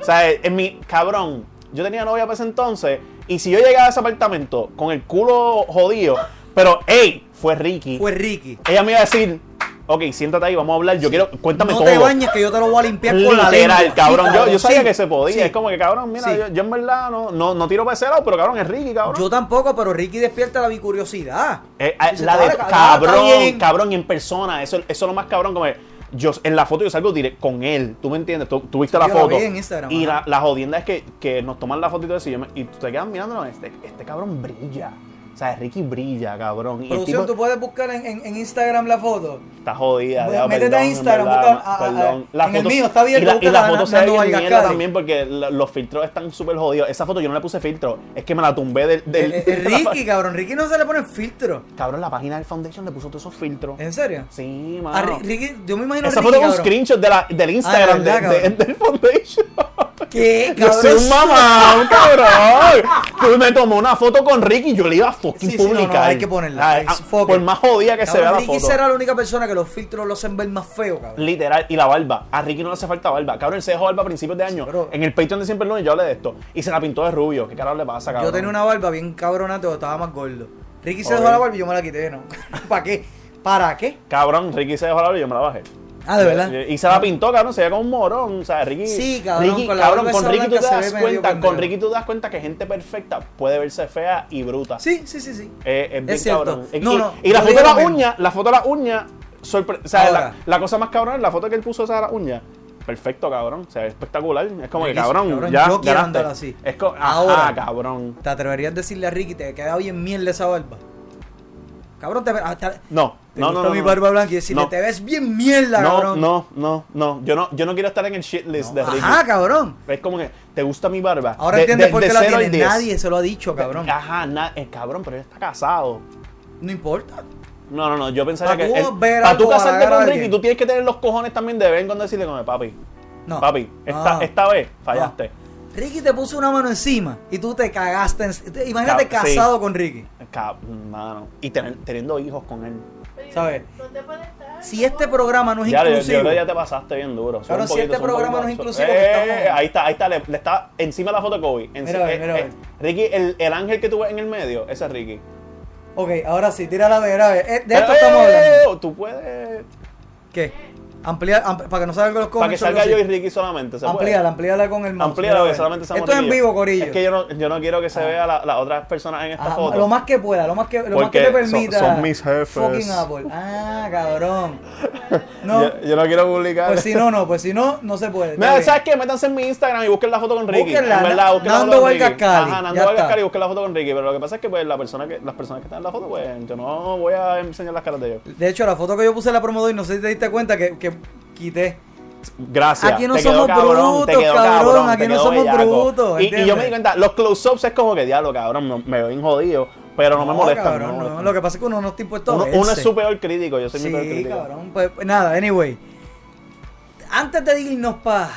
Speaker 3: o sea, en mi. Cabrón, yo tenía novia para ese entonces. Y si yo llegaba a ese apartamento con el culo jodido, pero, hey, fue Ricky. Fue
Speaker 2: Ricky.
Speaker 3: Ella me iba a decir. Ok, siéntate ahí, vamos a hablar. Yo quiero. Cuéntame
Speaker 2: No
Speaker 3: todo.
Speaker 2: te bañes que yo te lo voy a limpiar con la
Speaker 3: Literal,
Speaker 2: lengua.
Speaker 3: cabrón.
Speaker 2: Sí,
Speaker 3: Yo- yo sabía
Speaker 2: sí,
Speaker 3: que se podía.
Speaker 2: sí.
Speaker 3: Es como que, cabrón, mira,
Speaker 2: Sí.
Speaker 3: yo, yo en verdad no, no, no tiro para ese lado, pero cabrón, es Ricky, cabrón.
Speaker 2: Yo tampoco, pero Ricky despierta la bicuriosidad.
Speaker 3: Eh, eh,
Speaker 2: Dice,
Speaker 3: la de
Speaker 2: "Dale, ca-
Speaker 3: cabrón,
Speaker 2: está bien".
Speaker 3: cabrón, y en persona. Eso, eso es lo más cabrón. Como que yo, en la foto yo salgo direct con él. ¿Tú me entiendes? Tú, tú viste
Speaker 2: Sí,
Speaker 3: la
Speaker 2: yo la
Speaker 3: foto.
Speaker 2: vi en Instagram,
Speaker 3: y la,
Speaker 2: ajá.
Speaker 3: la jodienda es que, que nos toman la foto y todo eso. Y, yo me- y tú te quedas mirando. Este, este cabrón brilla. O sea, Ricky brilla, cabrón. Y el
Speaker 2: Producción,
Speaker 3: tipo
Speaker 2: tú puedes buscar en, en- en Instagram la foto.
Speaker 3: está jodida.
Speaker 2: Bueno,
Speaker 3: ya,
Speaker 2: pues, métete
Speaker 3: perdón,
Speaker 2: a
Speaker 3: en
Speaker 2: Instagram,
Speaker 3: verdad,
Speaker 2: busca- a- a-
Speaker 3: perdón.
Speaker 2: a-
Speaker 3: La
Speaker 2: en el
Speaker 3: foto-
Speaker 2: mío, está abierto,
Speaker 3: Y la, y
Speaker 2: busca
Speaker 3: la
Speaker 2: la
Speaker 3: foto
Speaker 2: Nan-
Speaker 3: se ve
Speaker 2: Nando
Speaker 3: bien
Speaker 2: Vargas
Speaker 3: mierda
Speaker 2: Cali.
Speaker 3: también porque la- los filtros están súper jodidos. Esa foto yo no le puse filtro. Es que me la tumbé del... del-
Speaker 2: Eh, eh, Ricky, cabrón. Ricky no se le pone filtro.
Speaker 3: Cabrón, la página del Foundation le puso todos esos filtros.
Speaker 2: ¿En serio?
Speaker 3: Sí, mano.
Speaker 2: Eh, A Ri- Ricky, yo me imagino
Speaker 3: Esa
Speaker 2: Ricky,
Speaker 3: foto es un
Speaker 2: cabrón. Ah,
Speaker 3: screenshot de la, del Instagram
Speaker 2: verdad,
Speaker 3: de- de-
Speaker 2: cabrón.
Speaker 3: del Foundation.
Speaker 2: ¿Qué,
Speaker 3: Yo soy un
Speaker 2: cabrón?
Speaker 3: mamón, cabrón. Tú me tomó una foto con Ricky y yo le iba a fucking
Speaker 2: Sí, sí, no,
Speaker 3: publicar.
Speaker 2: no, hay que ponerla.
Speaker 3: Ay, ah, por más jodida que se
Speaker 2: Cabrón,
Speaker 3: vea la
Speaker 2: Ricky
Speaker 3: foto.
Speaker 2: será la única persona que los filtros lo hacen ver más feo, cabrón.
Speaker 3: Literal, y la barba. A Ricky no le hace falta barba. Cabrón, él se dejó barba a principios de año. en el Patreon de Siempre el Lunes yo hablé de esto. Y se la pintó de rubio. ¿Qué carajo le pasa, cabrón?
Speaker 2: Yo tenía una barba bien cabrona, pero estaba más gordo. Ricky se
Speaker 3: Ok.
Speaker 2: dejó la barba y yo me la quité, ¿no? ¿Para qué? ¿Para qué?
Speaker 3: Cabrón, Ricky se dejó la barba y yo me la bajé.
Speaker 2: Ah, ¿de verdad?
Speaker 3: Eh, Y se la pintó, cabrón, se veía como un morón. O sea, Ricky.
Speaker 2: Sí, cabrón,
Speaker 3: Ricky,
Speaker 2: con
Speaker 3: con,
Speaker 2: la
Speaker 3: cabrón,
Speaker 2: barba
Speaker 3: con
Speaker 2: esa
Speaker 3: Ricky tú
Speaker 2: blanca
Speaker 3: te
Speaker 2: se
Speaker 3: das
Speaker 2: ve medio
Speaker 3: cuenta. Con
Speaker 2: pendejo.
Speaker 3: Ricky tú te das cuenta que gente perfecta puede verse fea y bruta.
Speaker 2: Sí, sí, sí, sí.
Speaker 3: Eh, es bien
Speaker 2: cierto.
Speaker 3: cabrón. Y-
Speaker 2: No,
Speaker 3: y,
Speaker 2: no,
Speaker 3: y la
Speaker 2: yo
Speaker 3: foto de
Speaker 2: digo
Speaker 3: la
Speaker 2: lo mismo.
Speaker 3: uña, la foto de la uña, sorpre- o sea,
Speaker 2: Ahora.
Speaker 3: la, la cosa más cabrón es la foto que él puso esa de la uña. Perfecto, cabrón. O sea, espectacular. Es como que,
Speaker 2: Bellísimo,
Speaker 3: cabrón,
Speaker 2: cabrón,
Speaker 3: ya
Speaker 2: yo quiero
Speaker 3: ganaste.
Speaker 2: andar así.
Speaker 3: Es co- ajá,
Speaker 2: Ahora.
Speaker 3: cabrón.
Speaker 2: ¿Te atreverías a decirle a Ricky, te queda bien mierda esa barba? Cabrón, te, ah, te-
Speaker 3: No,
Speaker 2: te
Speaker 3: no, no,
Speaker 2: gusta
Speaker 3: no,
Speaker 2: mi
Speaker 3: no.
Speaker 2: barba blanca y decirle,
Speaker 3: No.
Speaker 2: te ves bien mierda,
Speaker 3: No,
Speaker 2: cabrón.
Speaker 3: no, no, no. Yo no, yo no quiero estar en el shit list de Ricky.
Speaker 2: Ajá, cabrón.
Speaker 3: Es como que, ¿te gusta mi barba?
Speaker 2: Ahora
Speaker 3: De-
Speaker 2: entiendes
Speaker 3: de-
Speaker 2: por
Speaker 3: de
Speaker 2: qué la
Speaker 3: cero al
Speaker 2: tiene.
Speaker 3: 10.
Speaker 2: Nadie se lo ha dicho, cabrón.
Speaker 3: Ajá, na- eh, cabrón, pero él está casado.
Speaker 2: No importa.
Speaker 3: No, no, no, yo pensaría
Speaker 2: Pa'
Speaker 3: que.
Speaker 2: tú
Speaker 3: él-
Speaker 2: ver
Speaker 3: pa' tú
Speaker 2: algo,
Speaker 3: casarte
Speaker 2: halagar a
Speaker 3: con
Speaker 2: alguien.
Speaker 3: Ricky, tú tienes que tener los cojones también de vez en cuando decirle, como, papi.
Speaker 2: No.
Speaker 3: Papi, esta,
Speaker 2: No.
Speaker 3: esta vez fallaste.
Speaker 2: Ricky te puso una mano encima y tú te cagaste. en- te- imagínate
Speaker 3: Cab- sí.
Speaker 2: casado con Ricky,
Speaker 3: Cab- mano. Y tener- teniendo hijos con él.
Speaker 2: ¿sabes? Si este programa no es
Speaker 3: Ya, yo- yo
Speaker 2: inclusivo,
Speaker 3: creo que ya te pasaste bien duro. Sube
Speaker 2: Cabrón,
Speaker 3: un
Speaker 2: si
Speaker 3: poquito,
Speaker 2: este
Speaker 3: sube un
Speaker 2: programa
Speaker 3: poquito.
Speaker 2: no es inclusivo,
Speaker 3: Eh,
Speaker 2: que estamos-
Speaker 3: eh, ahí está, ahí está, le, le está encima de la foto de Kobe. Enci-
Speaker 2: Mira, a ver,
Speaker 3: eh,
Speaker 2: mira, a
Speaker 3: eh,
Speaker 2: ver.
Speaker 3: Ricky, el, el ángel que tú ves en el medio, ese es Ricky.
Speaker 2: Ok, ahora sí, tírala a ver, a ver. Eh, De esto
Speaker 3: Eh,
Speaker 2: estamos hablando.
Speaker 3: Tú puedes.
Speaker 2: ¿Qué? Ampliar, ampl- para que no salgan los
Speaker 3: Para que
Speaker 2: comments.
Speaker 3: salga yo y
Speaker 2: algo así.
Speaker 3: Ricky solamente. ¿se puede?
Speaker 2: Amplíala, amplíala con el mouse.
Speaker 3: pues, Amplíala,
Speaker 2: mira, a
Speaker 3: porque
Speaker 2: ver.
Speaker 3: solamente estamos
Speaker 2: Esto es en
Speaker 3: Ricky y yo.
Speaker 2: vivo, Corillo.
Speaker 3: Es que yo no, yo no quiero que se vea la- las otras personas en esta
Speaker 2: Ajá,
Speaker 3: foto.
Speaker 2: lo más que pueda, lo más que, lo más
Speaker 3: Porque
Speaker 2: que te permita.
Speaker 3: son- son mis jefes.
Speaker 2: Fucking Apple. Ah, cabrón. No,
Speaker 3: Yo, yo no quiero publicar.
Speaker 2: pues si no, no, pues si no, no se puede.
Speaker 3: Mira, ¿sabes qué? Métanse en mi Instagram y busquen la foto con Ricky.
Speaker 2: Búsquenla,
Speaker 3: en verdad,
Speaker 2: Na-
Speaker 3: busquen la
Speaker 2: Nando
Speaker 3: foto con
Speaker 2: Vargas
Speaker 3: Ricky.
Speaker 2: Cali,
Speaker 3: Ajá, Nando
Speaker 2: ya
Speaker 3: Vargas
Speaker 2: está.
Speaker 3: Cali, busquen la foto con Ricky. Pero lo que pasa es que pues, la persona que, las personas que están en la foto, pues yo no voy a enseñar las caras de ellos.
Speaker 2: De hecho, la foto que yo puse en la promo de hoy, no sé si te diste cuenta que, que quité.
Speaker 3: Gracias.
Speaker 2: Aquí no
Speaker 3: te quedó
Speaker 2: somos
Speaker 3: cabrón, te
Speaker 2: brutos,
Speaker 3: quedó
Speaker 2: cabrón,
Speaker 3: cabrón,
Speaker 2: aquí
Speaker 3: te
Speaker 2: no
Speaker 3: quedó
Speaker 2: somos
Speaker 3: bellaco.
Speaker 2: brutos,
Speaker 3: Y, y yo
Speaker 2: ¿entiendes?
Speaker 3: me di cuenta, los close-ups es como que diablo, cabrón, me, me ven jodido, pero no, me molestan.
Speaker 2: cabrón,
Speaker 3: no me
Speaker 2: no.
Speaker 3: molestan.
Speaker 2: Lo que pasa es que uno no está impuesto a
Speaker 3: uno,
Speaker 2: verse.
Speaker 3: uno es su peor crítico, yo soy mi peor
Speaker 2: Sí,
Speaker 3: crítico.
Speaker 2: cabrón. Pues, pues nada, anyway. Antes de irnos para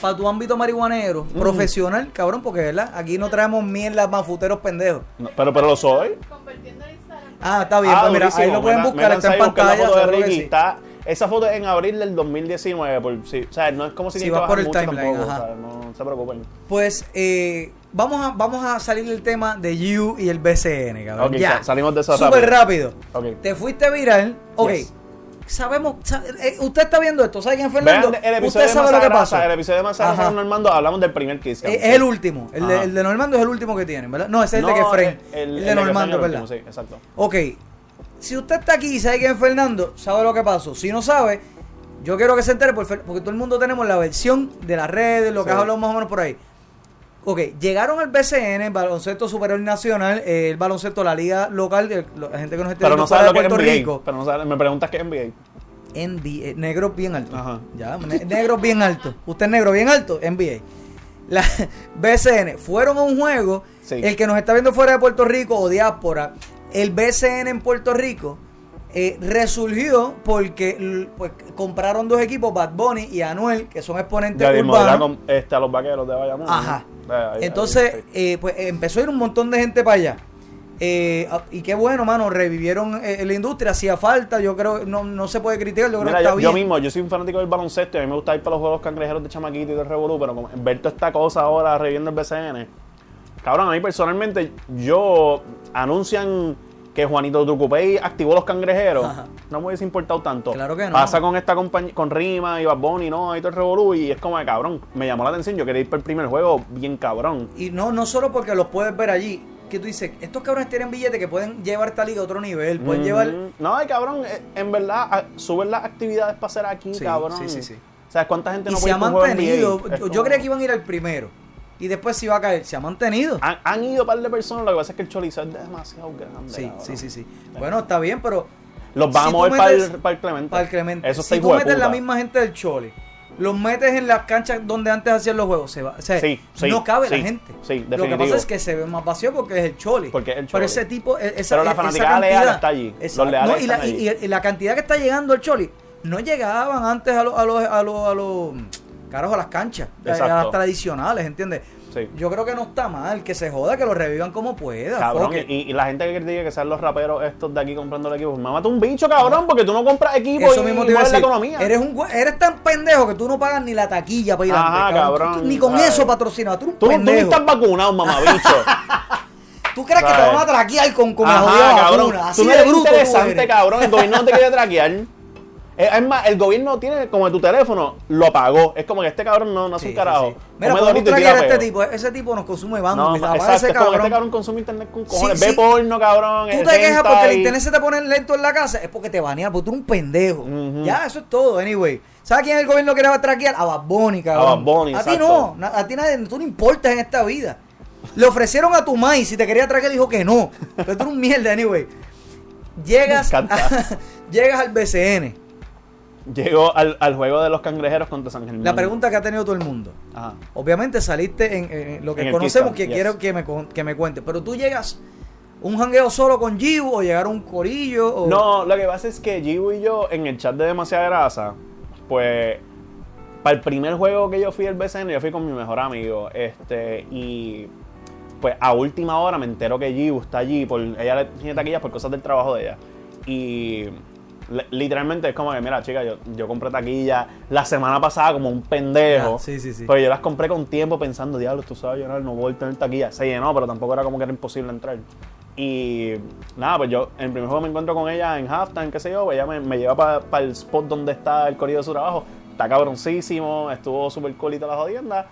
Speaker 2: pa tu ámbito marihuanero,
Speaker 3: Mm.
Speaker 2: profesional, cabrón, porque ¿verdad? aquí no traemos mierda mafuteros pendejos.
Speaker 3: No, pero, pero lo soy.
Speaker 2: Ah, está bien, pues mira, ahí lo pueden buscar, está en pantalla.
Speaker 3: Foto de
Speaker 2: seguro que
Speaker 3: Ricky,
Speaker 2: sí.
Speaker 3: está, esa foto es en abril del 2019, por, sí, o sea, no es como si,
Speaker 2: Si
Speaker 3: tienen que
Speaker 2: vas por
Speaker 3: bajar
Speaker 2: el
Speaker 3: mucho
Speaker 2: timeline,
Speaker 3: tampoco,
Speaker 2: ajá.
Speaker 3: o sea, no se preocupen.
Speaker 2: Pues eh, vamos, a, vamos a salir del tema de You y el BCN, cabrón.
Speaker 3: Ok,
Speaker 2: ya.
Speaker 3: sa- salimos de eso
Speaker 2: Súper rápido.
Speaker 3: Ok.
Speaker 2: Te fuiste viral. Ok.
Speaker 3: Yes.
Speaker 2: sabemos, sa- eh, usted está viendo esto, ¿sabe quién Fernando?
Speaker 3: Vean el episodio
Speaker 2: usted
Speaker 3: de
Speaker 2: sabe lo que
Speaker 3: Masagrasa,
Speaker 2: pasa.
Speaker 3: El episodio de Masagrasa
Speaker 2: Ajá.
Speaker 3: con Normando hablamos del primer Kiss.
Speaker 2: Eh, Es el último. El de,
Speaker 3: Ajá.
Speaker 2: el de Normando es el último que tienen, ¿verdad? No, ese es
Speaker 3: No,
Speaker 2: el de
Speaker 3: el-
Speaker 2: Kefren.
Speaker 3: el-
Speaker 2: El,
Speaker 3: el
Speaker 2: de
Speaker 3: de
Speaker 2: Normando,
Speaker 3: Kefren, el
Speaker 2: ¿verdad?
Speaker 3: último, sí, exacto.
Speaker 2: Ok. Si usted está aquí y sabe quién es Fernando, sabe lo que pasó. Si no sabe, yo quiero que se entere por Fer- porque todo el mundo tenemos la versión de las redes, lo que
Speaker 13: Sí.
Speaker 2: has hablado más o menos por ahí. Ok, llegaron al BCN, el Baloncesto Superior Nacional, eh, el baloncesto, la liga local, de la gente que nos
Speaker 3: Pero
Speaker 2: está viendo
Speaker 3: no
Speaker 2: fuera
Speaker 3: sabes
Speaker 2: de
Speaker 3: lo que es
Speaker 2: Puerto
Speaker 3: NBA.
Speaker 2: Rico.
Speaker 3: Pero no sabes, me preguntas qué es NBA.
Speaker 2: NBA, negro bien alto. Ya, ne- negro bien alto. Usted es negro bien alto, NBA. La BCN fueron a un juego.
Speaker 3: Sí.
Speaker 2: El que nos está viendo fuera de Puerto Rico o diáspora, el BCN en Puerto Rico eh, resurgió porque l- pues, compraron dos equipos, Bad Bunny y Anuel, que son exponentes
Speaker 3: Ya mismo,
Speaker 2: urbanos.
Speaker 3: era con, este, a los vaqueros de Bayamón.
Speaker 2: Ajá.
Speaker 3: ¿no? Ahí, ahí,
Speaker 2: Entonces, eh, pues empezó a ir un montón de gente para allá. Eh, ah, y qué bueno, mano, revivieron eh, la industria, hacía falta, yo creo, no, no se puede criticar, yo creo
Speaker 3: Mira,
Speaker 2: que está
Speaker 3: yo,
Speaker 2: bien.
Speaker 3: yo mismo, yo soy un fanático del baloncesto y a mí me gusta ir para los juegos cangrejeros de Chamaquito y del Revolú, pero como ver toda esta cosa ahora reviviendo el BCN, cabrón, a mí personalmente, yo anuncian que Juanito Tucupey activó los cangrejeros, no me hubiese importado tanto. Claro
Speaker 2: que no.
Speaker 3: Pasa con esta compañía, con Rima y Bad Bunny, no, y todo el Revolú, y es como de cabrón, me llamó la atención, yo quería ir para el primer juego bien cabrón.
Speaker 2: Y no, no solo porque los puedes ver allí, que tú dices, estos cabrones tienen billetes que pueden llevar esta liga a otro nivel, pueden
Speaker 3: Ujú.
Speaker 2: llevar...
Speaker 3: No, ay, cabrón, eh, en verdad, a- suben las actividades para hacer aquí,
Speaker 2: Sí,
Speaker 3: cabrón.
Speaker 2: sí, sí, sí.
Speaker 3: O sea, ¿cuánta gente
Speaker 2: Y
Speaker 3: no
Speaker 2: se
Speaker 3: puede
Speaker 2: ha
Speaker 3: ir para un juego NBA?
Speaker 2: mantenido,
Speaker 3: Es
Speaker 2: yo, yo
Speaker 3: como-
Speaker 2: creía que iban a ir al primero, y después se iba a caer, se ha mantenido.
Speaker 3: Han, han ido un par de personas, lo que pasa es que el chorizo es demasiado grande.
Speaker 2: Sí,
Speaker 3: cabrón.
Speaker 2: sí, sí, sí. Bueno, está bien, pero...
Speaker 3: Los van
Speaker 2: si
Speaker 3: a
Speaker 2: tú
Speaker 3: mover para
Speaker 2: metes-
Speaker 3: el, para el Clemente.
Speaker 2: Para el Clemente.
Speaker 3: Eso está
Speaker 2: si tú
Speaker 3: hijo de
Speaker 2: metes la
Speaker 3: puta.
Speaker 2: misma gente del Choli, los metes en las canchas donde antes hacían los juegos, se va. O sea,
Speaker 3: Sí, sí,
Speaker 2: no cabe
Speaker 3: sí,
Speaker 2: la gente.
Speaker 3: sí,
Speaker 2: Lo que
Speaker 3: definitivo.
Speaker 2: pasa es que se ve más vacío porque es el Choli. Porque
Speaker 3: el
Speaker 2: Pero
Speaker 3: Choli.
Speaker 2: ese tipo, e- esa,
Speaker 3: Pero la
Speaker 2: e- esa
Speaker 3: fanaticada leal
Speaker 2: cantidad-
Speaker 3: está allí. Los
Speaker 2: Exacto.
Speaker 3: leales
Speaker 2: No, y, la,
Speaker 3: están
Speaker 2: y- y la cantidad que está llegando al Choli, no llegaban antes a los, a los, a los, a los- carajo, a las canchas, a- a las
Speaker 3: Exacto.
Speaker 2: tradicionales, ¿entiendes? Yo creo que no está mal, que se joda, que lo revivan como pueda.
Speaker 3: Cabrón,
Speaker 2: fuck it.
Speaker 3: y, y la gente que critica que sean los raperos estos de aquí comprando el equipo, mámate un bicho, cabrón, porque tú no compras equipo
Speaker 2: Eso
Speaker 3: y
Speaker 2: mismo te iba a
Speaker 3: mueves la
Speaker 2: decir.
Speaker 3: economía.
Speaker 2: Eres, un, güe- eres tan pendejo que tú no pagas ni la taquilla para ir
Speaker 3: Ajá,
Speaker 2: antes,
Speaker 3: cabrón,
Speaker 2: Tú- Ni con
Speaker 3: ay.
Speaker 2: eso patrocinado. Tú, eres un
Speaker 3: Tú, tú no
Speaker 2: pendejo.
Speaker 3: estás vacunado, mamabicho.
Speaker 2: Tú crees que te
Speaker 3: sabes.
Speaker 2: van a traquear con, con la
Speaker 3: Ajá,
Speaker 2: jodida
Speaker 3: cabrón.
Speaker 2: vacuna. Así
Speaker 3: tú no
Speaker 2: de
Speaker 3: eres
Speaker 2: bruto tú
Speaker 3: interesante,
Speaker 2: eres.
Speaker 3: cabrón. El gobierno no te quiere traquear. Eh, Es más, el gobierno tiene como tu teléfono, lo apagó. Es como que este cabrón no, no hace un carajo.
Speaker 2: Mira,
Speaker 3: Come
Speaker 2: podemos
Speaker 3: dorito y tira
Speaker 2: traquear a este
Speaker 3: peo.
Speaker 2: tipo. Ese tipo nos consume
Speaker 3: No,
Speaker 2: bando. mira, apaga
Speaker 3: exacto,
Speaker 2: ese
Speaker 3: es como que
Speaker 2: cabrón.
Speaker 3: este cabrón consume internet con cojones.
Speaker 2: Sí,
Speaker 3: Ve
Speaker 2: sí.
Speaker 3: porno, cabrón.
Speaker 2: Tú
Speaker 3: renta
Speaker 2: te quejas porque el
Speaker 3: y-
Speaker 2: internet se te pone lento en la casa. Es porque te banean, porque tú eres un pendejo. Ya, eso es todo, anyway. ¿Sabes quién el gobierno que le va a traquear? A Bad Bunny, cabrón.
Speaker 3: A Bad Bunny,
Speaker 2: A ti
Speaker 3: exacto.
Speaker 2: no, na- a ti nadie, tú no importas en esta vida. Le ofrecieron a tu maíz si te quería traquear, dijo que no. Pero tú eres un mierda, anyway. Llegas, a- llegas al BCN.
Speaker 3: Llegó al, al juego de los cangrejeros contra San Germán.
Speaker 2: La pregunta que ha tenido todo el mundo.
Speaker 3: Ajá.
Speaker 2: Obviamente saliste en, en lo que
Speaker 3: En el
Speaker 2: conocemos,
Speaker 3: Keystone,
Speaker 2: que
Speaker 3: yes.
Speaker 2: quiero que me, con- que me cuente. Pero tú llegas un jangueo solo con Giu o llegar a un corillo. O...
Speaker 3: No, lo que pasa es que Gibu y yo en el chat de Demasiada Grasa, pues para el primer juego que yo fui al BCN, yo fui con mi mejor amigo, este, y pues a última hora me entero que Gibu está allí, por, ella le tiene taquillas por cosas del trabajo de ella, y li- literalmente es como que, mira chica, yo, yo compré taquillas la semana pasada como un pendejo,
Speaker 2: Ah, sí, sí, sí.
Speaker 3: pero yo las compré con tiempo pensando, diablo, tú sabes llenar, no voy a tener taquilla, se llenó, pero tampoco era como que era imposible entrar. Y nada, pues yo en el primer juego me encuentro con ella en halftime, qué sé yo, pues ella me, me lleva para el spot donde está el corrido de su trabajo. Está cabroncísimo, estuvo súper cool y toda la jodienda.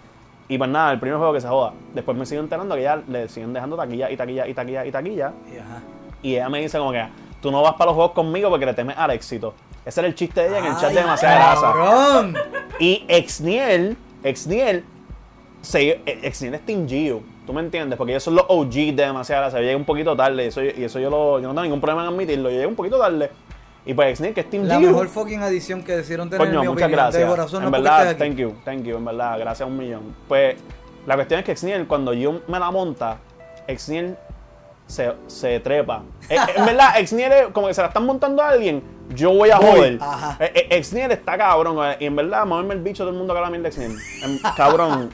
Speaker 3: Y pues nada, el primer juego que se joda. Después me sigo enterando que ella le siguen dejando taquilla y taquilla y taquilla y taquilla. Y ella me dice como que, tú no vas para los juegos conmigo porque le temes al éxito. Ese era el chiste de ella en el chat de
Speaker 2: Ay,
Speaker 3: demasiada grasa.
Speaker 2: cabrón.
Speaker 3: Y Exniel, Exniel, se- Exniel es Team Gio. ¿Tú me entiendes? Porque ellos son los OG de demasiada grasa. Yo llegué un poquito tarde y eso, y eso yo, lo, yo no tengo ningún problema en admitirlo. Yo llegué un poquito tarde. Y pues Exniel, que es Team
Speaker 2: La
Speaker 3: Gio.
Speaker 2: mejor fucking adición que decidieron tener en
Speaker 3: Coño,
Speaker 2: mi
Speaker 3: muchas
Speaker 2: opinión.
Speaker 3: gracias.
Speaker 2: De corazón,
Speaker 3: en
Speaker 2: no porque
Speaker 3: verdad,
Speaker 2: estés aquí.
Speaker 3: thank you, thank you, en verdad, gracias a un millón. Pues la cuestión es que Exniel, cuando yo me la monta, Exniel se, se trepa. Eh, eh, en verdad, Exniel es como que se la están montando a alguien, yo voy a
Speaker 2: Voy,
Speaker 3: joder.
Speaker 2: ajá.
Speaker 3: Eh, eh, Exniel está cabrón, eh, y en verdad, moverme el bicho todo el mundo que habla bien de Exniel. Em, Cabrón.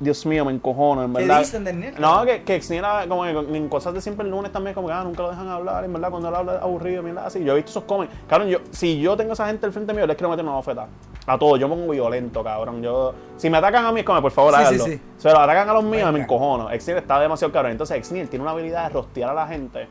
Speaker 3: Dios mío, me encojono, en
Speaker 2: ¿Qué
Speaker 3: verdad.
Speaker 2: dicen de Exniel?
Speaker 3: No, que, que Exniel, ah, como que con- en cosas de siempre el lunes también, como que ah, nunca lo dejan hablar, en verdad, cuando él habla es aburrido, mierda, así. Yo he visto esos comments. Cabrón, yo, si yo tengo esa gente al frente mío, yo les quiero meter una bofeta. A todos, yo me pongo violento, cabrón. Yo, si me atacan a mí, es como, por favor,
Speaker 2: Sí, sí,
Speaker 3: háganlo.
Speaker 2: sí.
Speaker 3: Si me lo atacan a los míos, me encojono. Exniel está demasiado cabrón. Entonces, Exniel tiene una habilidad de rostear a la gente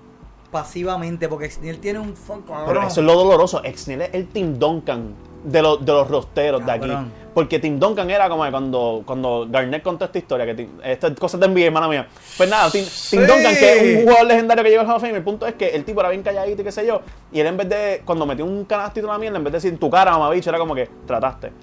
Speaker 2: pasivamente, porque Xniel tiene un fuck.
Speaker 3: Pero eso es lo doloroso. Exniel es el Tim Duncan de, los de los rosteros de aquí.
Speaker 2: Cabrón.
Speaker 3: Porque Tim Duncan era como que cuando, cuando Garnett contó esta historia, que Tim- estas cosas te envié, hermana mía. Pues nada, Tim, Tim Duncan, que es un jugador legendario que llegó al Hall of Fame, el punto es que el tipo era bien calladito y qué sé yo, y él en vez de, cuando metió un canastito en la mierda, en vez de decir tu cara, mamabicho, era como que trataste.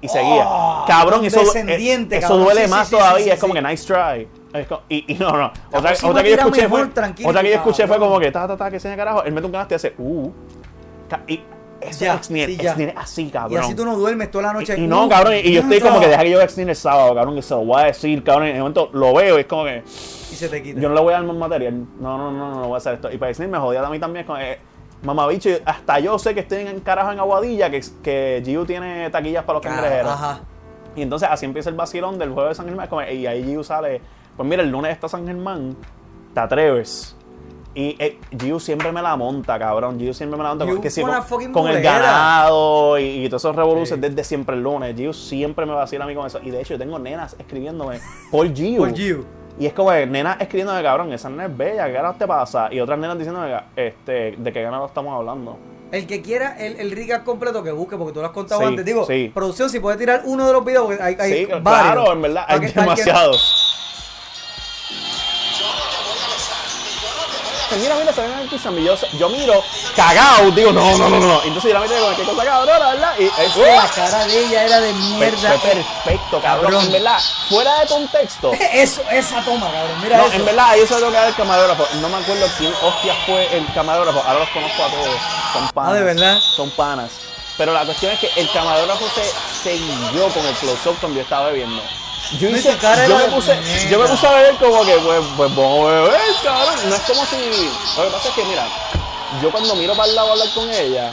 Speaker 3: Y seguía.
Speaker 2: Oh,
Speaker 3: cabrón, eso,
Speaker 2: condescendiente,
Speaker 3: eh, eso
Speaker 2: cabrón.
Speaker 3: duele
Speaker 2: Sí, sí,
Speaker 3: más
Speaker 2: sí,
Speaker 3: todavía,
Speaker 2: sí, sí,
Speaker 3: es como
Speaker 2: sí.
Speaker 3: que nice try. Es co- Y, y no, no. Otra,
Speaker 2: próxima
Speaker 3: otra que yo
Speaker 2: tira
Speaker 3: escuché,
Speaker 2: mejor,
Speaker 3: fue,
Speaker 2: tranquilo,
Speaker 3: otra que yo
Speaker 2: cabrón.
Speaker 3: escuché fue como que ta, ta, ta, que seña carajo, él mete un canasto y hace, uh. Ca- Y eso
Speaker 2: Ya,
Speaker 3: es Exniel,
Speaker 2: sí, ya.
Speaker 3: Exniel es así, cabrón.
Speaker 2: Y así tú no duermes toda la noche.
Speaker 3: Y no, cabrón, y yo estoy como que deja que yo extender el sábado, cabrón, que se lo voy a decir, cabrón, y en el momento lo veo y es como que.
Speaker 2: Y se te quita.
Speaker 3: Yo no le voy a dar más material. No, no, no, no, no voy a hacer esto. Y para extender me jodía a mí también con. Eh, mamabicho, yo- hasta yo sé que estoy en carajo en Aguadilla, que, que Giu tiene taquillas para los cangrejeros.
Speaker 2: Ajá.
Speaker 3: Y entonces así empieza el vacilón del juego de San Germán. es como- y ahí Giu sale. Pues mira, el lunes está San Germán. Te atreves. Y eh, Giu siempre me la monta, cabrón. Giu siempre me la monta.
Speaker 2: Giu
Speaker 3: con- que sí,
Speaker 2: fue
Speaker 3: con,
Speaker 2: una fucking
Speaker 3: con el
Speaker 2: bolera.
Speaker 3: ganado y, y todos esos revoluciones desde siempre el lunes. Giu siempre me vacila a mí con eso. Y de hecho, yo tengo nenas escribiéndome por Giu.
Speaker 2: Por Giu.
Speaker 3: Y es como que nenas escribiéndome, cabrón, esa nena es bella, ¿qué carajo te pasa? Y otras nenas diciéndome, este, ¿de qué ganado estamos hablando?
Speaker 2: El que quiera el, el recap completo que busque, porque tú lo has contado
Speaker 3: Sí,
Speaker 2: antes. Digo,
Speaker 3: sí.
Speaker 2: producción, si puedes tirar uno de los videos, porque hay, hay
Speaker 3: sí,
Speaker 2: varios.
Speaker 3: claro, en verdad,
Speaker 2: Para
Speaker 3: hay
Speaker 2: que- para que-
Speaker 3: demasiados. Pues Mira, mira, se ven aquí, Sammy. Yo, yo miro, cagao, digo, no, no, no, no. Entonces yo la miro como, qué cosa cabrona, ¿verdad? Y es
Speaker 2: La cara de ella era de mierda.
Speaker 3: ¡Uh! perfecto, cabrón.
Speaker 2: Cabrón.
Speaker 3: En verdad, fuera de contexto.
Speaker 2: Eso, esa toma, cabrón. Mira
Speaker 3: no,
Speaker 2: eso.
Speaker 3: en verdad, ahí eso es lo que era el camarógrafo. No me acuerdo quién hostia fue el camarógrafo. Ahora los conozco a todos. Son panas.
Speaker 2: Ah, ¿de verdad?
Speaker 3: Son panas. Pero la cuestión es que el camarógrafo se, se guió con el close-up cuando yo estaba bebiendo. Yo,
Speaker 2: No, y
Speaker 3: hice-
Speaker 2: tu cara
Speaker 3: yo
Speaker 2: era
Speaker 3: me
Speaker 2: de
Speaker 3: puse,
Speaker 2: mierda.
Speaker 3: yo me puse a beber como que, pues, pues vamos a beber, cabrón. No es como si. Lo que pasa es que, mira, yo cuando miro para el lado a hablar con ella,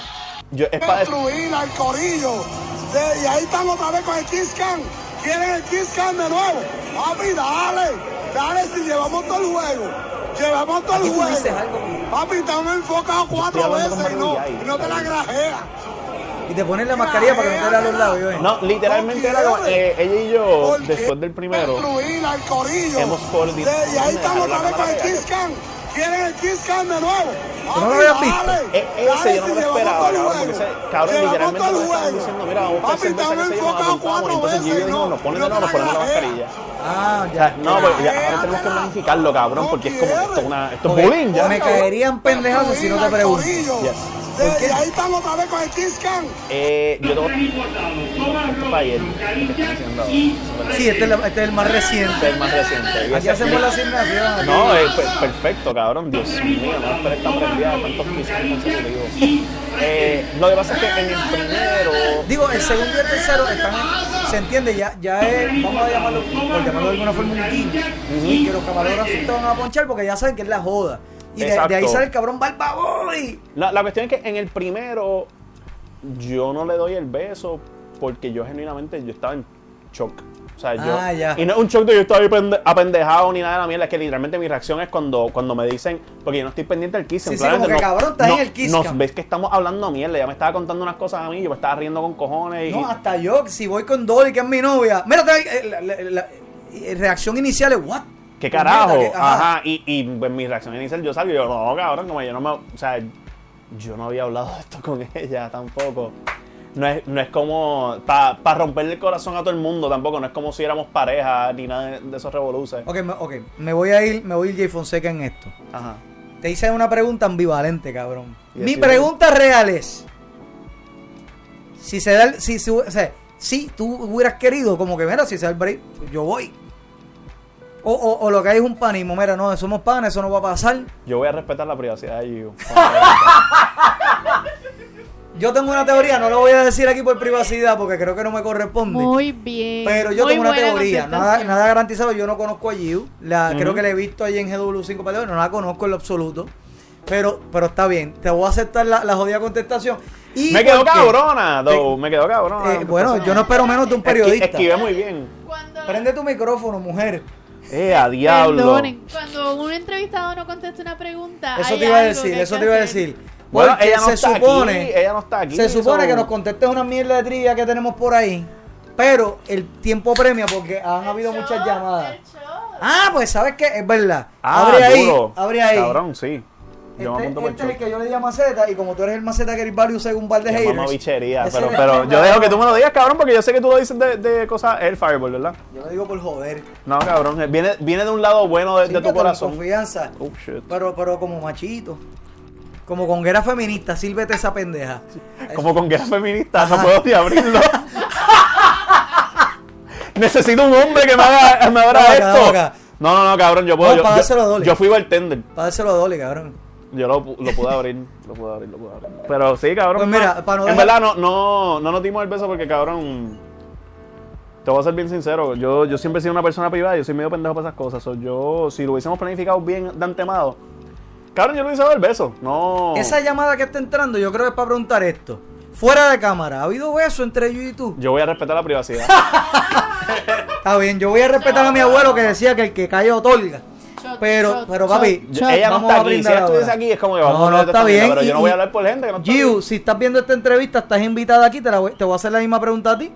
Speaker 3: yo, es para
Speaker 13: destruir al corillo. De- y ahí están otra vez con el Kiss Cam. Quieren el Kiss Cam de nuevo. Papi, dale. Dale, si llevamos todo el juego. Llevamos todo el
Speaker 2: Aquí tú
Speaker 13: juego.
Speaker 2: dices algo.
Speaker 13: Papi, estamos enfocados cuatro
Speaker 2: hablando con
Speaker 13: veces y no,
Speaker 2: Manuel Yay.
Speaker 13: y no te la grajeas.
Speaker 2: Y te pones la mascarilla para que no te la los labios. ¿eh?
Speaker 3: No, literalmente era como, eh, ella y yo, después del primero,
Speaker 13: Destruir al corillo.
Speaker 3: hemos coordinado.
Speaker 13: De- y ahí están
Speaker 3: Déjame
Speaker 13: otra
Speaker 3: la
Speaker 13: vez con el
Speaker 3: cámara
Speaker 13: Kiss Cam. Quieren el Kiss Cam de nuevo.
Speaker 3: ¿Tú no lo
Speaker 13: Papi,
Speaker 3: habías visto?
Speaker 13: dale.
Speaker 3: E- ese
Speaker 13: Dale,
Speaker 3: yo no me
Speaker 13: si
Speaker 3: lo
Speaker 13: llevamos
Speaker 3: esperaba,
Speaker 13: todo el
Speaker 3: cabrón, porque ese
Speaker 13: juego.
Speaker 3: cabrón
Speaker 13: Llevamos
Speaker 3: literalmente
Speaker 13: todo
Speaker 3: nos
Speaker 13: el
Speaker 3: estaban
Speaker 13: juego.
Speaker 3: diciendo, mira, vamos a buscar
Speaker 13: Papi,
Speaker 3: cerveza, qué
Speaker 13: estamos
Speaker 3: sé yo, nos
Speaker 13: enfocados
Speaker 3: apuntamos. Y
Speaker 13: cuatro
Speaker 3: entonces Gio
Speaker 13: veces,
Speaker 3: dijo,
Speaker 13: no,
Speaker 3: nos ponen
Speaker 13: no te
Speaker 3: de nuevo, nos ponemos la
Speaker 13: la creas.
Speaker 3: mascarilla.
Speaker 2: Ah,
Speaker 3: O
Speaker 2: ya.
Speaker 3: sea, no, porque ya ahora tenemos que planificarlo, cabrón, porque es como que esto es una- esto es bullying, ya.
Speaker 2: Me caerían pendejas si no te pregunto.
Speaker 3: Yes.
Speaker 13: De- Y ahí están otra vez con el Kiss Cam.
Speaker 3: Eh, yo tengo... Fire.
Speaker 2: Sí, este es, la- este es el más reciente.
Speaker 3: Este es el más reciente. Y
Speaker 2: Aquí
Speaker 3: ese-
Speaker 2: hacemos la asignación. aquí.
Speaker 3: No, es per- perfecto, cabrón. Dios mío, no pero está prendida de tantos pisos consecutivos. Eh, lo que pasa es que en el primero...
Speaker 2: Digo, el segundo y el tercero están, se entiende, ya, ya es, vamos a llamarlo, por llamarlo de alguna forma, un team. Y que los camarógrafos te van a ponchar porque ya saben que es la joda. Y de, de ahí
Speaker 3: Exacto.
Speaker 2: sale el cabrón Barba Boy.
Speaker 3: La, la cuestión es que en el primero yo no le doy el beso porque yo genuinamente yo estaba en shock. O sea, yo,
Speaker 2: Ah, ya.
Speaker 3: Y no es un shock de yo estaba ahí pende- apendejado ni nada de la mierda, es que literalmente mi reacción es cuando, cuando me dicen, porque yo no estoy pendiente del kiss.
Speaker 2: Sí, sí,
Speaker 3: simplemente
Speaker 2: como que, cabrón, estás en el kiss,
Speaker 3: Nos
Speaker 2: cabrón.
Speaker 3: ves que estamos hablando mierda, ya me estaba contando unas cosas a mí, yo me estaba riendo con cojones. y,
Speaker 2: No, hasta yo, si voy con Dolly, que es mi novia. Mira, trae, eh, la, la- la- eh, reacción inicial es, ¿what?
Speaker 3: ¿Qué carajo?
Speaker 2: Pues Mira, que-
Speaker 3: ajá.
Speaker 2: ajá.
Speaker 3: Y, y pues, mi reacción inicial, yo salgo y yo, no, cabrón, como yo no me. O sea, yo no había hablado de esto con ella tampoco. No es, no es como. Para romperle el corazón a todo el mundo tampoco. No es como si éramos pareja ni nada de, de esos revoluces.
Speaker 2: Ok, me, ok, me voy a ir, me voy a ir Jay Fonseca en esto.
Speaker 3: Ajá.
Speaker 2: Te hice una pregunta ambivalente, cabrón.
Speaker 3: Yes,
Speaker 2: Mi
Speaker 3: yes.
Speaker 2: pregunta real es: si se da el, si, si- o sea, si tú hubieras querido, como que, mira, si se da el break, pues yo voy. O, o- o lo que hay es un panismo, mira, no, somos panes, eso no va a pasar.
Speaker 3: Yo voy a respetar la privacidad de Giu.
Speaker 2: Yo tengo una teoría, no lo voy a decir aquí por privacidad porque creo que no me corresponde.
Speaker 12: Muy bien.
Speaker 2: Pero yo
Speaker 12: Muy
Speaker 2: tengo una
Speaker 12: buena
Speaker 2: teoría, nada,
Speaker 12: contestación.
Speaker 2: nada garantizado, yo no conozco a Giu, la,
Speaker 3: Ujú.
Speaker 2: creo que la he visto ahí en GW5 para no la conozco en lo absoluto. Pero, pero está bien, te voy a aceptar la, la jodida contestación. Y
Speaker 3: me quedó
Speaker 2: porque-
Speaker 3: cabrona, though. Me quedó cabrona.
Speaker 2: eh, bueno, yo no espero menos de un
Speaker 3: Esqui-
Speaker 2: periodista.
Speaker 3: Esquivé muy bien.
Speaker 2: Prende tu micrófono, mujer.
Speaker 3: Eh, a diablo.
Speaker 12: Perdonen, cuando un entrevistado no contesta una pregunta,
Speaker 2: Eso
Speaker 12: Ah, hay
Speaker 2: te iba a
Speaker 12: algo
Speaker 2: decir,
Speaker 12: que hay
Speaker 2: eso
Speaker 12: que
Speaker 2: te iba a
Speaker 12: hacer.
Speaker 2: decir.
Speaker 3: Bueno,
Speaker 2: Porque
Speaker 3: ella no
Speaker 2: se
Speaker 3: está
Speaker 2: supone,
Speaker 3: aquí, ella no está aquí,
Speaker 2: Se supone
Speaker 3: so-
Speaker 2: que nos contestes una mierda de trivia que tenemos por ahí. Pero el tiempo premia porque han habido muchas llamadas. Ah, pues sabes que es verdad.
Speaker 3: Ah,
Speaker 2: abre ahí,
Speaker 3: duro.
Speaker 2: abre ahí.
Speaker 3: Cabrón, sí. Yo me
Speaker 2: este,
Speaker 3: apunto por
Speaker 2: este es el que yo le di a maceta y como tú eres el maceta que eres value según un par de
Speaker 3: Llamamos
Speaker 2: haters.
Speaker 3: bichería,
Speaker 2: ese
Speaker 3: pero,
Speaker 2: es-
Speaker 3: pero yo dejo que tú me lo digas, cabrón, porque yo sé que tú lo dices de, de cosas el fireball, ¿verdad?
Speaker 2: Yo lo digo por joder.
Speaker 3: No, cabrón, eh, viene, viene de un lado bueno de, de
Speaker 2: Síguete
Speaker 3: tu
Speaker 2: en
Speaker 3: corazón.
Speaker 2: confianza.
Speaker 3: Oh, shit.
Speaker 2: Pero, pero como machito. Como conguera feminista, sírvete esa pendeja.
Speaker 3: Como con guerra feminista, no puedo ni abrirlo. Necesito un hombre que me haga, me abra
Speaker 2: Dame acá,
Speaker 3: esto.
Speaker 2: dame acá.
Speaker 3: No, no, no, cabrón, yo puedo.
Speaker 2: No,
Speaker 3: yo-
Speaker 2: para dárselo a
Speaker 3: yo,
Speaker 2: Dolly.
Speaker 3: yo fui bartender.
Speaker 2: Para dárselo a Dolly, cabrón.
Speaker 3: Yo lo, pu- lo pude abrir, lo pude abrir, lo pude abrir. Pero sí, cabrón.
Speaker 2: Pues mira, para no
Speaker 3: en
Speaker 2: dejar-
Speaker 3: verdad no, no, no nos dimos el beso porque, cabrón, te voy a ser bien sincero. Yo, yo siempre he sido una persona privada, yo soy medio pendejo para esas cosas. So, yo, si lo hubiésemos planificado bien de antemado, cabrón, yo le hubiese dado el beso. No.
Speaker 2: Esa llamada que está entrando, yo creo que es para preguntar esto. Fuera de cámara, ¿ha habido beso entre yo y tú?
Speaker 3: Yo voy a respetar la privacidad.
Speaker 2: Está bien, yo voy a respetar a mi abuelo que decía que el que cae otorga. Pero, pero papi,
Speaker 3: Yo- ella no
Speaker 2: vamos
Speaker 3: está
Speaker 2: a
Speaker 3: aquí. Si
Speaker 2: brindar
Speaker 3: ella estuviese
Speaker 2: ahora.
Speaker 3: aquí, es como que vamos a
Speaker 2: No, no,
Speaker 3: hablar de
Speaker 2: está
Speaker 3: esta mierda,
Speaker 2: bien.
Speaker 3: Pero
Speaker 2: y-
Speaker 3: yo no voy a
Speaker 2: y-
Speaker 3: hablar por gente que no está
Speaker 2: Giu,
Speaker 3: aquí.
Speaker 2: si estás viendo esta entrevista, estás invitada aquí, te, la voy, te voy a hacer la misma pregunta a ti.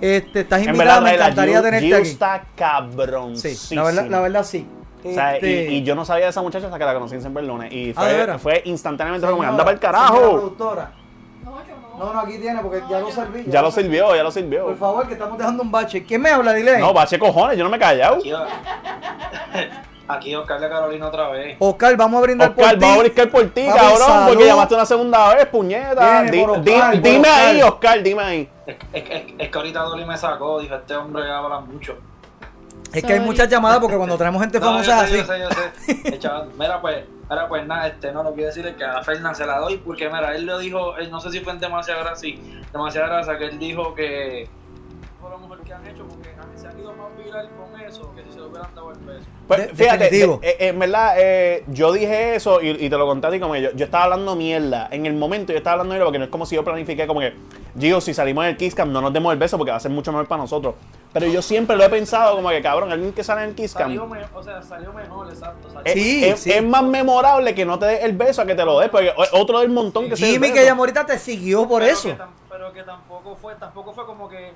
Speaker 2: Este, estás
Speaker 3: En
Speaker 2: invitada,
Speaker 3: verdad,
Speaker 2: me
Speaker 3: Laila,
Speaker 2: encantaría
Speaker 3: Giu-
Speaker 2: tenerte
Speaker 3: Giu
Speaker 2: aquí.
Speaker 3: está cabrón. Sí,
Speaker 2: la verdad, la verdad sí.
Speaker 3: O sea, y-
Speaker 2: Este-
Speaker 3: y, yo no sabía de esa muchacha hasta que la conocí en Semperlunes. Y
Speaker 2: Ah, ¿de
Speaker 3: fue,
Speaker 2: veras?
Speaker 3: fue instantáneamente fue como,
Speaker 2: Señora,
Speaker 3: anda para el
Speaker 2: señora
Speaker 3: carajo.
Speaker 2: productora. No, no, aquí tiene porque ya lo serví.
Speaker 3: Ya lo sirvió, ya lo sirvió.
Speaker 2: Por favor, que estamos dejando un bache. ¿Quién me habla? Dile ahí.
Speaker 3: No, bache cojones, yo no me he callado.
Speaker 8: Aquí Oscar de Carolina otra vez.
Speaker 2: Oscar, vamos a brindar
Speaker 3: Oscar,
Speaker 2: por ti.
Speaker 3: vamos a brincar por ti,
Speaker 2: Papi,
Speaker 3: cabrón,
Speaker 2: salud.
Speaker 3: porque llamaste una segunda vez, puñeta.
Speaker 8: Viene
Speaker 3: Di-
Speaker 8: por
Speaker 3: di-
Speaker 8: Oscar, por
Speaker 3: dime ahí,
Speaker 8: Oscar.
Speaker 3: Oscar, dime ahí.
Speaker 8: Es, es- es que ahorita Dolly me sacó, dijo, este hombre habla mucho.
Speaker 2: Es que hay muchas llamadas porque cuando traemos
Speaker 13: Este
Speaker 2: gente
Speaker 8: No, yo
Speaker 2: famosa
Speaker 8: sé,
Speaker 2: es
Speaker 8: yo
Speaker 2: así.
Speaker 8: sé, yo sé. El chaval- mira pues, mira pues nada, este no lo quiero decir es que a Fernan se la doy porque mira, él lo dijo, él, no sé si fue en demasiada grasa, sí, demasiada grasa que él dijo que fue lo mejor que han hecho porque han- se han ido más viral con eso que si se lo hubieran dado el peso.
Speaker 3: Pues, fíjate,
Speaker 2: definitivo.
Speaker 3: de- eh, en verdad, eh, yo dije eso y, y te lo conté a ti como que yo, yo estaba hablando mierda. En el momento yo estaba hablando mierda porque no es como si yo planifiqué como que, Gio, si salimos del Kiss Cam no nos demos el beso porque va a ser mucho mejor para nosotros. Pero yo siempre lo he pensado como que, cabrón, alguien que sale en el Kiss Cam Eh,
Speaker 8: Salió me- o sea, salió mejor, exacto. salió-
Speaker 3: es, es- es más memorable que no te des el beso a que te lo des porque o- otro del montón que se dé el
Speaker 2: Jimmy que
Speaker 3: beso.
Speaker 2: llamó ahorita te siguió por eso.
Speaker 8: pero que tampoco fue, tampoco fue como que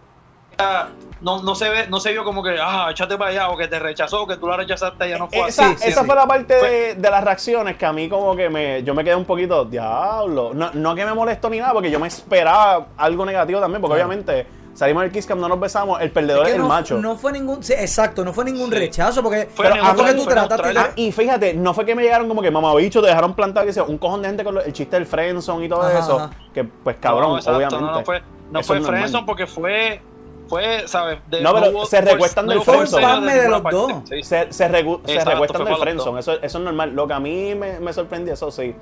Speaker 8: ah, no, no se ve, no se vio como que ah, échate para allá, o que te rechazó, o que tú la rechazaste, ya no fue
Speaker 3: Esa,
Speaker 8: así.
Speaker 3: esa fue la parte de, de las reacciones que a mí como que me, yo me quedé un poquito, diablo. No, no que me molestó ni nada, porque yo me esperaba algo negativo también, porque
Speaker 2: Claro.
Speaker 3: obviamente salimos del Kiss Cam, no nos besamos, el perdedor es,
Speaker 2: Que
Speaker 3: el
Speaker 2: no,
Speaker 3: macho.
Speaker 2: no fue ningún, sí, exacto, no fue ningún rechazo porque
Speaker 3: Pero
Speaker 2: pero
Speaker 3: a
Speaker 2: fue
Speaker 3: mí-
Speaker 2: que tú trataste
Speaker 3: Ah, y fíjate, no fue que me llegaron como que mamabicho, te dejaron plantado, que sea, un cojón de gente con lo- el chiste del Friendzone y todo
Speaker 8: Ajá,
Speaker 3: eso.
Speaker 8: ajá.
Speaker 3: Que pues cabrón,
Speaker 8: No, exacto,
Speaker 3: obviamente.
Speaker 8: No, no fue, no
Speaker 3: Eso
Speaker 8: fue
Speaker 3: es normal.
Speaker 8: Frenson porque fue, fue, ¿sabes? De-
Speaker 3: No, pero
Speaker 8: hubo- pues,
Speaker 3: se recuestan
Speaker 8: no
Speaker 3: del
Speaker 8: hubo
Speaker 3: friendzone.
Speaker 8: forceo ninguna parte.
Speaker 3: Se, se recu- se
Speaker 8: Exacto,
Speaker 3: recuestan
Speaker 8: fue
Speaker 3: del
Speaker 8: para los
Speaker 3: friendzone. Eso, eso es normal. Lo que a mí me, me sorprendió, eso sí.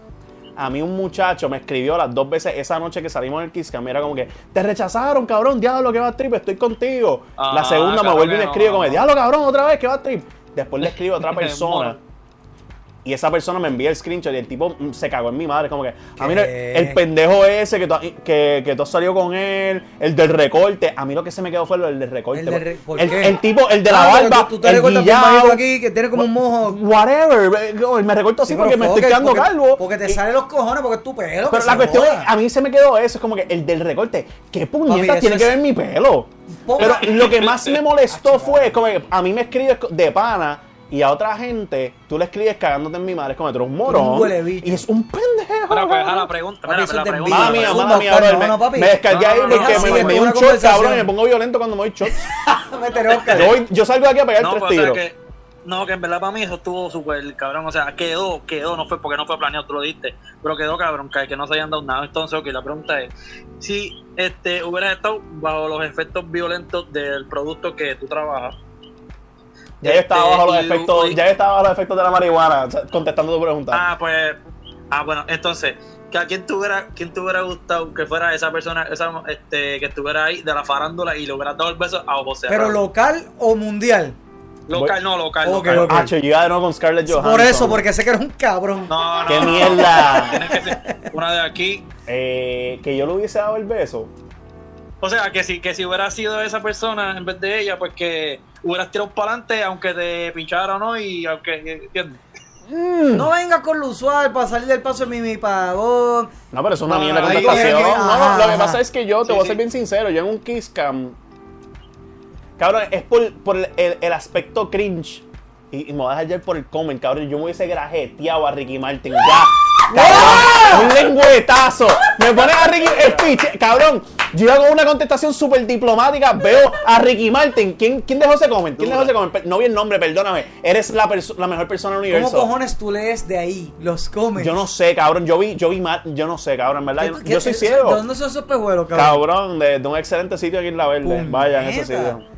Speaker 3: A mí un muchacho me escribió las dos veces esa noche que salimos del Kiss Cam. Era como que, te rechazaron, cabrón, diablo, que vas trip, estoy contigo.
Speaker 8: Ah,
Speaker 3: la segunda me
Speaker 8: claro
Speaker 3: vuelve y
Speaker 8: que
Speaker 3: me
Speaker 8: no,
Speaker 3: escribe como,
Speaker 8: no.
Speaker 3: diablo, cabrón, otra vez, que vas trip. Después le escribo a otra persona.
Speaker 8: Mono.
Speaker 3: y esa persona me envía el screenshot y el tipo mm, se cagó en mi madre. Como que, a mí
Speaker 2: ¿Qué?
Speaker 3: el, el pendejo ese que tú, ha- que, que tú has salido con él, el del recorte. A mí lo que se me quedó fue lo del recorte.
Speaker 2: El, del re- ¿por
Speaker 3: El-
Speaker 2: qué?
Speaker 3: el tipo, el de la
Speaker 2: Ah, pero
Speaker 3: barba,
Speaker 2: Tú, tú te
Speaker 3: el
Speaker 2: recortas bien
Speaker 3: guillao.
Speaker 2: bajito aquí, que tiene como un mojo.
Speaker 3: Whatever, eh, oh, me recorto así
Speaker 2: Sí,
Speaker 3: porque
Speaker 2: pero
Speaker 3: me estoy
Speaker 2: fuck,
Speaker 3: quedando
Speaker 2: porque-
Speaker 3: calvo.
Speaker 2: Porque te
Speaker 3: Y-
Speaker 2: salen los cojones, porque es tu pelo.
Speaker 3: Pero
Speaker 2: que
Speaker 3: la
Speaker 2: se
Speaker 3: cuestión
Speaker 2: joda.
Speaker 3: es, a mí se me quedó eso, es como que el del recorte. ¿Qué puñetas
Speaker 2: eso
Speaker 3: tiene que
Speaker 2: es-
Speaker 3: ver mi pelo? Pero lo que más me molestó fue, como que a mí me escribes de pana y a otra gente, tú le escribes cagándote en mi madre, es como que tú eres un
Speaker 2: eres un
Speaker 3: morón.
Speaker 2: huele bicho.
Speaker 3: y es un pendejo.
Speaker 8: Mira, pues, a la pregunta, mira,
Speaker 2: eso
Speaker 8: la
Speaker 2: es de
Speaker 8: pregunta.
Speaker 3: Mala mía, mala mía, bro, me, me descargué
Speaker 8: No,
Speaker 3: ahí
Speaker 8: no, no,
Speaker 3: porque me
Speaker 8: no, no,
Speaker 3: me
Speaker 8: no,
Speaker 3: metí
Speaker 8: no,
Speaker 3: un shot,
Speaker 8: no, conversación.
Speaker 3: cabrón, y me pongo violento cuando me doy shots.
Speaker 2: Métele, Oscar.
Speaker 3: Yo, voy- yo salgo de aquí a pegar
Speaker 8: No,
Speaker 3: tres
Speaker 8: pues, o sea
Speaker 3: tiros.
Speaker 8: que, no, que en verdad para mí eso estuvo súper cabrón. O sea, quedó, quedó, no fue porque no fue planeado, tú lo diste. Pero quedó cabrón, que, que no se hayan dado nada. Entonces, ok, la pregunta es: si este hubieras estado bajo los efectos violentos del producto que tú trabajas,
Speaker 3: Ya yo estaba
Speaker 8: Este,
Speaker 3: bajo los
Speaker 8: y yo-
Speaker 3: efectos, ya yo estaba bajo los efectos de la marihuana, o sea, contestando tu pregunta.
Speaker 8: ah, pues, ah, bueno, entonces, que a quién te hubiera, quién te hubiera gustado que fuera esa persona, esa este, que estuviera ahí de la farándula y le hubieras dado el beso a José.
Speaker 2: Pero local o mundial.
Speaker 8: local, no, local,
Speaker 2: Ok,
Speaker 8: local.
Speaker 2: ok.
Speaker 3: Ah, yo iba de nuevo con Scarlett Johansson.
Speaker 2: Por eso, porque sé que eres un cabrón.
Speaker 8: No,
Speaker 3: ¡Qué mierda!
Speaker 8: Una de aquí.
Speaker 3: Eh, que yo le hubiese dado el beso.
Speaker 8: O sea, que si, que si hubiera sido esa persona en vez de ella, pues que hubieras tirado para adelante, aunque te pinchara o no, y aunque. ¿Entiendes?
Speaker 3: Mm.
Speaker 2: No vengas con lo usual para salir del paso de mi, mi pagón.
Speaker 3: No, pero eso es una
Speaker 2: Ah,
Speaker 3: mierda de
Speaker 2: ahí
Speaker 3: contestación.
Speaker 2: viene,
Speaker 3: No,
Speaker 2: ajá,
Speaker 3: lo que
Speaker 2: ajá.
Speaker 3: pasa es que yo, te
Speaker 2: Sí,
Speaker 3: voy a
Speaker 2: sí.
Speaker 3: ser bien sincero, yo en un Kiss Cam. Cabrón, es por, por el, el aspecto
Speaker 2: ¡Ah!
Speaker 3: cringe. Y, y me voy a dejar llevar por el comment, cabrón. Yo me hubiese grajeteado a Ricky Martin. Ya, Un lengüetazo. Me pones a Ricky el pitch, cabrón. Yo hago una contestación súper diplomática. Veo a Ricky Martin. ¿Quién, quién dejó ese comment? ¿Quién dejó ese comment? Per- No vi el nombre, perdóname. Eres la, perso- la mejor persona del
Speaker 2: ¿Cómo
Speaker 3: universo.
Speaker 2: cojones tú lees de ahí los comments?
Speaker 3: Yo no sé, cabrón. Yo vi, yo vi mal. Yo no sé, cabrón. En verdad, yo,
Speaker 2: ¿Qué-
Speaker 3: yo soy
Speaker 2: qué-
Speaker 3: ciego.
Speaker 2: ¿De dónde son esos pejuelos, cabrón?
Speaker 3: Cabrón, de, de un excelente sitio aquí en La Verde. Vaya, en ese
Speaker 2: Puñeta.
Speaker 3: sitio.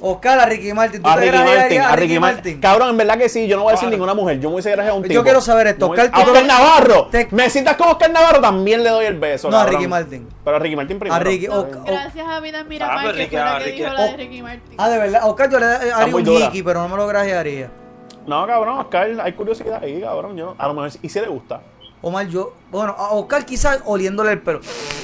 Speaker 2: Oscar, a Ricky Martin. ¿Tú
Speaker 3: A
Speaker 2: te
Speaker 3: Ricky
Speaker 2: grajearías
Speaker 3: Martin, a Ricky Martin. Cabrón, en verdad que sí, yo no voy a decir ninguna mujer. Yo me hubiese grajeado a un
Speaker 2: Yo
Speaker 3: tipo.
Speaker 2: quiero saber esto,
Speaker 3: Me-
Speaker 2: Oscar,
Speaker 3: a
Speaker 2: tú
Speaker 3: Oscar
Speaker 2: no-
Speaker 3: Navarro. Me sientas con Oscar Navarro, también le doy el beso.
Speaker 2: No, a
Speaker 3: cabrón.
Speaker 2: Ricky Martin.
Speaker 3: Pero a Ricky Martin primero.
Speaker 2: A Ricky- oh.
Speaker 3: Está
Speaker 2: Oc-
Speaker 3: bien.
Speaker 12: Gracias a Vida
Speaker 3: Ah,
Speaker 12: Miramar,
Speaker 3: pero
Speaker 12: que
Speaker 3: Ricky-
Speaker 12: fue la
Speaker 3: ah,
Speaker 12: que
Speaker 3: Ricky-
Speaker 12: dijo la de Ricky Martin.
Speaker 2: Ah, de verdad. A Oscar, yo le haría
Speaker 3: muy
Speaker 2: un
Speaker 3: dura.
Speaker 2: hiki, pero no me lo grajearía.
Speaker 3: No, cabrón, Oscar, hay curiosidad ahí, cabrón. Yo, a lo mejor, y si le gusta.
Speaker 2: Omar, yo. Bueno, a Oscar quizás oliéndole el pelo.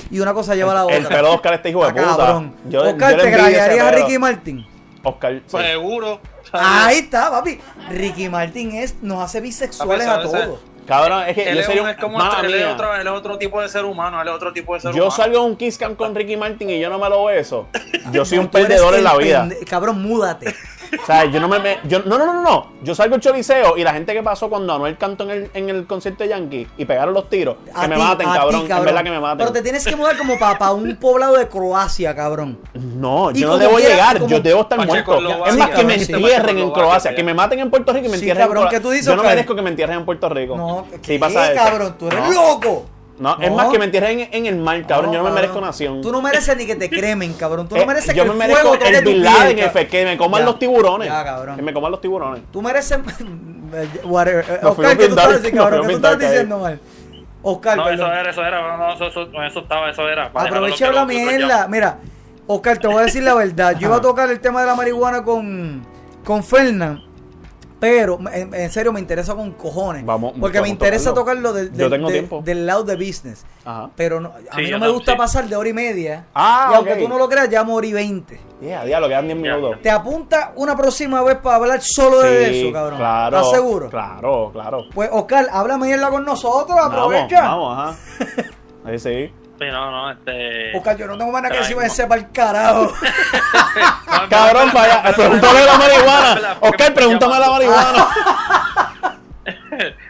Speaker 2: Y una cosa lleva a la otra.
Speaker 3: El pelo de Oscar está hijo de
Speaker 2: Ah,
Speaker 3: puta.
Speaker 2: cabrón.
Speaker 3: Yo-
Speaker 2: Oscar,
Speaker 3: yo le envidio
Speaker 2: ¿te
Speaker 3: ese
Speaker 2: grajearías
Speaker 3: pelo.
Speaker 2: a
Speaker 3: Ah.
Speaker 2: Ricky Martin?
Speaker 3: Oscar, sí.
Speaker 8: Pues,
Speaker 2: Seguro. Ahí está, papi. Ricky Martin es, nos hace bisexuales a
Speaker 8: Papi, ¿sabes?
Speaker 2: todos.
Speaker 3: Cabrón, es que
Speaker 8: él
Speaker 3: yo
Speaker 8: es,
Speaker 3: sería
Speaker 8: un-
Speaker 3: un-
Speaker 8: es como
Speaker 3: mala
Speaker 8: otro, él es
Speaker 3: mía.
Speaker 8: otro, él es otro tipo de ser humano, él es otro tipo de ser
Speaker 3: Yo
Speaker 8: humano.
Speaker 3: salgo a un Kiss Cam con Ricky Martin y yo no me lo beso. Yo soy un
Speaker 2: Tú eres
Speaker 3: perdedor en
Speaker 2: el
Speaker 3: la vida.
Speaker 2: pende- Cabrón, múdate.
Speaker 3: O sea, yo no me. me- yo, no, no, no, no. Yo salgo al choliseo y la gente que pasó cuando Anuel cantó en el, en el concierto de Yankee y pegaron los tiros.
Speaker 2: A
Speaker 3: que me
Speaker 2: ti,
Speaker 3: maten,
Speaker 2: a ti,
Speaker 3: cabrón. En verdad que me maten.
Speaker 2: Pero te tienes que mudar como para un poblado de Croacia, cabrón.
Speaker 3: No,
Speaker 2: Y
Speaker 3: yo no
Speaker 2: como
Speaker 3: debo
Speaker 2: quiera,
Speaker 3: llegar,
Speaker 2: como-
Speaker 3: yo debo estar
Speaker 2: Pacheco
Speaker 3: muerto.
Speaker 2: Eslovaquia,
Speaker 3: Es más, que me
Speaker 2: cabrón, sí.
Speaker 3: entierren en
Speaker 2: Pacheco
Speaker 3: Croacia,
Speaker 2: Eslovaquia.
Speaker 3: que me maten en Puerto Rico y me
Speaker 2: Sí,
Speaker 3: entierren en
Speaker 2: cabrón,
Speaker 3: Croacia.
Speaker 2: ¿qué tú dices,
Speaker 3: Yo no
Speaker 2: Oscar?
Speaker 3: merezco que me entierren en Puerto Rico. No,
Speaker 2: Sí, cabrón, tú eres loco.
Speaker 3: No, es
Speaker 2: No.
Speaker 3: más que me entierren en, en el mar, cabrón. yo no me
Speaker 2: cabrón.
Speaker 3: merezco nación.
Speaker 2: Tú no mereces ni que te cremen, cabrón. Tú no
Speaker 3: Eh,
Speaker 2: mereces
Speaker 3: yo
Speaker 2: que
Speaker 3: me
Speaker 2: el
Speaker 3: merezco
Speaker 2: fuego toque
Speaker 3: el
Speaker 2: tu
Speaker 3: Bin
Speaker 2: piel,
Speaker 3: Laden,
Speaker 2: cabrón.
Speaker 3: Efe, que me coman
Speaker 2: Ya.
Speaker 3: los tiburones.
Speaker 2: Ya, cabrón.
Speaker 3: Que me coman los tiburones.
Speaker 2: Tú mereces. Whatever. Eh,
Speaker 3: Nos fuimos
Speaker 2: Oscar, ¿qué
Speaker 3: bien
Speaker 2: tú
Speaker 3: dark,
Speaker 2: estás diciendo,
Speaker 3: nos
Speaker 2: cabrón?
Speaker 3: fuimos
Speaker 2: ¿Qué tú
Speaker 3: bien
Speaker 2: estás
Speaker 3: dark ahí.
Speaker 2: diciendo mal? Oscar,
Speaker 8: No, eso
Speaker 2: perdón.
Speaker 8: era, eso era, no, no, eso, eso, eso estaba, eso era. para dejar a los
Speaker 2: Aprovecha
Speaker 8: que
Speaker 2: la
Speaker 8: los otros ya.
Speaker 2: mierda. Mira, Oscar, te voy a decir la verdad. Yo iba a tocar el tema de la marihuana con, con Fernan. Pero, en, en serio, me interesa con cojones.
Speaker 3: Vamos,
Speaker 2: porque me
Speaker 3: vamos a
Speaker 2: interesa
Speaker 3: tocarlo.
Speaker 2: tocarlo, del,
Speaker 3: Yo
Speaker 2: del-
Speaker 3: tengo
Speaker 2: de-
Speaker 3: tiempo.
Speaker 2: del lado de business.
Speaker 3: Ajá.
Speaker 2: Pero no- a
Speaker 3: Sí,
Speaker 2: mí
Speaker 3: yo
Speaker 2: no me
Speaker 3: tam-
Speaker 2: gusta
Speaker 3: sí.
Speaker 2: pasar de hora y media.
Speaker 3: Ah,
Speaker 2: y aunque
Speaker 3: ok.
Speaker 2: tú no lo creas, ya morí 20.
Speaker 3: Ya, diablo, quedan 10 minutos.
Speaker 2: Te apunta una próxima vez para hablar solo de
Speaker 3: Sí,
Speaker 2: eso, cabrón.
Speaker 3: Claro.
Speaker 2: ¿Estás seguro?
Speaker 3: Claro, claro.
Speaker 2: Pues, Oscar, habla mierda con nosotros,
Speaker 3: Vamos,
Speaker 2: aprovecha.
Speaker 3: vamos, ajá. Ahí sí.
Speaker 8: Sí, no, no, este.
Speaker 2: Oscar, yo no tengo más nada que
Speaker 8: Ay,
Speaker 2: decir, me sepa el carajo.
Speaker 3: Cabrón, para allá. Pregúntame a la marihuana. Oscar, pregúntame a la marihuana.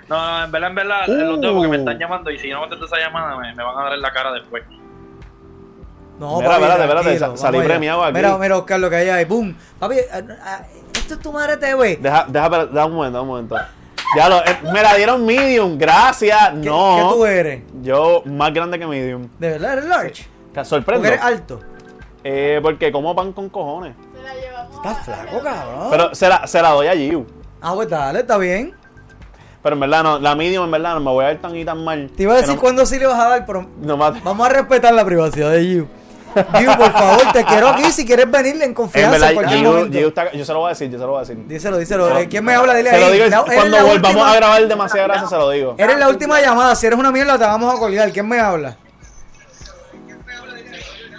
Speaker 8: No, no, en verdad, en verdad, los dos porque me
Speaker 3: Uh.
Speaker 8: están llamando y si yo no contesto esa llamada me, me van a dar en la cara después.
Speaker 2: No,
Speaker 3: Mira,
Speaker 2: papi,
Speaker 3: espérate, espérate,
Speaker 2: tranquilo,
Speaker 3: sa- salí
Speaker 2: vamos allá.
Speaker 3: premiado aquí.
Speaker 2: Mira, mira, Oscar, lo que hay ahí. ¡Bum! Papi, ah, ah, esto es tu madre TV.
Speaker 3: Deja, deja, para- da un momento, da un momento. Ya lo, eh, me la dieron medium, gracias. no.
Speaker 2: qué tú eres?
Speaker 3: Yo más grande que medium.
Speaker 2: ¿De verdad eres large?
Speaker 3: Te sorprendo.
Speaker 2: Porque eres alto.
Speaker 3: Eh, porque como pan con cojones.
Speaker 2: Estás flaco, cabrón.
Speaker 3: Pero se la, se la doy a Giu.
Speaker 2: Ah, pues dale, está bien.
Speaker 3: Pero en verdad no, la medium en verdad no me voy a ver tan y tan mal.
Speaker 2: Te iba a
Speaker 3: que
Speaker 2: decir
Speaker 3: no-
Speaker 2: cuándo sí le vas a dar, pero
Speaker 3: No mate.
Speaker 2: vamos a respetar la privacidad de Giu. Giu, por favor, te quiero aquí si quieres venirle en
Speaker 3: En
Speaker 2: confianza.
Speaker 3: verdad,
Speaker 2: en cualquier
Speaker 3: Giu-
Speaker 2: momento.
Speaker 3: Giu está- yo se lo voy a decir, yo se lo voy a decir.
Speaker 2: Díselo, díselo.
Speaker 3: No.
Speaker 2: Eh, ¿Quién me habla? Dile
Speaker 3: Se
Speaker 2: ahí.
Speaker 3: lo digo,
Speaker 2: La- eres
Speaker 3: cuando
Speaker 2: la
Speaker 3: volvamos
Speaker 2: última-
Speaker 3: a grabar demasiada grasa, se lo digo.
Speaker 2: Eres
Speaker 13: Ah,
Speaker 2: la última llamada. Si eres una mierda, te vamos a colgar. ¿Quién me habla?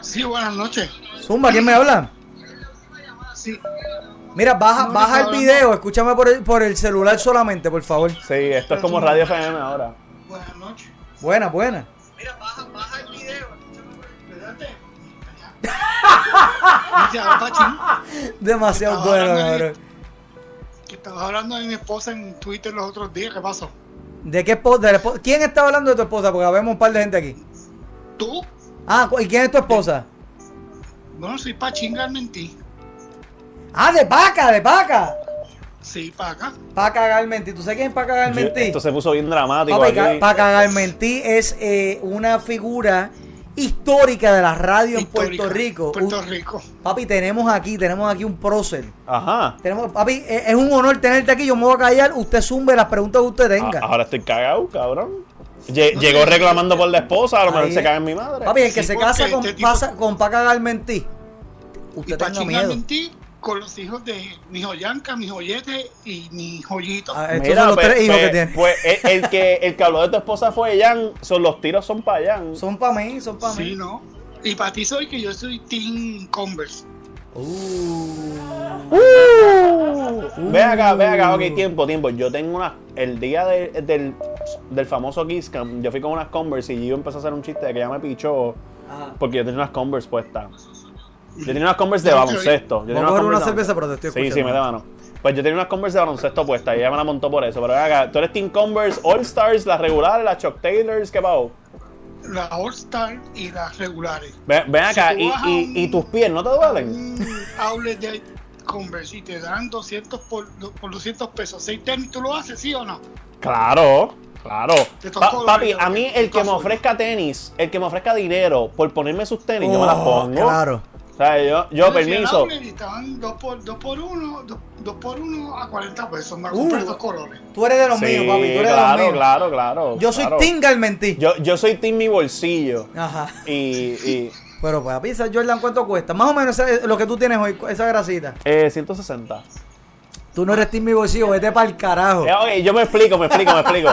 Speaker 13: Sí, buenas noches.
Speaker 2: Zumba, ¿quién me habla?
Speaker 13: Sí.
Speaker 2: Mira, baja,
Speaker 13: No,
Speaker 2: baja el
Speaker 13: cabrón.
Speaker 2: video, escúchame por el, por el celular solamente, por favor.
Speaker 3: Sí, esto es como Radio FM ahora.
Speaker 13: Buenas noches.
Speaker 2: Buena, buena.
Speaker 13: Dice, "Ah, Pachi,
Speaker 2: Demasiado
Speaker 13: Estaba
Speaker 2: bueno,
Speaker 13: hablando
Speaker 2: cabrón.
Speaker 13: que estabas hablando de mi esposa en Twitter los otros días. ¿Qué pasó?
Speaker 2: ¿De qué esposa? de la esposa- ¿Quién está hablando de tu esposa? Porque vemos un par de gente aquí.
Speaker 13: ¿Tú?
Speaker 2: Ah, cu- ¿y quién es tu esposa?
Speaker 13: Bueno, soy para chingarme en ti.
Speaker 2: Ah, de Paca, de Paca.
Speaker 13: Sí, para acá.
Speaker 2: Para cagar mentí. ¿Tú sabes quién es para cagar
Speaker 3: Yo-
Speaker 2: mentí?
Speaker 3: esto se puso bien dramático.
Speaker 2: Papi,
Speaker 3: aquí.
Speaker 2: para cagar mentí es eh, una figura histórica de la radio en Puerto Rico.
Speaker 13: Puerto
Speaker 2: Un-
Speaker 13: Rico.
Speaker 2: papi, tenemos aquí, tenemos aquí un prócer.
Speaker 3: Ajá.
Speaker 2: Tenemos, papi, e-, es es un honor tenerte aquí. Yo me voy a callar. Usted zumbe las preguntas que usted tenga.
Speaker 3: Ahora estoy cagado, cabrón. Lle- Llegó reclamando por la esposa, a lo mejor
Speaker 2: Ahí
Speaker 3: se
Speaker 2: es.
Speaker 3: caga en mi madre.
Speaker 2: Papi, el que
Speaker 13: Sí,
Speaker 2: se
Speaker 13: porque
Speaker 2: casa con,
Speaker 13: este tipo-
Speaker 2: pasa, con Paca Galmentí. Usted
Speaker 13: Para
Speaker 2: tenga
Speaker 13: chingarme
Speaker 2: miedo.
Speaker 13: en ti con los hijos de mi joyanca, mi joyete y mi joyito.
Speaker 2: Ah, estos son los tres hijos que tiene.
Speaker 3: Pues el, el que, el que habló de tu esposa fue Jan, son, los tiros son para Jan.
Speaker 2: Son para mí, son para
Speaker 13: Sí, ¿no? Y para ti soy que yo soy Team Converse.
Speaker 2: Uh.
Speaker 3: Uh. Ve acá, ve acá, ok,
Speaker 2: Uh.
Speaker 3: tiempo, tiempo. Yo tengo una. El día de- del, del famoso Kiss Cam, yo fui con unas Converse y yo empecé a hacer un chiste de que ya me pichó
Speaker 2: Ah.
Speaker 3: porque yo tenía unas Converse puestas. Yo tenía unas Converse de
Speaker 2: Voy a
Speaker 3: baloncesto. Yo tenía
Speaker 2: coger
Speaker 3: Converse
Speaker 2: una
Speaker 3: de
Speaker 2: cerveza,
Speaker 3: baloncesto.
Speaker 2: pero te estoy
Speaker 3: Sí, sí, me
Speaker 2: escuchando.
Speaker 3: da mano. Pues yo tenía unas Converse de baloncesto puestas y ella me la montó por eso. Pero ven acá, tú eres Team Converse, All Stars, las regulares, las Chuck Taylors, ¿qué pasó?
Speaker 13: Las All-Star y las regulares.
Speaker 3: Ven, ven acá,
Speaker 13: Si tú
Speaker 3: y,
Speaker 13: vas a
Speaker 3: y-
Speaker 13: un-
Speaker 3: y tus pies no te duelen?
Speaker 13: Hables de Converse y te dan 200 por, por 200 pesos. Seis tenis, ¿tú lo haces, sí o no?
Speaker 3: Claro, claro.
Speaker 13: De todos
Speaker 3: Pa-
Speaker 13: colores,
Speaker 3: papi, a
Speaker 13: ok,
Speaker 3: mí el que me
Speaker 13: casual.
Speaker 3: ofrezca tenis, el que me ofrezca dinero por ponerme sus tenis, yo me las
Speaker 2: Oh,
Speaker 3: pongo.
Speaker 2: claro.
Speaker 3: O sea, yo, yo permiso.
Speaker 13: Y te dan 2 por 1 por uno, dos- dos por uno a 40 pesos. Me compré dos colores.
Speaker 2: Tú eres de los
Speaker 3: Sí,
Speaker 2: míos, papi. Tú eres
Speaker 3: claro,
Speaker 2: de los míos.
Speaker 3: claro, claro.
Speaker 2: Yo soy
Speaker 3: claro.
Speaker 2: Team Garmentí.
Speaker 3: Yo, yo soy Team Mi Bolsillo.
Speaker 2: Ajá.
Speaker 3: Y. y
Speaker 2: Pero pues, pizza Jordan, ¿cuánto cuesta? Más o menos esa- eh, lo que tú tienes hoy, esa grasita.
Speaker 3: eh, 160.
Speaker 2: Tú no eres Team Mi Bolsillo, vete para el carajo.
Speaker 3: Eh, ok, yo me explico, me explico, me explico.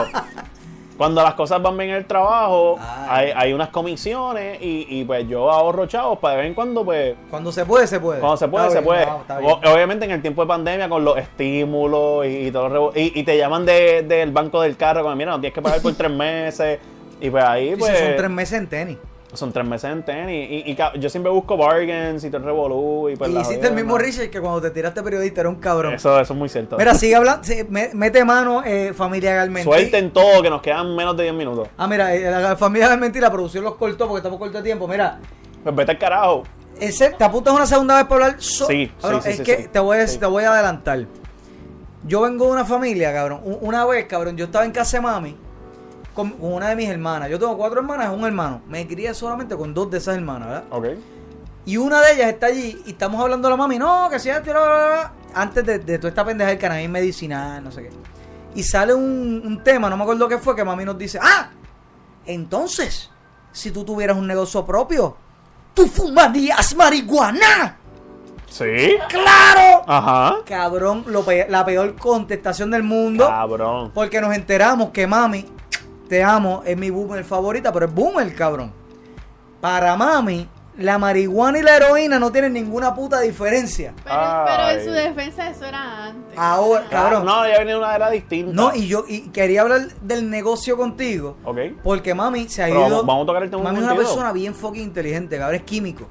Speaker 3: Cuando las cosas van bien en el trabajo,
Speaker 2: Ah.
Speaker 3: hay, hay unas comisiones y, y, pues yo ahorro chavos para de vez en cuando, pues.
Speaker 2: Cuando se puede, se puede.
Speaker 3: Cuando se puede,
Speaker 2: Está
Speaker 3: se
Speaker 2: bien,
Speaker 3: puede. Oh, eh,
Speaker 2: no, está
Speaker 3: O- obviamente en el tiempo de pandemia, con los estímulos y, y todo el revo- y, y te llaman de- del banco del carro, como mira, no tienes que pagar por tres meses. Y pues ahí,
Speaker 2: Dice,
Speaker 3: pues.
Speaker 2: son tres meses en tenis.
Speaker 3: Son tres meses en tenis. Y, y ca- yo siempre busco bargains y todo el revolú. Y pues
Speaker 2: y
Speaker 3: la
Speaker 2: hiciste el
Speaker 3: jodida,
Speaker 2: mismo
Speaker 3: ¿no?
Speaker 2: research que cuando te tiraste periodista era un cabrón.
Speaker 3: Eso, eso es muy cierto.
Speaker 2: Mira, sigue hablando, sí, me- mete mano, eh, familia Garmentí.
Speaker 3: Suelten todo, que nos quedan menos de 10 minutos.
Speaker 2: Ah, mira, eh, la familia Garmentí, la producción los cortó porque estamos corto de tiempo. Mira,
Speaker 3: Pues vete al carajo.
Speaker 2: Ese, ¿Te apuntas una segunda vez para hablar? so-
Speaker 3: Sí, sí,
Speaker 2: Cabrón,
Speaker 3: sí,
Speaker 2: es
Speaker 3: sí,
Speaker 2: que
Speaker 3: sí.
Speaker 2: te, voy a, te voy a adelantar. Yo vengo de una familia, cabrón. U- Una vez, cabrón, yo estaba en casa de mami con, con una de mis hermanas. Yo tengo cuatro hermanas, un hermano. Me crié solamente con dos de esas hermanas, ¿verdad?
Speaker 3: Ok.
Speaker 2: Y una de ellas está allí y estamos hablando a la mami, no, que sea, bla, bla, bla, bla", antes de, de toda esta pendeja del cannabis medicinal, no sé qué. Y sale un, un tema, no me acuerdo qué fue, que mami nos dice, ah, entonces, si tú tuvieras un negocio propio, tú fumarías marihuana.
Speaker 3: Sí.
Speaker 2: ¡Claro!
Speaker 3: Ajá.
Speaker 2: Cabrón, lo pe- la peor contestación del mundo.
Speaker 3: Cabrón.
Speaker 2: Porque nos enteramos que mami, te amo, es mi boomer favorita, pero es boomer, cabrón. Para mami, la marihuana y la heroína no tienen ninguna puta diferencia.
Speaker 12: Pero en
Speaker 3: Ay.
Speaker 12: su defensa eso era antes.
Speaker 2: Ahora, cabrón.
Speaker 3: No, ya viene una era distinta.
Speaker 2: No, y yo y quería hablar del negocio contigo.
Speaker 3: Ok.
Speaker 2: Porque mami se ha
Speaker 3: Pero
Speaker 2: ido.
Speaker 3: vamos- vamos a tocar el tema
Speaker 2: Mami es
Speaker 3: un
Speaker 2: una
Speaker 3: momentito.
Speaker 2: persona bien fucking inteligente, cabrón, es químico.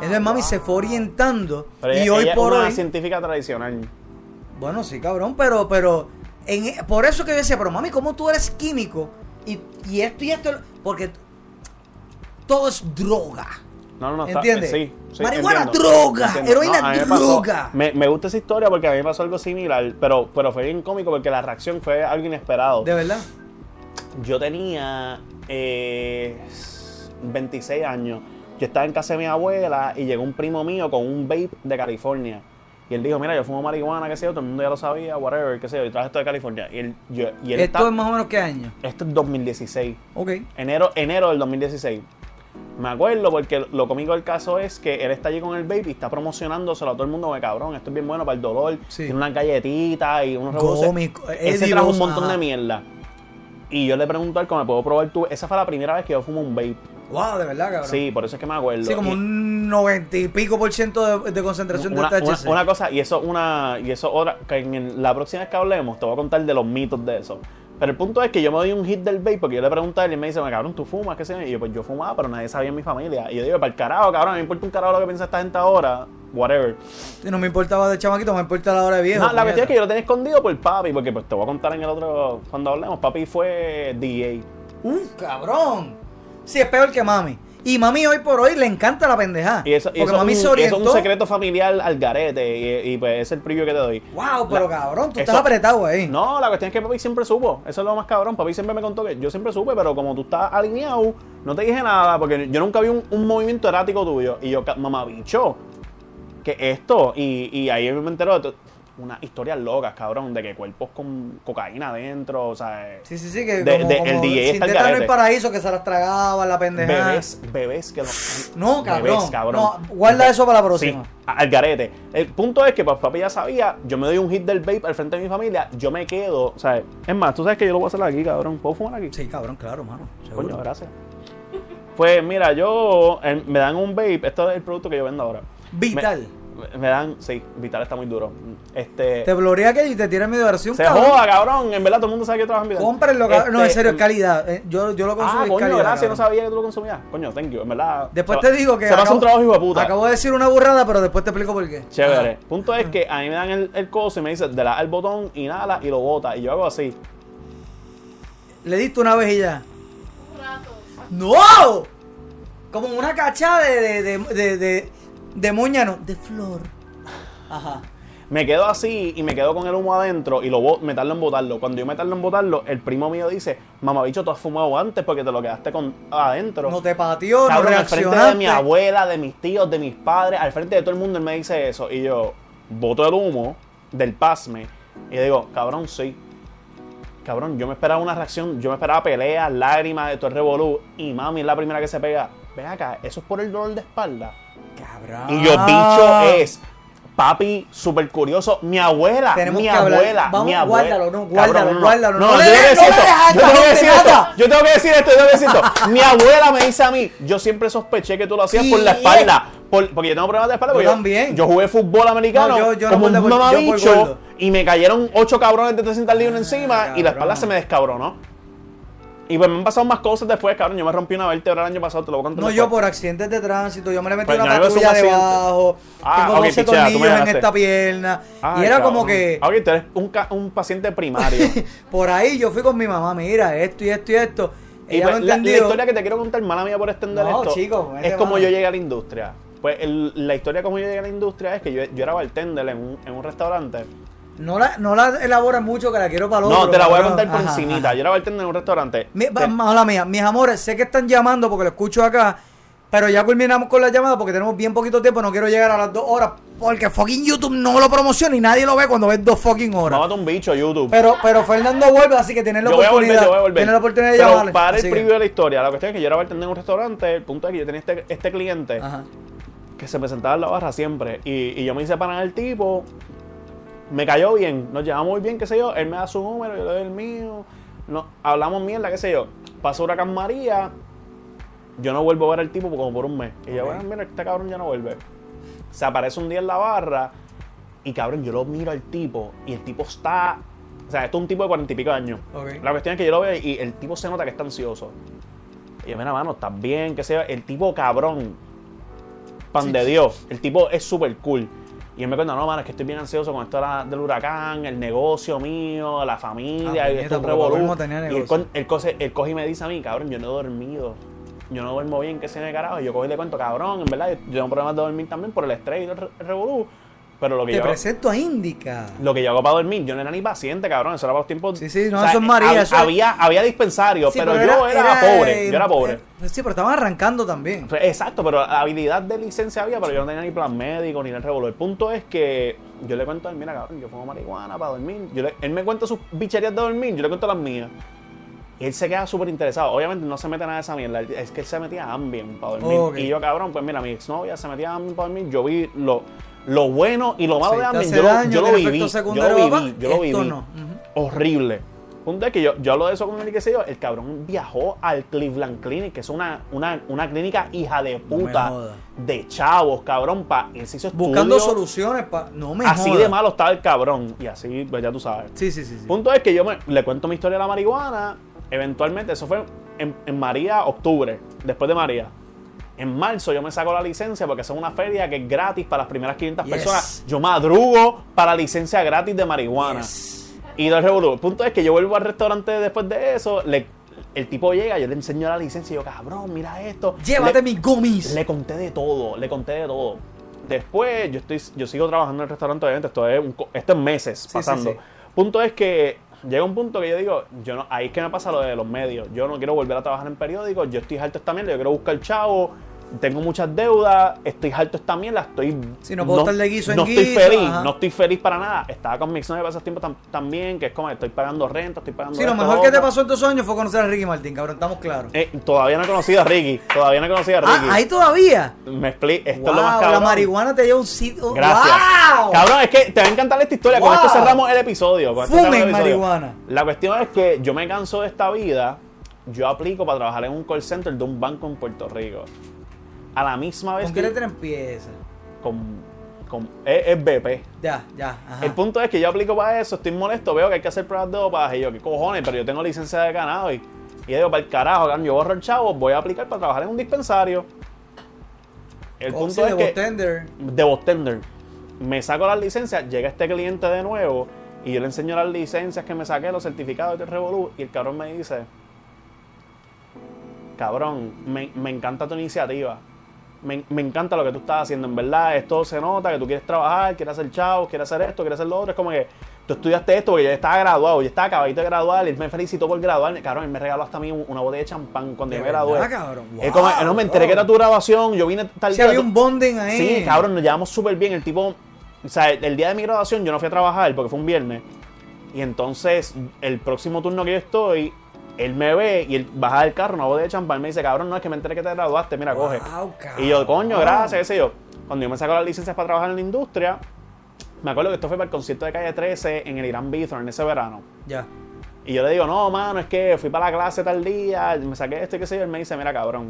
Speaker 2: Entonces mami se fue orientando.
Speaker 3: Pero
Speaker 2: y
Speaker 3: ella-
Speaker 2: hoy
Speaker 3: ella es
Speaker 2: por
Speaker 3: una
Speaker 2: hoy.
Speaker 3: científica tradicional.
Speaker 2: Bueno, sí, cabrón, pero, pero en- e, por eso que yo decía, pero mami, ¿cómo tú eres químico? Y, y esto y esto, porque todo es droga.
Speaker 3: No, no, no. está-
Speaker 2: ¿Entiendes?
Speaker 3: Sí, sí,
Speaker 2: Marihuana, droga, heroína,
Speaker 3: a mí me pasó-
Speaker 2: droga.
Speaker 3: Me, me gusta esa historia porque a mí me pasó algo similar, pero, pero fue bien cómico porque la reacción fue algo inesperado.
Speaker 2: De verdad.
Speaker 3: Yo tenía eh, 26 años. Yo estaba en casa de mi abuela y llegó un primo mío con un vape de California. Y él dijo, mira, yo fumo marihuana, qué sé yo, todo el mundo ya lo sabía, whatever, qué sé yo, y traje esto de California. Y él, yo- y él
Speaker 2: esto
Speaker 3: está-
Speaker 2: es más o menos qué año.
Speaker 3: esto es 2016.
Speaker 2: Ok.
Speaker 3: Enero, enero del 2016. Me acuerdo porque lo cómico del caso es que él está allí con el vape y está promocionándoselo a todo el mundo de cabrón. Esto es bien bueno para el dolor. Tiene unas galletitas y unos revoluciones.
Speaker 2: Gómico,
Speaker 3: Él se
Speaker 2: Eddie
Speaker 3: trajo un
Speaker 2: Rose,
Speaker 3: montón
Speaker 2: ajá.
Speaker 3: de mierda. Y yo le pregunto al cómo me puedo probar tú. Esa fue la primera vez que yo fumo un vape.
Speaker 2: Wow, de verdad, cabrón.
Speaker 3: Sí, por eso es que me acuerdo.
Speaker 2: Sí, como
Speaker 3: Y-
Speaker 2: un noventa y pico por ciento de, de concentración
Speaker 3: una,
Speaker 2: de
Speaker 3: una-
Speaker 2: THC.
Speaker 3: una cosa, y eso una y eso otra, que en el- la próxima vez que hablemos te voy a contar de los mitos de eso. Pero el punto es que yo me doy un hit del vape porque yo le pregunto a él y me dice, "Me, cabrón, ¿tú fumas? ¿Qué sé yo?" Y yo, pues yo fumaba, pero nadie sabía en mi familia. Y yo digo, para el carajo, cabrón, me importa un carajo lo que piensa esta gente ahora, whatever.
Speaker 2: Sí, No me importaba de chamaquito, me importa la hora de viejo.
Speaker 3: No, la cuestión
Speaker 2: puñeta.
Speaker 3: es que yo lo tenía escondido por papi, porque pues te voy a contar en el otro, cuando hablemos, papi fue DJ.
Speaker 2: ¡Uh, cabrón! Sí, es peor que mami. Y mami hoy por hoy le encanta la pendejada.
Speaker 3: Y eso, y
Speaker 2: porque
Speaker 3: eso
Speaker 2: mami
Speaker 3: es,
Speaker 2: se
Speaker 3: un, y eso
Speaker 2: orientó.
Speaker 3: es un secreto familiar al garete, y, y, pues es el preview que te doy.
Speaker 2: Wow, pero
Speaker 3: La-
Speaker 2: cabrón, tú
Speaker 3: eso-
Speaker 2: estás apretado ahí.
Speaker 3: No, la cuestión es que papi siempre supo. Eso es lo más cabrón. Papi siempre me contó que yo siempre supe, pero como tú estás alineado, no te dije nada, porque yo nunca vi un, un movimiento errático tuyo. Y yo, ca- mamá, bicho, que esto. Y, y ahí me entero de to- unas historias locas, cabrón, de que cuerpos con cocaína adentro, o sea. eh,
Speaker 2: Sí, sí, sí, que
Speaker 3: de-
Speaker 2: como,
Speaker 3: de-
Speaker 2: como
Speaker 3: el DJ
Speaker 2: sin
Speaker 3: está al
Speaker 2: Teta en el
Speaker 3: garete.
Speaker 2: paraíso que se las tragaba la pendejada.
Speaker 3: Bebés, bebés que los.
Speaker 2: No, cabrón,
Speaker 3: Bebés,
Speaker 2: no, guarda eso para la próxima.
Speaker 3: Sí, a- al garete. El punto es que pues, papi ya sabía, yo me doy un hit del vape al frente de mi familia, yo me quedo. O sea, es más, tú sabes que yo lo voy a hacer aquí, cabrón. ¿Puedo fumar aquí?
Speaker 2: Sí, cabrón, claro, mano.
Speaker 3: Coño, gracias. Pues mira, yo. eh, me dan un vape, esto es el producto que yo vendo ahora.
Speaker 2: Vital.
Speaker 3: Me, me dan, sí, Vital está muy duro. Este,
Speaker 2: Te blorea que y te tiran medio versión.
Speaker 3: se joda, cabrón. En verdad, todo el mundo sabe que trabaja en Vital.
Speaker 2: Cómprenlo, cabrón. No, en
Speaker 3: Este,
Speaker 2: serio, es calidad. Eh, Yo, yo lo consumo
Speaker 3: Ah,
Speaker 2: en
Speaker 3: coño,
Speaker 2: calidad.
Speaker 3: gracias.
Speaker 2: cabrón.
Speaker 3: No sabía que tú lo consumías. Coño, thank you. En verdad.
Speaker 2: Después
Speaker 3: se va-
Speaker 2: te digo que.
Speaker 3: Se pasa
Speaker 2: acabo-
Speaker 3: un trabajo, hijo de puta.
Speaker 2: Acabo de decir una burrada, pero después te explico por qué.
Speaker 3: Chévere. Punto es que a mí me dan el, el coso y me dicen, le das al botón, inhala y lo bota. Y yo hago así.
Speaker 2: Le diste una vez y ya. ¡No! Como una cacha de, de, de, de, de, de moñano. De flor. Ajá.
Speaker 3: Me quedo así y me quedo con el humo adentro y lo bo- me tardo en botarlo. Cuando yo me tardo en botarlo, el primo mío dice, mamabicho, tú has fumado antes porque te lo quedaste con adentro.
Speaker 2: No te pateó, no
Speaker 3: Cabrón, al frente de mi
Speaker 2: reaccionaste.
Speaker 3: abuela, de mis tíos, de mis padres, al frente de todo el mundo, él me dice eso. Y yo boto el humo del pasme y digo, cabrón, sí. Cabrón, yo me esperaba una reacción, yo me esperaba peleas, lágrimas de todo el revolú. Y mami es la primera que se pega. Ven acá, eso es por el dolor de espalda.
Speaker 2: Cabrón.
Speaker 3: Y yo, bicho, eh,
Speaker 2: Ah.
Speaker 3: es. Papi, súper curioso. Mi abuela,
Speaker 2: Tenemos
Speaker 3: mi
Speaker 2: que hablar.
Speaker 3: abuela,
Speaker 2: Vamos,
Speaker 3: mi abuela.
Speaker 2: guárdalo, no, guárdalo,
Speaker 3: Cabrón,
Speaker 2: guárdalo.
Speaker 3: No,
Speaker 2: No
Speaker 3: yo
Speaker 2: le
Speaker 3: tengo que
Speaker 2: des- no
Speaker 3: decir
Speaker 2: le
Speaker 3: esto.
Speaker 2: des a
Speaker 3: Yo tengo que
Speaker 2: esta
Speaker 3: decir
Speaker 2: gente
Speaker 3: esto.
Speaker 2: nada.
Speaker 3: Yo tengo que decir esto, yo tengo que decir esto. Mi abuela me dice a mí, yo siempre sospeché que tú lo hacías por la
Speaker 2: Sí. eh.
Speaker 3: espalda. por- porque yo tengo problemas de espalda.
Speaker 2: Yo
Speaker 3: porque
Speaker 2: también.
Speaker 3: Yo jugué fútbol americano
Speaker 2: No, yo- yo no
Speaker 3: como
Speaker 2: por
Speaker 3: un
Speaker 2: deporte, yo por
Speaker 3: mamabicho,
Speaker 2: gordo. Ah,
Speaker 3: Y me cayeron ocho cabrones de 300 libras encima y la espalda se me descabronó. Y pues me han pasado más cosas después, cabrón. Yo me rompí una vértebra el año pasado, te lo voy a contar
Speaker 2: No,
Speaker 3: después.
Speaker 2: yo por accidentes de tránsito, yo me le metí
Speaker 3: Pues
Speaker 2: una
Speaker 3: no, eso es un
Speaker 2: patrulla
Speaker 3: accidente.
Speaker 2: debajo,
Speaker 3: Ah,
Speaker 2: tengo
Speaker 3: ok, pichea,
Speaker 2: 12
Speaker 3: tú me
Speaker 2: tornillos en
Speaker 3: ganaste.
Speaker 2: esta pierna.
Speaker 3: Ay,
Speaker 2: y era
Speaker 3: cabrón.
Speaker 2: como que
Speaker 3: Ahora tú eres un, ca- un paciente primario.
Speaker 2: por ahí yo fui con mi mamá, mira, esto y esto y esto.
Speaker 3: y
Speaker 2: Ella
Speaker 3: pues,
Speaker 2: no
Speaker 3: la, la
Speaker 2: entendió.
Speaker 3: historia que te quiero contar, mala mía por extender
Speaker 2: No,
Speaker 3: esto,
Speaker 2: chico, mete
Speaker 3: es como
Speaker 2: mano.
Speaker 3: yo llegué a la industria. Pues el- la historia como yo llegué a la industria es que yo, yo era bartender en un, en un restaurante.
Speaker 2: No la, no la elabora mucho que la quiero para el
Speaker 3: no,
Speaker 2: otro,
Speaker 3: te la voy a
Speaker 2: cabrón.
Speaker 3: contar por
Speaker 2: Ajá,
Speaker 3: encimita.
Speaker 2: ajá.
Speaker 3: Yo era bartender en un restaurante.
Speaker 2: Mi- va- mala mía, mis amores, sé que están llamando porque lo escucho acá, pero ya culminamos con la llamada porque tenemos bien poquito tiempo, no quiero llegar a las dos horas porque fucking YouTube no lo promociona y nadie lo ve cuando ves dos fucking horas.
Speaker 3: Mámate un bicho, YouTube.
Speaker 2: Pero, pero Fernando vuelve, así que tienes la
Speaker 3: yo voy a
Speaker 2: oportunidad.
Speaker 3: volver, yo voy a volver.
Speaker 2: Tienes la oportunidad de
Speaker 3: Pero
Speaker 2: llamarle.
Speaker 3: para el
Speaker 2: Así que-
Speaker 3: preview de la historia, la cuestión es que yo era bartender en un restaurante, el punto es que yo tenía este, este cliente que se presentaba en la barra siempre. Y, y yo me hice para el tipo, me cayó bien, nos llevamos muy bien, qué sé yo, él me da su número, yo le doy el mío, no, hablamos mierda, qué sé yo. Pasó Huracán María, yo no vuelvo a ver al tipo como por un mes. Y yo,
Speaker 14: Ok.
Speaker 3: bueno, mira, este cabrón ya no vuelve. Se aparece un día en la barra y cabrón, yo lo miro al tipo y el tipo está... O sea, esto es un tipo de cuarenta y pico de años.
Speaker 2: Ok.
Speaker 3: La cuestión es que yo lo veo y el tipo se nota que está ansioso. Y yo, mira, mano, estás bien, qué sé yo. El tipo cabrón, pan
Speaker 2: Sí.
Speaker 3: de Dios. El tipo es súper cool. Y él me cuenta, no, mano, es que estoy bien ansioso con esto de la- del huracán, el negocio mío, la familia, y
Speaker 2: Ah, puñeta,
Speaker 3: esto es un
Speaker 2: porque
Speaker 3: revolú".
Speaker 2: Pablo no tenía
Speaker 3: Y él,
Speaker 2: negocio.
Speaker 3: con- él coge, él coge y me dice a mí, cabrón, yo no he dormido. Yo no duermo bien, que se me carajo. Y yo cojo y le cuento, cabrón, en verdad, yo tengo problemas de dormir también por el estrés y todo el re- el revolú. Pero lo que
Speaker 2: Te
Speaker 3: yo...
Speaker 2: presento a Indica.
Speaker 3: Lo que yo hago para dormir, yo no era ni paciente, cabrón. Eso era para los tiempos. Sí, sí,
Speaker 2: no, eso es María, eso es-
Speaker 3: Había, había dispensarios,
Speaker 2: Sí,
Speaker 3: pero, yo era, pobre. Yo era pobre.
Speaker 2: eh, pues sí, pero estaban arrancando también.
Speaker 3: Pues, Exacto, pero la habilidad de licencia había, pero yo no tenía ni plan médico ni el revolver. El punto es que yo le cuento a él, mira, cabrón, yo fumo marihuana para dormir. Yo le- él me cuenta sus bicherías de dormir, yo le cuento las mías. Y él se queda súper interesado. Obviamente no se mete nada de esa mierda. Es que él se metía a Ambien para dormir.
Speaker 2: Ok.
Speaker 3: Y yo, cabrón, pues mira, mi exnovia se metía a Ambien para dormir. Yo vi lo, lo bueno y lo malo
Speaker 2: Sí,
Speaker 3: de
Speaker 2: te
Speaker 3: Ambien.
Speaker 2: hace
Speaker 3: Yo, lo-
Speaker 2: daño,
Speaker 3: yo lo
Speaker 2: tiene
Speaker 3: viví.
Speaker 2: efectos
Speaker 3: Yo lo
Speaker 2: secundarios, papá.
Speaker 3: viví. Yo lo
Speaker 2: Esto
Speaker 3: viví.
Speaker 2: no.
Speaker 3: Horrible. Punto es que yo, yo hablo de eso con él y qué sé yo. El cabrón viajó al Cleveland Clinic, que es una, una, una clínica hija de
Speaker 2: me
Speaker 3: puta
Speaker 2: jodas.
Speaker 3: de chavos, cabrón, pa, él se hizo
Speaker 2: Buscando
Speaker 3: estudios.
Speaker 2: soluciones para. No me
Speaker 3: Así
Speaker 2: jodas.
Speaker 3: de malo estaba el cabrón. Y así, pues ya tú sabes.
Speaker 2: Sí, sí, sí. sí.
Speaker 3: Punto es que yo me- le cuento mi historia de la marihuana. Eventualmente, eso fue en, en María, octubre, después de María. En marzo yo me saco la licencia porque eso es una feria que es gratis para las primeras 500
Speaker 2: Yes.
Speaker 3: personas. Yo madrugo para la licencia gratis de marihuana. Y lo revolú. El punto es que yo vuelvo al restaurante después de eso. le- el tipo llega, yo le enseño la licencia y yo, cabrón, mira esto. Le-
Speaker 2: Llévate mis gummies.
Speaker 3: le conté de todo, le conté de todo. Después, yo estoy, yo sigo trabajando en el restaurante, obviamente, esto es, un co- esto es meses pasando.
Speaker 2: sí.
Speaker 3: Punto es que llega un punto que yo digo, yo no, ahí es que me pasa lo de los medios. Yo no quiero volver a trabajar en periódicos, yo estoy harto de esta mierda, yo quiero buscar chavo, tengo muchas deudas, estoy harto de esta mierda, estoy.
Speaker 2: Si no puedo estar de guiso en
Speaker 3: no
Speaker 2: guiso,
Speaker 3: estoy feliz,
Speaker 2: ajá.
Speaker 3: no estoy feliz para nada. Estaba con mi ex novia para esos tiempos tam- también, que es como estoy pagando renta, estoy pagando.
Speaker 2: Sí, lo
Speaker 3: esto,
Speaker 2: mejor que te
Speaker 3: otro.
Speaker 2: pasó en tus años fue conocer a Ricky Martín, cabrón, estamos claros.
Speaker 3: Eh, todavía no he conocido a Ricky, todavía no he conocido a Ricky.
Speaker 2: Ah, ahí todavía.
Speaker 3: Me explica, esto
Speaker 2: Wow,
Speaker 3: es lo más cabrón.
Speaker 2: la marihuana te lleva a un sitio.
Speaker 3: Gracias.
Speaker 2: ¡Wow!
Speaker 3: Cabrón, es que te va a encantar esta historia. Con
Speaker 2: Wow.
Speaker 3: esto cerramos el episodio. Con esto
Speaker 2: Fumen
Speaker 3: cerramos el episodio.
Speaker 2: marihuana.
Speaker 3: La cuestión es que yo me canso de esta vida. Yo aplico para trabajar en un call center de un banco en Puerto Rico. A la misma vez
Speaker 2: ¿Con qué
Speaker 3: que-
Speaker 2: letra empieza?
Speaker 3: con como- es, es BP.
Speaker 2: Ya, ya, ajá.
Speaker 3: El punto es que yo aplico para eso, estoy molesto, veo que hay que hacer pruebas de dopaje. Y yo, ¿qué cojones? Pero yo tengo licencia de ganado. Y, y yo digo, para el carajo, cabrón, yo borro el chavo, voy a aplicar para trabajar en un dispensario. El
Speaker 2: Oh,
Speaker 3: punto
Speaker 2: sí,
Speaker 3: es
Speaker 2: de
Speaker 3: que
Speaker 2: Botender.
Speaker 3: de Bostender. Me saco las licencias, llega este cliente de nuevo y yo le enseño las licencias que me saqué, los certificados de Revolú y el cabrón me dice, cabrón, me, me encanta tu iniciativa, me, me encanta lo que tú estás haciendo, en verdad, esto se nota que tú quieres trabajar, quieres hacer chavos, quieres hacer esto, quieres hacer lo otro, es como que tú estudiaste esto porque yo estaba graduado, yo estaba acabadito de graduar, él me felicitó por graduarme, cabrón, él me regaló hasta a mí una botella de champán cuando
Speaker 2: ¿De
Speaker 3: yo me gradué.
Speaker 2: verdad, cabrón?
Speaker 3: Es como,
Speaker 2: Wow,
Speaker 3: no, me enteré
Speaker 2: bro.
Speaker 3: que era tu graduación, yo vine tal
Speaker 2: Sí, había un bonding ahí.
Speaker 3: Sí, cabrón, nos llevamos súper bien. El tipo, o sea, el, el día de mi graduación yo no fui a trabajar porque fue un viernes. Y entonces, el próximo turno que yo estoy, él me ve y él baja del carro, una botella de champán, me dice, cabrón, no, es que me enteré que te graduaste, mira, coge.
Speaker 2: Ah,
Speaker 3: Y yo, coño, gracias, qué sé yo. Cuando yo me saco las licencias para trabajar en la industria, me acuerdo que esto fue para el concierto de Calle 13 en el Irán Bithorn en ese verano.
Speaker 2: Ya.
Speaker 3: Y yo le digo, no, mano, es que fui para la clase tal día, me saqué esto y qué sé yo. Él me dice, mira, cabrón,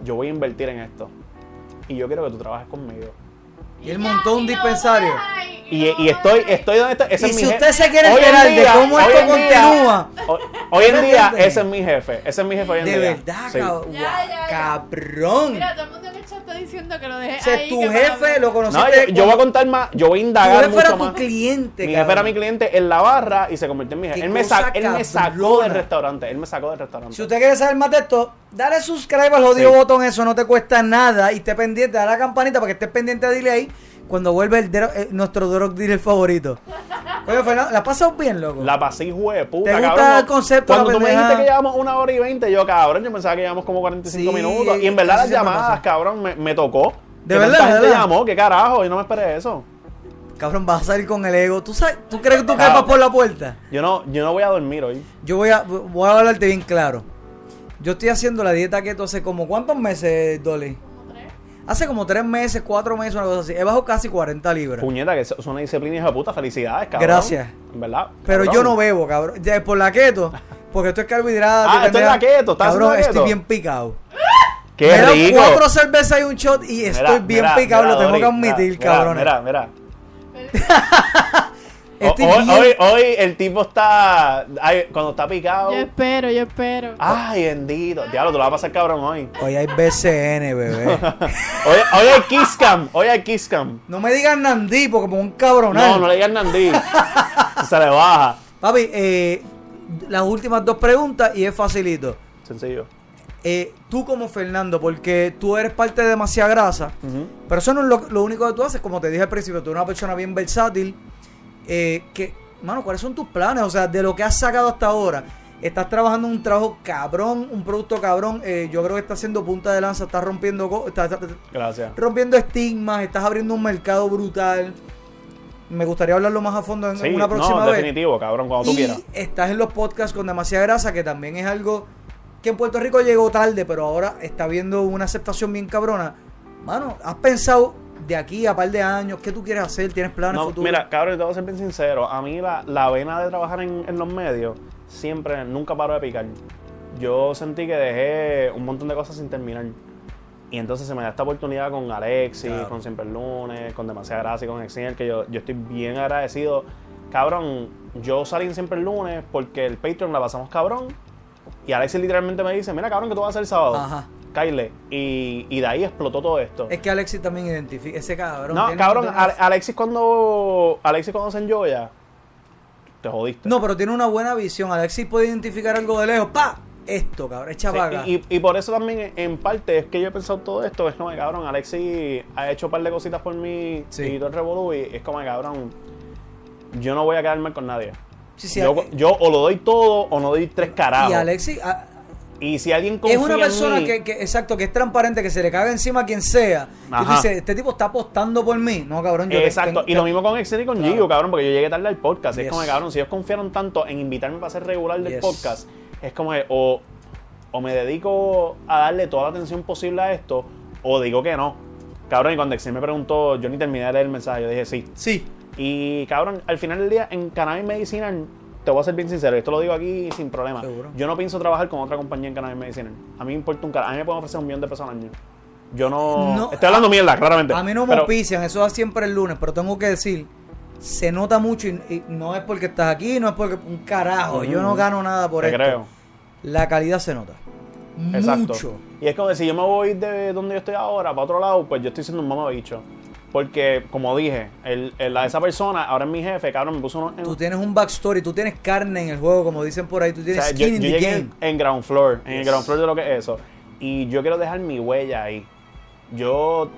Speaker 3: yo voy a invertir en esto. Y yo quiero que tú trabajes conmigo.
Speaker 2: Y él montó un dispensario.
Speaker 3: Y, y estoy, estoy donde estoy. Ese
Speaker 2: Y
Speaker 3: es
Speaker 2: si
Speaker 3: mi je-
Speaker 2: usted se quiere
Speaker 3: Hoy en
Speaker 2: enterar de
Speaker 3: día-
Speaker 2: cómo
Speaker 3: hoy
Speaker 2: esto
Speaker 3: en día-
Speaker 2: continúa.
Speaker 3: Hoy, hoy en día,
Speaker 2: ¿Entiendes?
Speaker 3: ese es mi jefe. Ese es mi jefe hoy en
Speaker 2: De
Speaker 3: día.
Speaker 2: verdad,
Speaker 3: Sí.
Speaker 2: cabrón.
Speaker 12: Ya, ya, ya.
Speaker 2: Cabrón.
Speaker 12: Mira, todo el mundo en el chat está diciendo que lo deje
Speaker 2: O sea,
Speaker 12: Eh, ahí.
Speaker 2: tu
Speaker 12: que
Speaker 2: jefe lo
Speaker 3: No,
Speaker 2: conociste.
Speaker 3: yo, yo voy a contar más, yo voy a
Speaker 2: Tu
Speaker 3: indagar
Speaker 2: jefe
Speaker 3: mucho
Speaker 2: era tu
Speaker 3: más.
Speaker 2: cliente,
Speaker 3: Mi
Speaker 2: cabrón.
Speaker 3: jefe era mi cliente en la barra y se convirtió en mi jefe.
Speaker 2: Qué
Speaker 3: Él me,
Speaker 2: cosa
Speaker 3: sa- él me sacó
Speaker 2: cabrona.
Speaker 3: del restaurante. Él me sacó del restaurante.
Speaker 2: Si usted quiere saber más de esto, dale subscribe al jodido
Speaker 3: Sí.
Speaker 2: botón, eso no te cuesta nada. Y esté pendiente, dale a la campanita para que estés pendiente de Dile ahí cuando vuelve el dro- eh, nuestro drug dealer favorito. Oye, Fernando, ¿la has pasado bien, loco?
Speaker 3: La pasé hijo de puta,
Speaker 2: ¿Te gusta
Speaker 3: cabrón.
Speaker 2: el concepto de la
Speaker 3: Cuando tú me
Speaker 2: pendeja?
Speaker 3: dijiste que llevamos una hora y veinte, yo, cabrón, yo pensaba que llevamos como 45
Speaker 2: Sí,
Speaker 3: minutos. Y en
Speaker 2: casi
Speaker 3: verdad las
Speaker 2: siempre
Speaker 3: llamadas,
Speaker 2: pasa.
Speaker 3: cabrón, me, me tocó.
Speaker 2: De
Speaker 3: Que
Speaker 2: verdad,
Speaker 3: tanta
Speaker 2: de
Speaker 3: gente
Speaker 2: verdad.
Speaker 3: llamó, qué carajo, yo no me esperé eso.
Speaker 2: Cabrón, vas a salir con el ego. ¿Tú, sabes, ¿tú crees que tú
Speaker 3: Claro.
Speaker 2: capas por la puerta?
Speaker 3: Yo no, yo no voy a dormir hoy.
Speaker 2: Yo voy a, voy a hablarte bien claro. Yo estoy haciendo la dieta keto hace como cuántos meses, Dolly? Hace como tres meses, cuatro meses, una cosa así. He bajado casi 40 libras.
Speaker 3: Puñeta, que eso es una disciplina hija de puta, felicidades, cabrón.
Speaker 2: Gracias.
Speaker 3: En verdad.
Speaker 2: Pero
Speaker 3: cabrón.
Speaker 2: yo no bebo, cabrón. Ya, por la keto. Porque esto es carbohidrato.
Speaker 3: Ah, esto es
Speaker 2: pendeja.
Speaker 3: la keto, estás haciendo
Speaker 2: Cabrón,
Speaker 3: la
Speaker 2: estoy
Speaker 3: keto.
Speaker 2: bien picado.
Speaker 3: Qué
Speaker 2: Me he dado
Speaker 3: rico.
Speaker 2: cuatro cervezas y un shot y estoy
Speaker 3: Mira,
Speaker 2: bien
Speaker 3: mira,
Speaker 2: picado,
Speaker 3: mira,
Speaker 2: lo tengo
Speaker 3: Dori,
Speaker 2: que admitir,
Speaker 3: mira, mira,
Speaker 2: cabrones.
Speaker 3: Mira, mira.
Speaker 2: Estoy
Speaker 3: hoy,
Speaker 2: bien-
Speaker 3: hoy, hoy el tipo está. ay, cuando está picado.
Speaker 12: Yo espero, yo espero.
Speaker 2: Ah,
Speaker 3: Ay, bendito. Diablo, tú la vas a pasar cabrón hoy.
Speaker 2: Hoy hay BCN, bebé.
Speaker 3: Hoy, hoy hay Kiss Cam. Hoy hay Kiss Cam.
Speaker 2: No me digas Nandí, porque pongo un cabronal.
Speaker 3: No, no le digas Nandí. Se le baja.
Speaker 2: Papi, eh, las últimas dos preguntas y es facilito.
Speaker 3: Sencillo.
Speaker 2: Eh, tú como Fernando, porque tú eres parte de demasiada grasa, pero eso no es lo, lo único que tú haces, como te dije al principio, tú eres una persona bien versátil. eh, que, mano, ¿cuáles son tus planes? O sea, de lo que has sacado hasta ahora, estás trabajando en un trabajo cabrón, un producto cabrón. eh, yo creo que estás haciendo punta de lanza, estás rompiendo, co- estás- estás-
Speaker 3: Gracias.
Speaker 2: rompiendo estigmas, estás abriendo un mercado brutal. Me gustaría hablarlo más a fondo en
Speaker 3: Sí,
Speaker 2: una próxima
Speaker 3: no,
Speaker 2: vez.
Speaker 3: definitivo, cabrón, cuando tú
Speaker 2: Y
Speaker 3: quieras.
Speaker 2: estás en los podcasts con demasiada grasa, que también es algo que en Puerto Rico llegó tarde, pero ahora está viendo una aceptación bien cabrona. Mano, ¿has pensado de aquí a par de años qué tú quieres hacer? ¿Tienes planes
Speaker 3: No,
Speaker 2: futuros?
Speaker 3: mira, cabrón, te voy a ser bien sincero. A mí la, la vena de trabajar en, en los medios siempre, nunca paró de picar. Yo sentí que dejé un montón de cosas sin terminar. Y entonces se me da esta oportunidad con Alexis,
Speaker 14: Claro.
Speaker 3: con Siempre el Lunes, con Demasiada Gracia y con Excel, que yo, yo estoy bien agradecido. Cabrón, yo salí en Siempre el Lunes porque el Patreon la pasamos cabrón. Y Alexis literalmente me dice, mira cabrón, que tú vas a hacer el sábado.
Speaker 2: Ajá.
Speaker 3: Kyle. Y, y de ahí explotó todo esto.
Speaker 2: Es que Alexis también identifica. Ese cabrón.
Speaker 3: No,
Speaker 2: tiene-
Speaker 3: cabrón,
Speaker 2: tiene-
Speaker 3: Ale- Alexis cuando Alexis cuando se enjoya, te jodiste.
Speaker 2: No, pero tiene una buena visión. Alexis puede identificar algo de lejos. ¡Pa! Esto, cabrón, echa para acá.
Speaker 3: Sí, y, y por eso también, en parte, es que yo he pensado todo esto. Es como, cabrón, Alexis ha hecho un par de cositas por mí y todo el revolú. Y es como, cabrón, yo no voy a quedar mal con nadie.
Speaker 2: sí,
Speaker 3: yo,
Speaker 2: Ale-
Speaker 3: yo o lo doy todo o no doy tres carajos.
Speaker 2: Y Alexis ah,
Speaker 3: Y si alguien confía
Speaker 2: es una
Speaker 3: en
Speaker 2: persona
Speaker 3: mí-
Speaker 2: que, que- exacto, que es transparente, que se le caga encima a quien sea. Y tú
Speaker 3: Ajá.
Speaker 2: dices, este tipo está apostando por mí. No, cabrón, yo Este, te-
Speaker 3: Exacto,
Speaker 2: tengo-
Speaker 3: y lo mismo con Excel y con
Speaker 2: Claro.
Speaker 3: Gigo, cabrón, porque yo llegué tarde al podcast. Es
Speaker 2: Yes.
Speaker 3: como, que, cabrón, si ellos confiaron tanto en invitarme para ser regular del
Speaker 2: Yes.
Speaker 3: podcast, es como que o, o me dedico a darle toda la atención posible a esto, o digo que no. Cabrón, y cuando Excel me preguntó, yo ni terminé de leer el mensaje, yo dije sí.
Speaker 2: Sí.
Speaker 3: Y cabrón, al final del día, en Cannabis Medicinal, te voy a ser bien sincero, esto lo digo aquí sin problema. Yo no pienso trabajar con otra compañía en Cannabis Medicinal. A mí me importa un carajo, a mí me pueden ofrecer un millón de pesos al año. Yo no.
Speaker 2: No,
Speaker 3: estoy hablando mierda, claramente.
Speaker 2: A mí no me
Speaker 3: Pero-
Speaker 2: auspician, eso es siempre el lunes, pero tengo que decir, se nota mucho y, y no es porque estás aquí, no es porque un carajo, yo no
Speaker 3: Ujú.
Speaker 2: gano nada por
Speaker 3: Mm. Te
Speaker 2: esto.
Speaker 3: creo.
Speaker 2: La calidad se nota.
Speaker 3: Exacto.
Speaker 2: Mucho.
Speaker 3: Y es como que si yo me voy de donde yo estoy ahora para otro lado, pues yo estoy siendo un mamabicho. Porque, como dije, el, el- la- esa persona ahora es mi jefe, cabrón, me puso uno en-
Speaker 2: Tú tienes un backstory, tú tienes carne en el juego, como dicen por ahí, tú
Speaker 3: o
Speaker 2: tienes
Speaker 3: sea, yo,
Speaker 2: skin in
Speaker 3: yo
Speaker 2: the
Speaker 3: llegué
Speaker 2: game.
Speaker 3: en, en ground floor, en el
Speaker 2: Yes.
Speaker 3: ground floor de lo que es eso. Y yo quiero dejar mi huella ahí. Yo,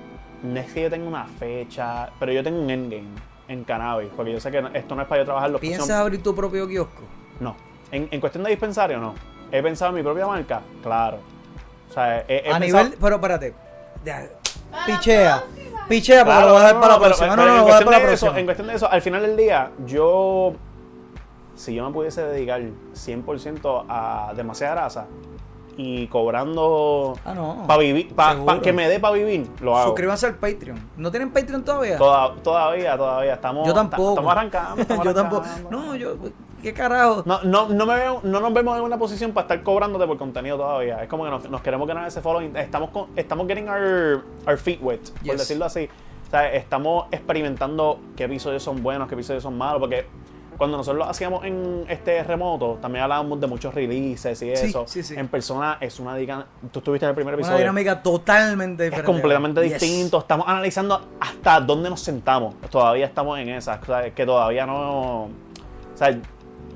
Speaker 3: no es que yo tenga una fecha, pero yo tengo un endgame en cannabis, porque yo sé que no- esto no es para yo trabajar los
Speaker 2: ¿Piensas abrir tu propio kiosco?
Speaker 3: No. En, en cuestión de dispensario, no. He pensado en mi propia marca, claro. O sea, he- he
Speaker 2: a
Speaker 3: pensado-
Speaker 2: nivel, pero espérate. Ya, Pichea. Pichea, porque lo voy a dejar
Speaker 3: Claro,
Speaker 2: para la
Speaker 3: no, no,
Speaker 2: próxima.
Speaker 3: pero-
Speaker 2: No, no,
Speaker 3: pero
Speaker 2: lo
Speaker 3: en
Speaker 2: voy a dejar
Speaker 3: cuestión
Speaker 2: para la
Speaker 3: de eso,
Speaker 2: próxima.
Speaker 3: En cuestión de eso, al final del día, yo. Si yo me pudiese dedicar 100% a demasiada grasa y cobrando.
Speaker 2: Ah, no.
Speaker 3: Para vivir. Para
Speaker 2: Seguro.
Speaker 3: que me dé para vivir, lo hago.
Speaker 2: Suscríbanse al Patreon. ¿No tienen Patreon todavía?
Speaker 3: Toda- todavía, todavía. Estamos,
Speaker 2: Yo tampoco.
Speaker 3: Estamos arrancando. estamos
Speaker 2: Yo tampoco.
Speaker 3: arrancando.
Speaker 2: No, yo. ¿Qué carajo?
Speaker 3: No, no, no, me veo- no nos vemos en una posición para estar cobrándote por contenido todavía. Es como que nos, nos queremos ganar ese following. Estamos, con, estamos getting our, our feet wet, por
Speaker 2: Yes.
Speaker 3: decirlo así. O sea, estamos experimentando qué episodios son buenos, qué episodios son malos, porque cuando nosotros lo hacíamos en este remoto, también hablábamos de muchos releases y
Speaker 2: Sí,
Speaker 3: eso.
Speaker 2: sí, sí.
Speaker 3: En persona es una dinámica... Tú estuviste en el primer
Speaker 2: Una
Speaker 3: episodio.
Speaker 2: dinámica totalmente
Speaker 3: es
Speaker 2: diferente.
Speaker 3: completamente
Speaker 2: Yes.
Speaker 3: distinto. Estamos analizando hasta dónde nos sentamos. Todavía estamos en esas, o sea, que todavía no... O sea,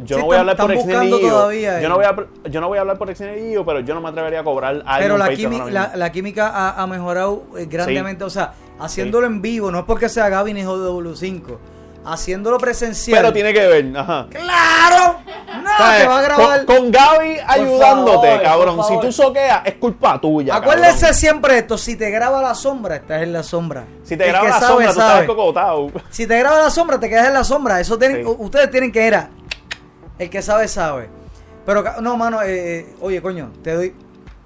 Speaker 3: yo
Speaker 2: Sí,
Speaker 3: no voy
Speaker 2: están-
Speaker 3: a hablar por
Speaker 2: están buscando
Speaker 3: Exnelio.
Speaker 2: todavía
Speaker 3: Yo
Speaker 2: el-
Speaker 3: no voy a pr- yo no voy a hablar por Exnelio, pero yo no me atrevería a cobrar a
Speaker 2: Pero
Speaker 3: alguien
Speaker 2: la,
Speaker 3: Patreon
Speaker 2: quimi-
Speaker 3: ahora
Speaker 2: la,
Speaker 3: mismo.
Speaker 2: la química ha, ha mejorado eh, grandemente. O sea, haciéndolo en vivo, no es porque sea Gavin hijo de W5. Haciéndolo presencial.
Speaker 3: Pero tiene que ver, ajá.
Speaker 2: ¡Claro! ¡No!
Speaker 3: ¿Sabes?
Speaker 2: Te va a grabar.
Speaker 3: Con, con Gaby ayudándote,
Speaker 2: favor,
Speaker 3: cabrón.
Speaker 2: por
Speaker 3: Si
Speaker 2: favor.
Speaker 3: tú soqueas, es culpa tuya.
Speaker 2: Acuérdese
Speaker 3: cabrón.
Speaker 2: siempre esto: si te graba la sombra, estás en la sombra.
Speaker 3: Si te
Speaker 2: El
Speaker 3: grabas la
Speaker 2: que sabe,
Speaker 3: sombra, tú
Speaker 2: sabe.
Speaker 3: estás cocotado.
Speaker 2: Si te graba la sombra, te quedas en la sombra. Eso tienen,
Speaker 3: Sí.
Speaker 2: u- ustedes tienen que era. El que sabe, sabe. Pero ca- no, mano, eh, eh, oye, coño, te doy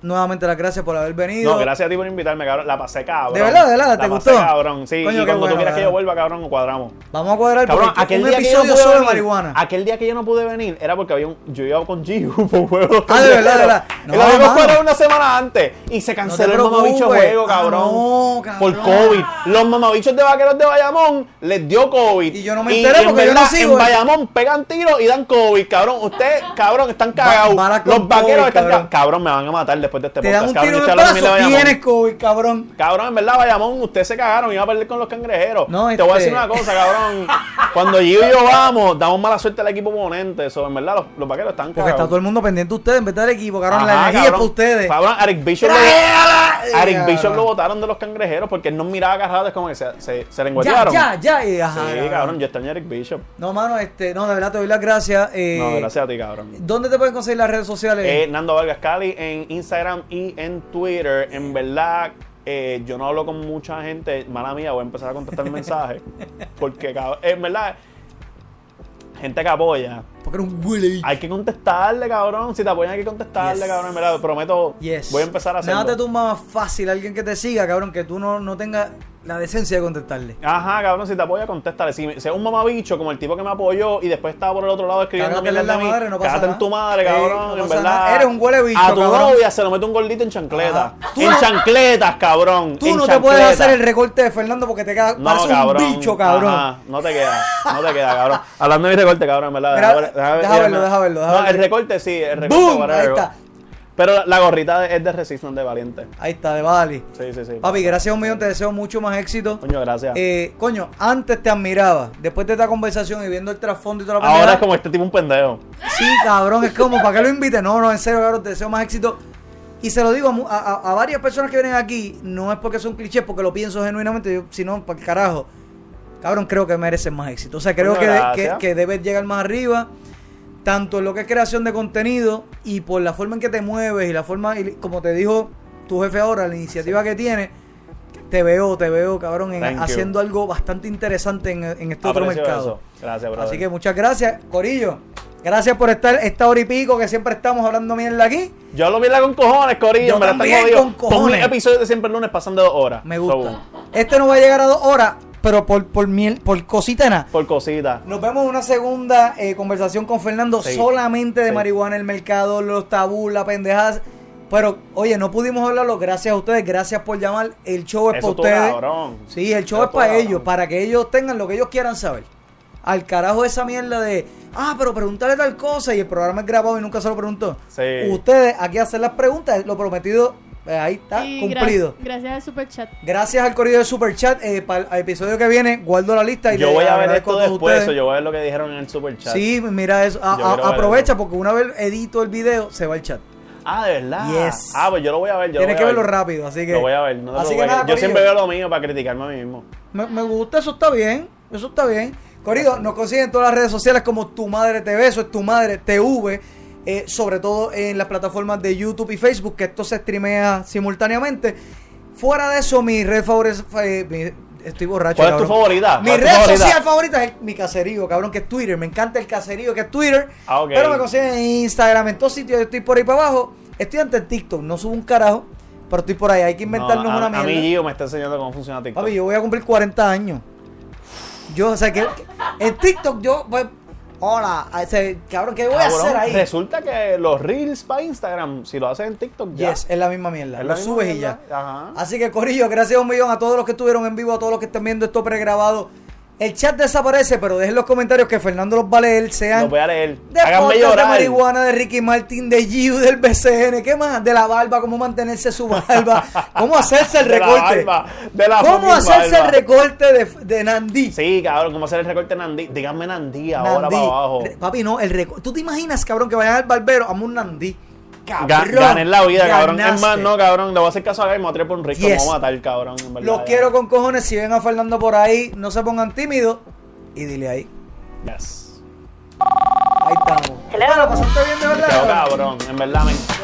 Speaker 2: nuevamente las gracias por haber venido.
Speaker 3: No, gracias a ti por invitarme, cabrón. La pasé, cabrón.
Speaker 2: De verdad, de verdad,
Speaker 3: La
Speaker 2: ¿te
Speaker 3: pasé,
Speaker 2: gustó?
Speaker 3: cabrón. Sí,
Speaker 2: Coño,
Speaker 3: y
Speaker 2: qué
Speaker 3: cuando tú
Speaker 2: bueno,
Speaker 3: quieras que yo
Speaker 2: cabrón.
Speaker 3: vuelva, cabrón, nos cuadramos.
Speaker 2: Vamos a cuadrar
Speaker 3: Cabrón,
Speaker 2: porque
Speaker 3: aquel
Speaker 2: un
Speaker 3: día que yo
Speaker 2: episodio
Speaker 3: no pude
Speaker 2: solo de
Speaker 3: venir,
Speaker 2: marihuana.
Speaker 3: Aquel día que yo no pude venir era porque había un, yo iba con Giu por juego.
Speaker 2: Ah, de verdad, de verdad.
Speaker 3: Y
Speaker 2: No,
Speaker 3: lo habíamos
Speaker 2: mano.
Speaker 3: cuadrado una semana antes y se canceló el
Speaker 2: preocupes.
Speaker 3: mamabicho juego,
Speaker 2: Ah,
Speaker 3: cabrón.
Speaker 2: no,
Speaker 3: Por COVID. Los mamabichos de vaqueros de Bayamón les dio COVID. Y yo no
Speaker 2: me enteré porque yo no sigo
Speaker 3: En
Speaker 2: eso.
Speaker 3: Bayamón pegan tiros y dan COVID, cabrón. Ustedes, cabrón, están cagados.
Speaker 2: bala con
Speaker 3: Los vaqueros
Speaker 2: COVID,
Speaker 3: están
Speaker 2: cabrón.
Speaker 3: cagados. Cabrón, me van a matar después de este
Speaker 2: Te dan
Speaker 3: podcast, cabrón.
Speaker 2: un tiro
Speaker 3: Yo
Speaker 2: en
Speaker 3: estoy
Speaker 2: el
Speaker 3: hablando mil de
Speaker 2: brazo,
Speaker 3: Bayamón.
Speaker 2: tienes COVID, cabrón.
Speaker 3: Cabrón, en verdad, Bayamón, ustedes se cagaron, iba a perder con los cangrejeros.
Speaker 2: No,
Speaker 3: Te voy a
Speaker 2: este-
Speaker 3: decir una cosa, cabrón. Cuando Gio y yo vamos, damos mala suerte al equipo oponente. Eso, en verdad, los, los vaqueros están
Speaker 2: Porque está todo
Speaker 3: cagados.
Speaker 2: el mundo pendiente de ustedes en vez del equipo, cabrón. la
Speaker 3: Ajá,
Speaker 2: energía es
Speaker 3: cabrón.
Speaker 2: para ustedes.
Speaker 3: Cabrón, Eric Bishop,
Speaker 2: ¡Tráela!
Speaker 3: lo, Eric Bishop
Speaker 2: Cabrón.
Speaker 3: lo votaron de los cangrejeros porque él nos miraba agarrado, es como que se, se, se lengüetearon.
Speaker 2: Ya, ya, ya, y ajá,
Speaker 3: sí,
Speaker 2: cabrón.
Speaker 3: cabrón. yo extraño a Eric Bishop.
Speaker 2: No, mano, este, no, de verdad te doy las gracias. eh,
Speaker 3: No, gracias a ti, cabrón.
Speaker 2: ¿Dónde te pueden conseguir las redes sociales?
Speaker 3: Eh, Nando Vargas Cali en Instagram y en Twitter. En verdad, eh, yo no hablo con mucha gente. Mala mía, voy a empezar a contestar mensajes. Porque, cabrón, en verdad, gente que apoya.
Speaker 2: Porque era un bully.
Speaker 3: Hay que contestarle, cabrón. Si te apoyan, hay que contestarle,
Speaker 2: Yes.
Speaker 3: cabrón. En verdad, prometo.
Speaker 2: Yes.
Speaker 3: Voy a empezar a hacerlo.
Speaker 2: Nada te tumba más fácil alguien que te siga, cabrón, que tú no, no tengas la decencia de contestarle.
Speaker 3: Ajá, cabrón, si te apoya, contéstale. Si, me- si es un mamabicho como el tipo que me apoyó y después estaba por el otro lado escribiendo
Speaker 2: Cágatele en
Speaker 3: mierda
Speaker 2: la
Speaker 3: a mí,
Speaker 2: madre, no pasa
Speaker 3: cágate en
Speaker 2: nada.
Speaker 3: tu madre,
Speaker 2: Sí,
Speaker 3: cabrón.
Speaker 2: no
Speaker 3: en
Speaker 2: pasa
Speaker 3: verdad.
Speaker 2: nada. Eres un huele bicho,
Speaker 3: A tu
Speaker 2: cabrón.
Speaker 3: novia se lo mete un gordito en chancleta.
Speaker 2: Tú
Speaker 3: En
Speaker 2: no-
Speaker 3: chancletas, cabrón.
Speaker 2: Tú
Speaker 3: en
Speaker 2: no te puedes
Speaker 3: chancletas.
Speaker 2: hacer el recorte de Fernando porque te queda,
Speaker 3: No,
Speaker 2: parece
Speaker 3: cabrón.
Speaker 2: un bicho, cabrón.
Speaker 3: Ajá, no te queda, no te queda, cabrón. Hablando de mi recorte, cabrón, en verdad.
Speaker 2: Mira,
Speaker 3: déjame ver-
Speaker 2: deja
Speaker 3: mírame.
Speaker 2: verlo, deja verlo, deja
Speaker 3: No,
Speaker 2: verlo.
Speaker 3: el recorte sí, el recorte.
Speaker 2: ¡Boom!
Speaker 3: whatever.
Speaker 2: Ahí está.
Speaker 3: Pero la, la gorrita es de Resistance de Valiente.
Speaker 2: Ahí está, de Bali.
Speaker 3: Sí, sí, sí.
Speaker 2: Papi, gracias a un millón, te deseo mucho más éxito.
Speaker 3: Coño, gracias.
Speaker 2: Eh, coño, antes te admiraba. Después de esta conversación y viendo el trasfondo y toda la
Speaker 3: Ahora
Speaker 2: pendeja,
Speaker 3: es como este tipo un pendejo.
Speaker 2: Sí, cabrón, es como, ¿para qué lo invite? No, no, en serio, cabrón, te deseo más éxito. Y se lo digo a mu- a, a- a varias personas que vienen aquí, no es porque son clichés, porque lo pienso genuinamente, yo, si no, para carajo. Cabrón, creo que merecen más éxito. O sea, creo
Speaker 3: Coño,
Speaker 2: que, de- que,
Speaker 3: gracias.
Speaker 2: que debes llegar más arriba, tanto en lo que es creación de contenido y por la forma en que te mueves y la forma, y como te dijo tu jefe ahora, la iniciativa que tienes, te veo, te veo, cabrón, en-
Speaker 3: Thank you.
Speaker 2: haciendo algo bastante interesante en, en este otro
Speaker 3: Aprecio
Speaker 2: mercado.
Speaker 3: eso. Gracias, brother.
Speaker 2: Así que muchas gracias, Corillo. Gracias por estar esta hora y pico que siempre estamos hablando mierda aquí.
Speaker 3: Yo lo vi la con cojones,
Speaker 2: Yo
Speaker 3: Corillo. Me la están
Speaker 2: también
Speaker 3: jodidos.
Speaker 2: con cojones.
Speaker 3: Pon mi episodio de siempre el lunes pasando dos horas. Me gusta.
Speaker 2: Este no va a llegar a dos horas, pero por, por, miel, por cosita nada.
Speaker 3: por cositas.
Speaker 2: Nos vemos en una segunda eh, conversación con Fernando
Speaker 3: Sí.
Speaker 2: solamente de
Speaker 3: Sí.
Speaker 2: marihuana, el mercado, los tabús, la pendejada. Pero, oye, no pudimos hablarlo. Gracias a ustedes, gracias por llamar. El show
Speaker 3: Eso
Speaker 2: es para
Speaker 3: estuvo
Speaker 2: ustedes.
Speaker 3: cabrón.
Speaker 2: Sí, el show
Speaker 3: Eso
Speaker 2: es para
Speaker 3: estuvo
Speaker 2: ellos, para que ellos tengan lo que ellos quieran saber. Al carajo esa mierda de, ah, pero pregúntale tal cosa y el programa es grabado y nunca se lo preguntó.
Speaker 3: Sí.
Speaker 2: Ustedes aquí hacen las preguntas, lo prometido, eh, ahí está,
Speaker 12: Y gra-
Speaker 2: cumplido.
Speaker 12: gracias al super chat.
Speaker 2: Gracias al corrido de Super Chat. eh, para el episodio que viene, guardo la lista y
Speaker 3: Yo
Speaker 2: le
Speaker 3: voy a ver
Speaker 2: agradezco
Speaker 3: esto
Speaker 2: todos
Speaker 3: después,
Speaker 2: ustedes.
Speaker 3: o yo voy a ver lo que dijeron en el super chat.
Speaker 2: Sí, mira eso. A-
Speaker 3: Yo
Speaker 2: a-
Speaker 3: quiero ver
Speaker 2: aprovecha porque una vez edito el video, se va el chat.
Speaker 3: Ah, de verdad.
Speaker 2: Yes.
Speaker 3: Ah, pues yo lo voy a ver. Yo lo
Speaker 2: Tienes
Speaker 3: voy
Speaker 2: que
Speaker 3: a ver.
Speaker 2: verlo rápido, así que-
Speaker 3: Lo voy a ver. no te
Speaker 2: Así que
Speaker 3: preocupes.
Speaker 2: nada,
Speaker 3: yo
Speaker 2: corillo.
Speaker 3: siempre veo lo mío para criticarme a mí mismo.
Speaker 2: Me, me gusta, eso está bien. Eso está bien. Corrido, nos consiguen en todas las redes sociales como Tu Madre TV, eso es Tu Madre TV, eh, sobre todo en las plataformas de YouTube y Facebook, que esto se streamea simultáneamente. Fuera de eso, mi red favorita. eh, estoy borracho.
Speaker 3: ¿Cuál es tu
Speaker 2: cabrón.
Speaker 3: favorita? ¿Cuál
Speaker 2: Mi
Speaker 3: es tu
Speaker 2: red
Speaker 3: favorita?
Speaker 2: social favorita es el- mi caserío, cabrón, que es Twitter. Me encanta el caserío, que es Twitter.
Speaker 3: Ah, ok.
Speaker 2: Pero me consiguen en Instagram, en todos sitios. Yo estoy por ahí para abajo. Estoy ante el TikTok, no subo un carajo, pero estoy por ahí. Hay que inventarnos
Speaker 3: No, a,
Speaker 2: una
Speaker 3: a
Speaker 2: mierda.
Speaker 3: mí Gio me está enseñando cómo funciona TikTok.
Speaker 2: Papi, yo voy a cumplir 40 años. Yo, o sea, que que en TikTok yo, pues, hola, o sea, cabrón, ¿qué voy a
Speaker 3: Cabrón,
Speaker 2: hacer ahí?
Speaker 3: Resulta que los reels para Instagram, si lo haces en TikTok, ya.
Speaker 2: Yes, es la misma mierda.
Speaker 3: Es
Speaker 2: Lo
Speaker 3: la misma
Speaker 2: subes
Speaker 3: mierda.
Speaker 2: y ya. Así que, Corillo, gracias a un millón a todos los que estuvieron en vivo, a todos los que están viendo esto pregrabado. El chat desaparece, pero dejen los comentarios que Fernando los va a leer, sean
Speaker 3: Los voy a leer.
Speaker 2: de
Speaker 3: Háganme
Speaker 2: podcast de
Speaker 3: llorar.
Speaker 2: marihuana de Ricky Martin, de Giu, del BCN, ¿qué más? De la barba, cómo mantenerse su barba, cómo hacerse el
Speaker 3: De la
Speaker 2: recorte.
Speaker 3: barba, de la
Speaker 2: ¿Cómo
Speaker 3: fucking
Speaker 2: hacerse
Speaker 3: barba.
Speaker 2: el recorte de, de Nandí?
Speaker 3: Sí, cabrón, ¿cómo hacer el recorte de Nandí? Díganme Nandí ahora
Speaker 2: Nandí.
Speaker 3: para abajo.
Speaker 2: Re- Papi, no, el recorte. ¿Tú te imaginas, cabrón, que vayan al barbero? Amo un Nandí.
Speaker 3: Ga-
Speaker 2: Cabrón.
Speaker 3: Gané en la vida, cabrón. Es
Speaker 2: ganaste.
Speaker 3: más, no, cabrón. Le voy a hacer caso a Guy y me voy a tirar por un rico.
Speaker 2: Yes.
Speaker 3: Me voy a matar, cabrón. en verdad,
Speaker 2: Los
Speaker 3: ya.
Speaker 2: quiero con cojones. Si ven a Fernando por ahí, no se pongan tímidos. Y dile ahí.
Speaker 3: Yes.
Speaker 2: Ahí estamos. Bueno, pasaste bien de
Speaker 3: Me quedo
Speaker 2: verdad.
Speaker 3: cabrón. En verdad, me